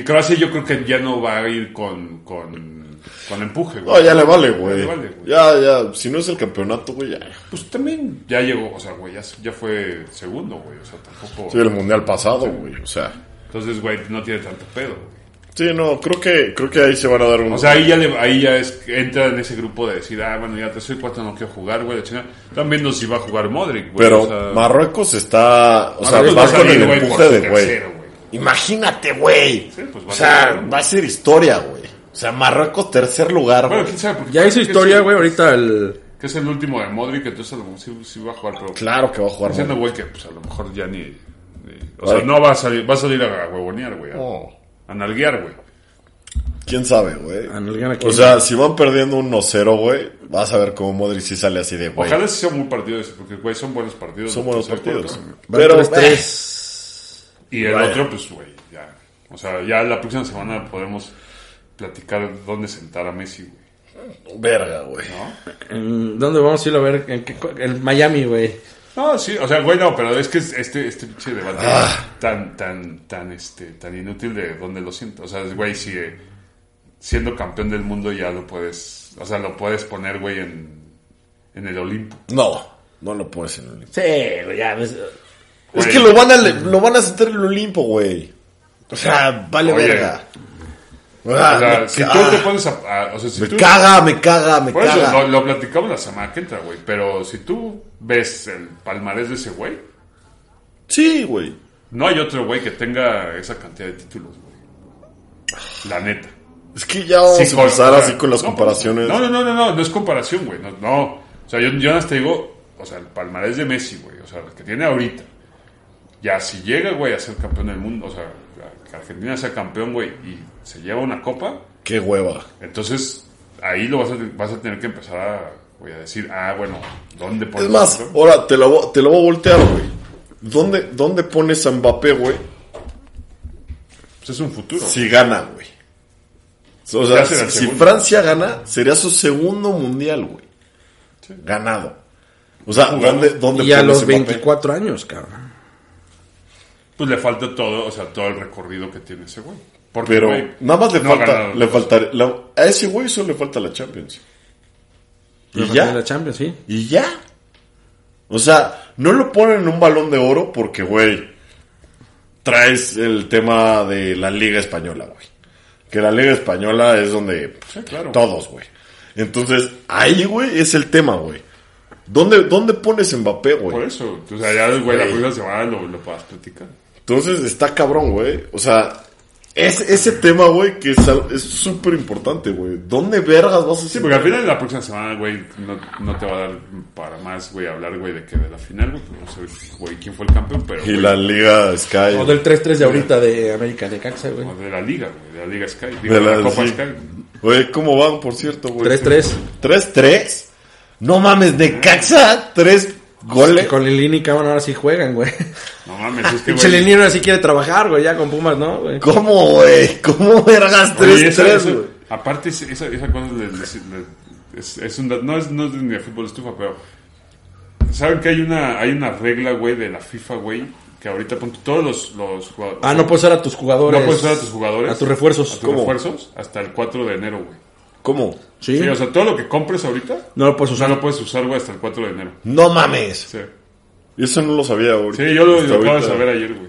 S2: Y Croacia yo creo que ya no va a ir con, con, con empuje, güey.
S1: No, ya le vale,
S2: Ya
S1: güey.
S2: le vale, güey.
S1: Ya, ya. Si no es el campeonato, güey, ya.
S2: Pues también ya llegó, o sea, güey, ya, ya fue segundo, güey. O sea, tampoco...
S1: Sí, el mundial pasado, güey. O sea.
S2: Entonces, güey, no tiene tanto pedo, güey.
S1: Sí, no, creo que, creo que ahí se van a dar un.
S2: O sea, ahí ya, le- ahí ya es, entra en ese grupo de decir, ah, bueno, ya te soy cuatro, no quiero jugar, güey, la chingada. Están viendo si va a jugar Modric, güey.
S1: pero
S2: o sea,
S1: Marruecos está. O sea,
S2: Marruecos
S1: va
S2: va a
S1: con el
S2: salir, güey,
S1: empuje
S2: por
S1: de, güey.
S2: tercero, güey.
S1: Imagínate, güey.
S2: Sí, pues va
S1: o
S2: a
S1: sea,
S2: ser-
S1: va a ser historia, güey. O sea, Marruecos tercer lugar,
S2: Bueno,
S1: güey.
S2: quién sabe. porque
S3: Ya
S2: creo
S3: hizo
S2: que es
S3: historia,
S2: el-
S3: güey, ahorita el...
S2: Que es el último de Modric, entonces a lo mejor sí, sí va a jugar, pero.
S1: Claro que va a jugar.
S2: Siendo
S1: güey.
S2: güey que, pues a lo mejor ya ni. ni- o
S1: Vale.
S2: sea, no va a salir, va a salir a huevonear, güey. A,
S1: No.
S2: a nalguear, güey.
S1: ¿Quién sabe, güey?
S3: Analgan aquí.
S1: O sea, si van perdiendo 1-0, güey, vas a ver cómo Modric sí sale así de, güey.
S2: Ojalá sí sea un buen partido ese, porque, güey, son buenos partidos.
S1: Son
S2: ¿no?
S1: buenos
S2: O sea,
S1: partidos.
S2: cuatro.
S3: pero...
S1: Pero,
S3: 3
S2: Y el
S1: Vaya.
S2: otro, pues, güey, ya. O sea, ya la próxima semana podemos platicar dónde sentar a Messi, güey.
S1: verga, güey.
S3: ¿Dónde vamos a ir a ver? En qué cu- en Miami, güey.
S2: No, sí, o sea, güey, no, pero es que es- este, este pinche debate
S1: Ah.
S2: tan, tan, tan, este, tan inútil de donde lo siento. O sea, güey, si eh, siendo campeón del mundo ya lo puedes, o sea, lo puedes poner, güey, en, en el Olimpo.
S1: No, no lo puedes en el Olimpo.
S3: Sí, güey, ya pues, ves.
S1: Es
S2: Güey.
S1: que lo van a, lo van a sentar en el Olimpo, güey. O sea, vale
S2: Oye.
S1: verga.
S2: O
S1: Ah,
S2: sea,
S1: me
S2: si
S1: ca-
S2: tú te pones a, a- o sea, si
S1: me
S2: tú,
S1: caga, me caga, me
S2: por eso
S1: caga.
S2: lo, lo platicamos la semana que entra, güey, pero si tú ves el palmarés de ese güey,
S1: Sí, güey.
S2: no hay otro güey que tenga esa cantidad de títulos, güey. La neta.
S1: Es que ya vamos
S2: Sí,
S1: a empezar
S2: con-
S1: así con las
S2: no, pues,
S1: comparaciones.
S2: No, no, no, no, no, no es comparación, güey. No, no. O sea, yo, yo nada más te digo, o sea, el palmarés de Messi, güey. O sea, el que tiene ahorita. Ya si llega, güey, a ser campeón del mundo, o sea, que Argentina sea campeón, güey, y se lleva una copa,
S1: Qué hueva.
S2: entonces ahí lo vas a, vas a tener que empezar a Voy a decir, ah, bueno, ¿dónde
S1: Es
S2: ponemos
S1: más,
S2: esto?
S1: ahora te lo, vo- te lo voy a voltear, güey. ¿Dónde, ¿Dónde pones a Mbappé, güey?
S2: Pues es un futuro.
S1: Si gana, güey. O sea,
S2: Ya será el
S1: si, si
S2: segundo.
S1: Francia gana, sería su segundo mundial, güey.
S2: Sí.
S1: Ganado. O sea,
S2: Jugando.
S1: ¿dónde, dónde
S3: Y a los
S1: Mbappé?
S3: 24 años, cabrón.
S2: Pues le falta todo, o sea, todo el recorrido que tiene ese güey. Porque,
S1: Pero
S2: güey,
S1: nada más le
S2: no ha
S1: falta,
S2: ganado.
S1: le faltaría- la- a ese güey solo le falta la Champions.
S3: Le
S1: Y
S3: faltó
S1: ya,
S3: la Champions, sí.
S1: y ya. O sea, no lo ponen en un balón de oro porque, güey, traes el tema de la Liga Española, güey. Que la Liga Española es donde pues,
S2: Sí, claro.
S1: todos, güey. Entonces, ahí, güey, es el tema, güey. ¿Dónde, ¿Dónde pones Mbappé,
S2: Por
S1: güey?
S2: eso, o sea, ya güey, la
S1: Güey.
S2: próxima semana lo, lo puedas platicar.
S1: Entonces, está cabrón, güey. O sea, es, ese tema, güey, que es al- es súper importante, güey. ¿Dónde vergas vas a
S2: Sí, porque al final de la próxima semana, güey, no, no te va a dar para más, güey, hablar, güey, de que de la final, güey, pues, no sé, güey, quién fue el campeón, pero
S1: Y
S2: güey,
S1: la Liga Sky.
S3: O del 3-3 de ahorita de América de Caxa, güey.
S2: no, de la liga, güey, de la Liga Sky, digo,
S1: de
S2: de la,
S1: la-
S2: Copa
S1: sí.
S2: Sky.
S1: Güey, ¿cómo van, por cierto, güey?
S3: 3-3.
S2: pues
S1: 3-3. No mames, de Caxa, 3
S3: Que
S1: goles.
S3: con Lilini, cabrón, ahora sí juegan, güey.
S2: No mames, es que,
S3: Pinche
S2: güey,
S3: Lilini ahora sí quiere trabajar, güey, ya con Pumas, ¿no? güey?
S1: ¿Cómo, güey? ¿Cómo vergas
S2: Oye, esa-
S1: 3-3,
S2: esa-
S1: güey?
S2: Aparte, es- esa, esa cosa le- le- le- es, es un, da- no es, no es ni de fútbol estufa, pero saben que hay una, hay una regla, güey, de la FIFA, güey, que ahorita pon tú, todos los, los jugadores.
S3: Ah, no puedes usar a tus jugadores.
S2: no puedes usar a tus jugadores.
S3: A tus refuerzos.
S2: a tus
S1: ¿Cómo?
S2: refuerzos hasta el 4 de enero, güey.
S1: ¿Cómo?
S3: Sí.
S2: Sí, o sea, todo lo que compres ahorita,
S3: No lo puedes
S2: o sea,
S3: usar.
S2: lo puedes usar, güey, hasta el 4 de enero.
S1: No mames.
S2: Sí,
S1: Eso no lo sabía ahorita.
S2: Sí, yo lo,
S1: Hasta
S2: lo acabo de
S1: ahorita.
S2: saber ayer, güey.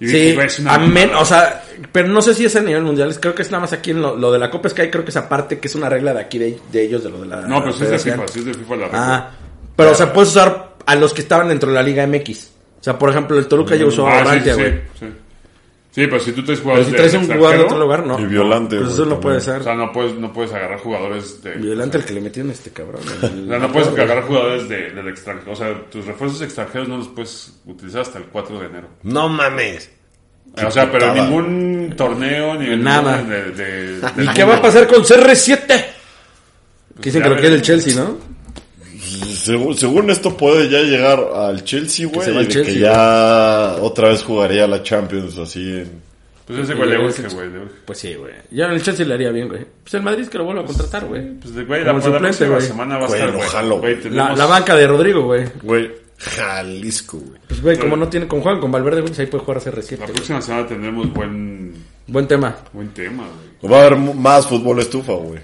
S2: Y dije,
S3: Sí,
S2: güey, es una
S3: a men-
S2: mamada.
S3: o sea, pero no sé si es a nivel mundial, es- creo que es nada más aquí en lo, lo de la Copa Sky, creo que es aparte, que es una regla de aquí de, de ellos, de lo de la...
S2: No, pero sí es de
S3: federación.
S2: FIFA, sí es de FIFA la regla.
S3: Ah, pero o sea, puedes usar a los que estaban dentro de la Liga MX. O sea, por ejemplo, el Toluca ya usó a
S2: Ah, sí,
S3: Arrantia,
S2: sí,
S3: güey.
S2: sí, sí. Sí, pero si tú traes
S3: Pero
S2: jugadores
S3: si
S2: de-
S3: traes
S2: de
S3: un jugador de
S2: extranjero,
S3: otro lugar, no.
S1: Y Violante,
S3: Pues eso
S1: güey,
S3: no puede
S1: también.
S2: O
S3: ser.
S2: sea, no puedes, no puedes agarrar jugadores de...
S3: Violante el que le metieron a este cabrón.
S2: O sea, no puedes agarrar jugadores de, del extranjero. O sea, tus refuerzos extranjeros no los puedes utilizar hasta el 4 de enero.
S1: No mames.
S2: o sea, pero en
S1: putada.
S2: ningún torneo ni en
S3: Nada.
S2: ningún De, de-
S3: ¿Y
S2: del
S3: qué va a
S2: mundo.
S3: pasar con CR7? Que dicen que
S2: Pues ya
S3: lo quiere el
S2: veremos.
S3: Chelsea, ¿no?
S1: Según, según esto puede ya llegar al Chelsea, güey.
S3: se
S1: y
S3: va al
S1: de
S3: Chelsea,
S1: que ya otra vez jugaría la Champions así en...
S2: Pues ese güey le urge, güey. le urge.
S3: Pues sí, güey. Yo en el Chelsea le haría bien, güey. Pues el Madrid es que lo vuelva a contratar, güey.
S2: Pues de- güey, la,
S3: Como
S2: la
S3: el suplente,
S2: próxima
S3: güey.
S2: semana va a
S1: Güey,
S2: estar,
S1: lo
S2: güey.
S1: jalo,
S2: Güey,
S1: güey.
S3: La,
S2: tenemos-
S3: la banca de Rodrigo, güey.
S1: Güey, Jalisco, güey.
S3: Pues, güey, como no tiene con Juan, con Valverde, güey, pues ahí puede jugar a CR7.
S2: la
S3: güey.
S2: próxima semana tendremos buen,
S3: Buen tema.
S2: buen tema, güey.
S1: Va a haber mu- más fútbol estufa, güey.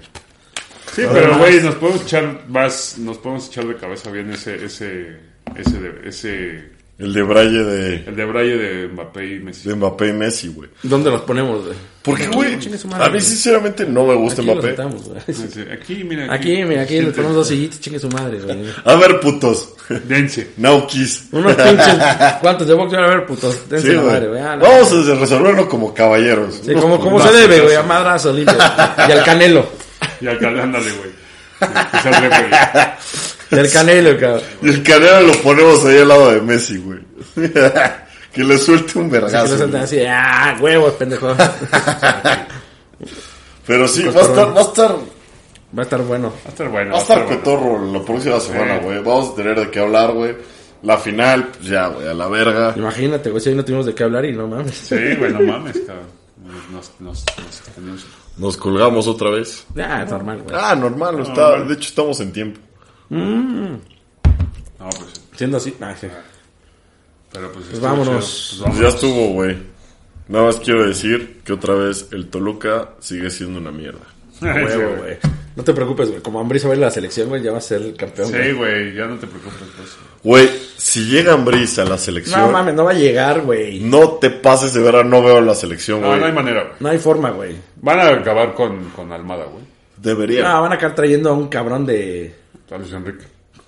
S2: Sí, pero güey, nos podemos echar más, nos podemos echar de cabeza bien ese, ese, ese, de- ese,
S1: El de Braille de,
S2: el de Braille de Mbappé y Messi.
S1: de Mbappé y Messi, güey.
S3: ¿Dónde los ponemos, güey?
S1: Porque, güey,
S3: Chingue su
S1: a
S3: madre,
S1: mí
S3: güey.
S1: sinceramente no me
S2: Este
S1: gusta
S3: Aquí los
S1: Mbappé.
S3: sentamos, güey.
S2: Sí, Aquí, mira, aquí.
S3: Aquí, mira, aquí le
S2: Siéntate.
S3: ponemos dos sillitas, chingue su madre, güey.
S1: A ver, putos.
S2: Dense.
S1: Now kiss.
S3: Unos pinches cuantos de box, a ver, putos. Dense
S1: Sí,
S3: la
S1: güey.
S3: madre, güey. Ah, la-
S1: Vamos a resolverlo como caballeros.
S3: Sí,
S1: Unos
S3: como, como se
S1: putazos.
S3: debe, güey, a madrazo limpio. Y al canelo.
S2: Y al canal, ándale, güey. Que sea el referee.
S3: Y al canelo, cabrón.
S1: Y el canelo lo ponemos ahí al lado de Messi, güey. que le suelte un
S3: Así que lo
S1: vergazo.
S3: sueltan
S1: güey.
S3: así, ah, huevos, pendejo. Va
S1: Pero sí, va a estar, va a estar,
S3: a estar bueno.
S2: Va a estar bueno.
S1: va a estar
S2: bueno.
S1: cotorro la próxima semana,
S2: Sí.
S1: güey. Vamos a tener de qué hablar, güey. La final, pues ya, güey, a la verga.
S3: Imagínate, güey, si hoy no tuvimos de qué hablar y no mames.
S2: Sí, güey, no mames, cabrón. Nos, nos, nos, nos tenemos-
S1: Nos colgamos otra vez.
S3: Ah, es normal, güey.
S1: Ah, normal, está,
S2: normal.
S1: de hecho estamos en tiempo.
S2: No, pues,
S3: Siendo así, ah, sí.
S2: pero pues. estuvo
S3: vámonos.
S2: chido.
S1: Pues
S2: Pues
S1: ya estuvo, güey. Nada más quiero decir que otra vez el Toluca sigue siendo una mierda.
S2: vámonos. Sí,
S3: Huevo, güey. No te preocupes, güey. Como Ambris va a ir a la selección, güey, ya va a ser el campeón. güey.
S2: Sí, güey, ya no te preocupes pues. por eso.
S1: Güey, si llega Ambriz a la selección,
S3: No
S1: no,
S3: mames, no va a llegar, güey.
S1: te pases de ver, no veo la selección,
S2: No,
S1: güey.
S2: no hay manera, güey.
S3: No hay forma, güey.
S2: Van a acabar con, con Almada, güey.
S1: Debería.
S3: No, van a acabar trayendo a un cabrón de.
S2: A Luis Enrique.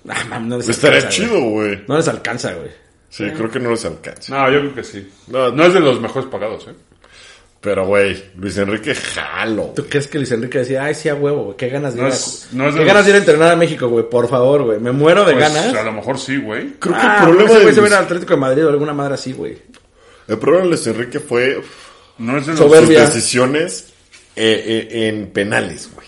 S3: Ah, mames, no les
S2: Pues
S1: Estaría
S3: alcanza, güey.
S1: chido, güey.
S3: No les alcanza, güey.
S1: Sí, creo que no les alcanza.
S2: No, yo creo que sí.
S1: No,
S2: No, es de los mejores pagados, ¿eh?
S1: Pero, güey, Luis Enrique, jalo.
S3: ¿Tú crees que Luis Enrique decía, ay, sí, a huevo, güey, qué ganas de
S2: No
S3: ir a,
S2: es- no es
S3: qué
S2: de
S3: ganas
S2: los-
S3: de ir a entrenar a México, güey? Por favor, güey, me muero de
S2: Pues,
S3: ganas.
S2: a lo mejor sí, güey.
S1: Creo que
S3: Ah,
S1: el problema
S3: ese
S1: de
S3: güey se va a
S1: Luis,
S3: ir al Atlético de Madrid o alguna madre así, güey.
S1: el problema de Luis Enrique fue uf,
S2: No es de los
S1: sus
S3: Soberbia.
S1: decisiones eh, eh, en penales, güey.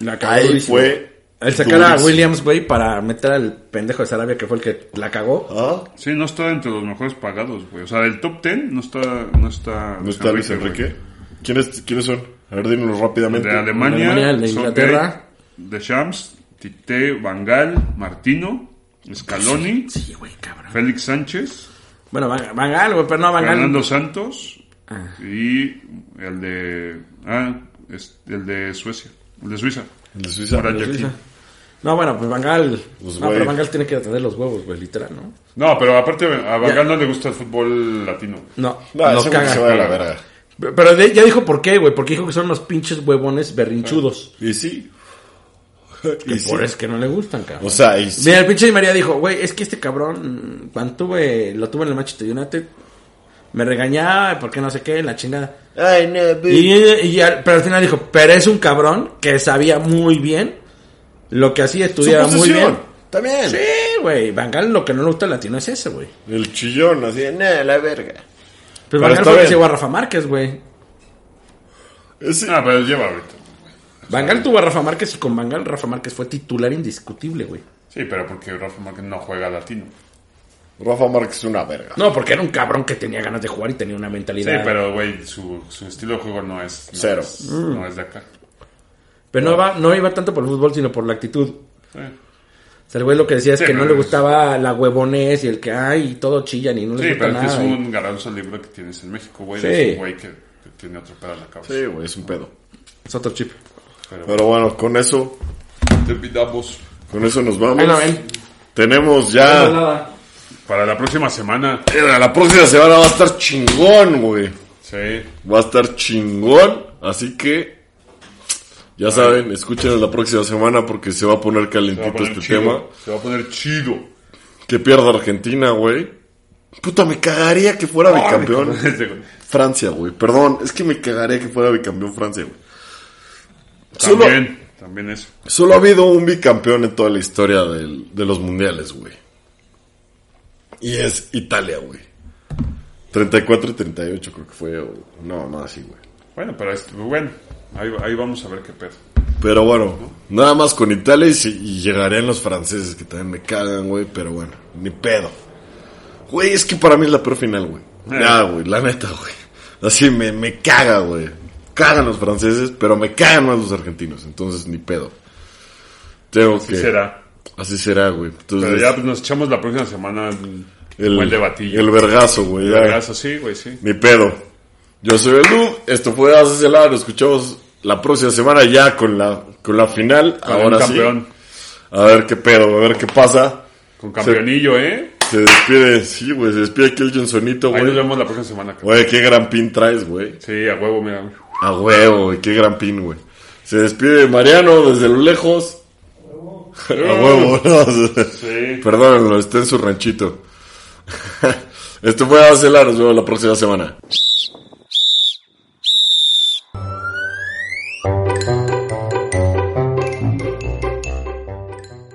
S3: La cagó
S1: Ahí
S3: durísimo.
S1: fue
S3: El sacar a
S1: Durísimo.
S3: Williams, güey, para meter al pendejo de Sarabia que fue el que la cagó.
S1: ¿Ah?
S2: Sí, no está entre los mejores pagados, güey. O sea, del top 10 no está. No está,
S1: ¿No está Luis Enrique? ¿Quiénes, ¿Quiénes son? A ver, dímelo
S2: güey.
S1: rápidamente.
S2: De Alemania,
S3: Alemania, el de Inglaterra.
S2: De Shams, Tite, Vangal, Martino, Scaloni,
S3: Sí, güey, cabrón.
S2: Félix Sánchez,
S3: Bueno, Van Van Gaal, güey, pero no Ah, Van Gaal.
S2: Fernando Santos y el de. Ah, es- el de Suecia. El de Suiza.
S1: De Suiza.
S2: Ahora ya-
S3: Suiza. No, bueno, pues Van Gaal.
S1: Pues,
S3: no,
S1: güey.
S3: pero Van Gaal tiene que atender los huevos, güey, literal, ¿no?
S2: No, pero aparte a Vangal
S3: Ya.
S2: no le gusta el fútbol latino.
S3: No,
S1: No,
S3: lo
S1: ese güey
S3: caga.
S1: se va a la verga.
S3: Pe- Pero de- ya dijo por qué, güey, porque dijo que son unos pinches huevones berrinchudos.
S1: Y sí.
S3: Que
S1: Ah, Y sí.
S3: por eso es que no le gustan, cabrón.
S1: O sea, y sí.
S3: Mira, el pinche Di María dijo, güey, es que este cabrón, mm, cuando tuve, lo tuve en el Manchester United, me regañaba porque no sé qué, la chingada.
S1: Ay, no,
S3: Y, y al- pero al final dijo, pero es un cabrón que sabía muy bien lo que hacía, estudiaba muy bien.
S1: También.
S3: Sí, güey, Van Gaal lo que no le gusta al latino es ese, güey.
S1: El chillón, así de, nah, la verga.
S3: Pues Van Gaal
S1: está
S3: fue el que
S1: bien.
S3: llegó a Rafa Márquez, güey.
S1: Ese-
S2: Ah, pero lleva ahorita.
S3: Van Gaal tuvo a Rafa Márquez y con Van Gaal Rafa Márquez fue titular indiscutible, güey.
S2: Sí, pero porque Rafa Márquez no juega latino.
S1: Rafa Márquez es una verga.
S3: No, porque era un cabrón que tenía ganas de jugar y tenía una
S2: Sí,
S3: mentalidad. pero...
S2: pero güey, su, su estilo de juego no es. no
S1: Cero.
S2: es-
S3: Mm.
S2: no es de acá.
S3: no, iba, no iba tanto por el fútbol, sino por la actitud.
S2: Sí.
S3: O sea, el güey lo que decía es
S2: Sí,
S3: que no
S2: pero
S3: le
S2: es-
S3: gustaba la huevones y el que, ay, y todo chillan y no les
S2: Sí,
S3: gusta
S2: pero es que
S3: nada.
S2: es
S3: y-
S2: un garanzo libre que tienes en México, güey.
S3: Sí.
S2: Es un güey que, que tiene otro pedo en la cabeza.
S1: Sí, güey, es un pedo.
S3: Es otro chip.
S2: Pero,
S1: Pero bueno, con eso,
S2: terminamos.
S1: con eso nos vamos.
S3: Ahí la ven.
S2: Pues,
S1: Tenemos ya.
S3: nada.
S2: Para la próxima semana.
S1: Mira, La próxima semana va a estar chingón, güey.
S2: Sí.
S1: Va a estar chingón. Así que. Ya saben, escuchen la próxima semana porque se va a poner
S2: Se va a
S1: calentito
S2: poner
S1: este
S2: chido.
S1: tema.
S2: Se va a poner chido.
S1: Que pierda Argentina, güey. Puta, me cagaría que fuera bicampeón.
S2: Este güey.
S1: Francia, güey. Perdón, es que me cagaría que fuera bicampeón Francia, güey. Solo,
S2: También, también eso.
S1: solo ha habido un bicampeón en toda la historia del- de los mundiales, güey. Y es Italia, güey. 34 y 38 creo que fue. o- No, no, así, güey.
S2: Bueno, pero este- bueno, ahí, ahí vamos a ver qué pedo.
S1: Pero bueno, nada más con Italia y, si- y llegarían los franceses que también me cagan, güey. Pero bueno, ni pedo. Güey, es que para mí es la peor final, güey.
S2: Eh.
S1: Ya, güey, la neta, güey. Así me, me caga, güey. Cagan los franceses, pero me cagan más los argentinos. Entonces, ni pedo. Tengo
S2: Sí
S1: que...
S2: será.
S1: Así será, güey. Entonces,
S2: Pero ya pues, nos echamos la próxima semana el,
S1: el,
S2: buen debatillo.
S1: El vergazo, güey. ya.
S2: Abrazo, sí, güey, sí.
S1: Ni pedo. Yo soy el Luz. Esto fue Haces el Nos escuchamos la próxima semana ya con la, con la final.
S2: Con
S1: Ahora
S2: un
S1: sí.
S2: campeón.
S1: A ver qué pedo, a ver qué pasa.
S2: Con campeonillo, ¿eh?
S1: Se despide, sí, güey, se despide aquí el Johnsonito,
S2: Ahí nos
S1: güey.
S2: vemos la próxima semana. cabrón.
S1: Güey, qué gran pin traes, güey.
S2: Sí, a huevo, mira.
S1: A huevo, güey, qué gran pin, güey. Se despide Mariano desde lo lejos. A huevo, no.
S2: Sí.
S1: Perdónenlo, está en su ranchito. Esto fue Acela, nos vemos la próxima semana.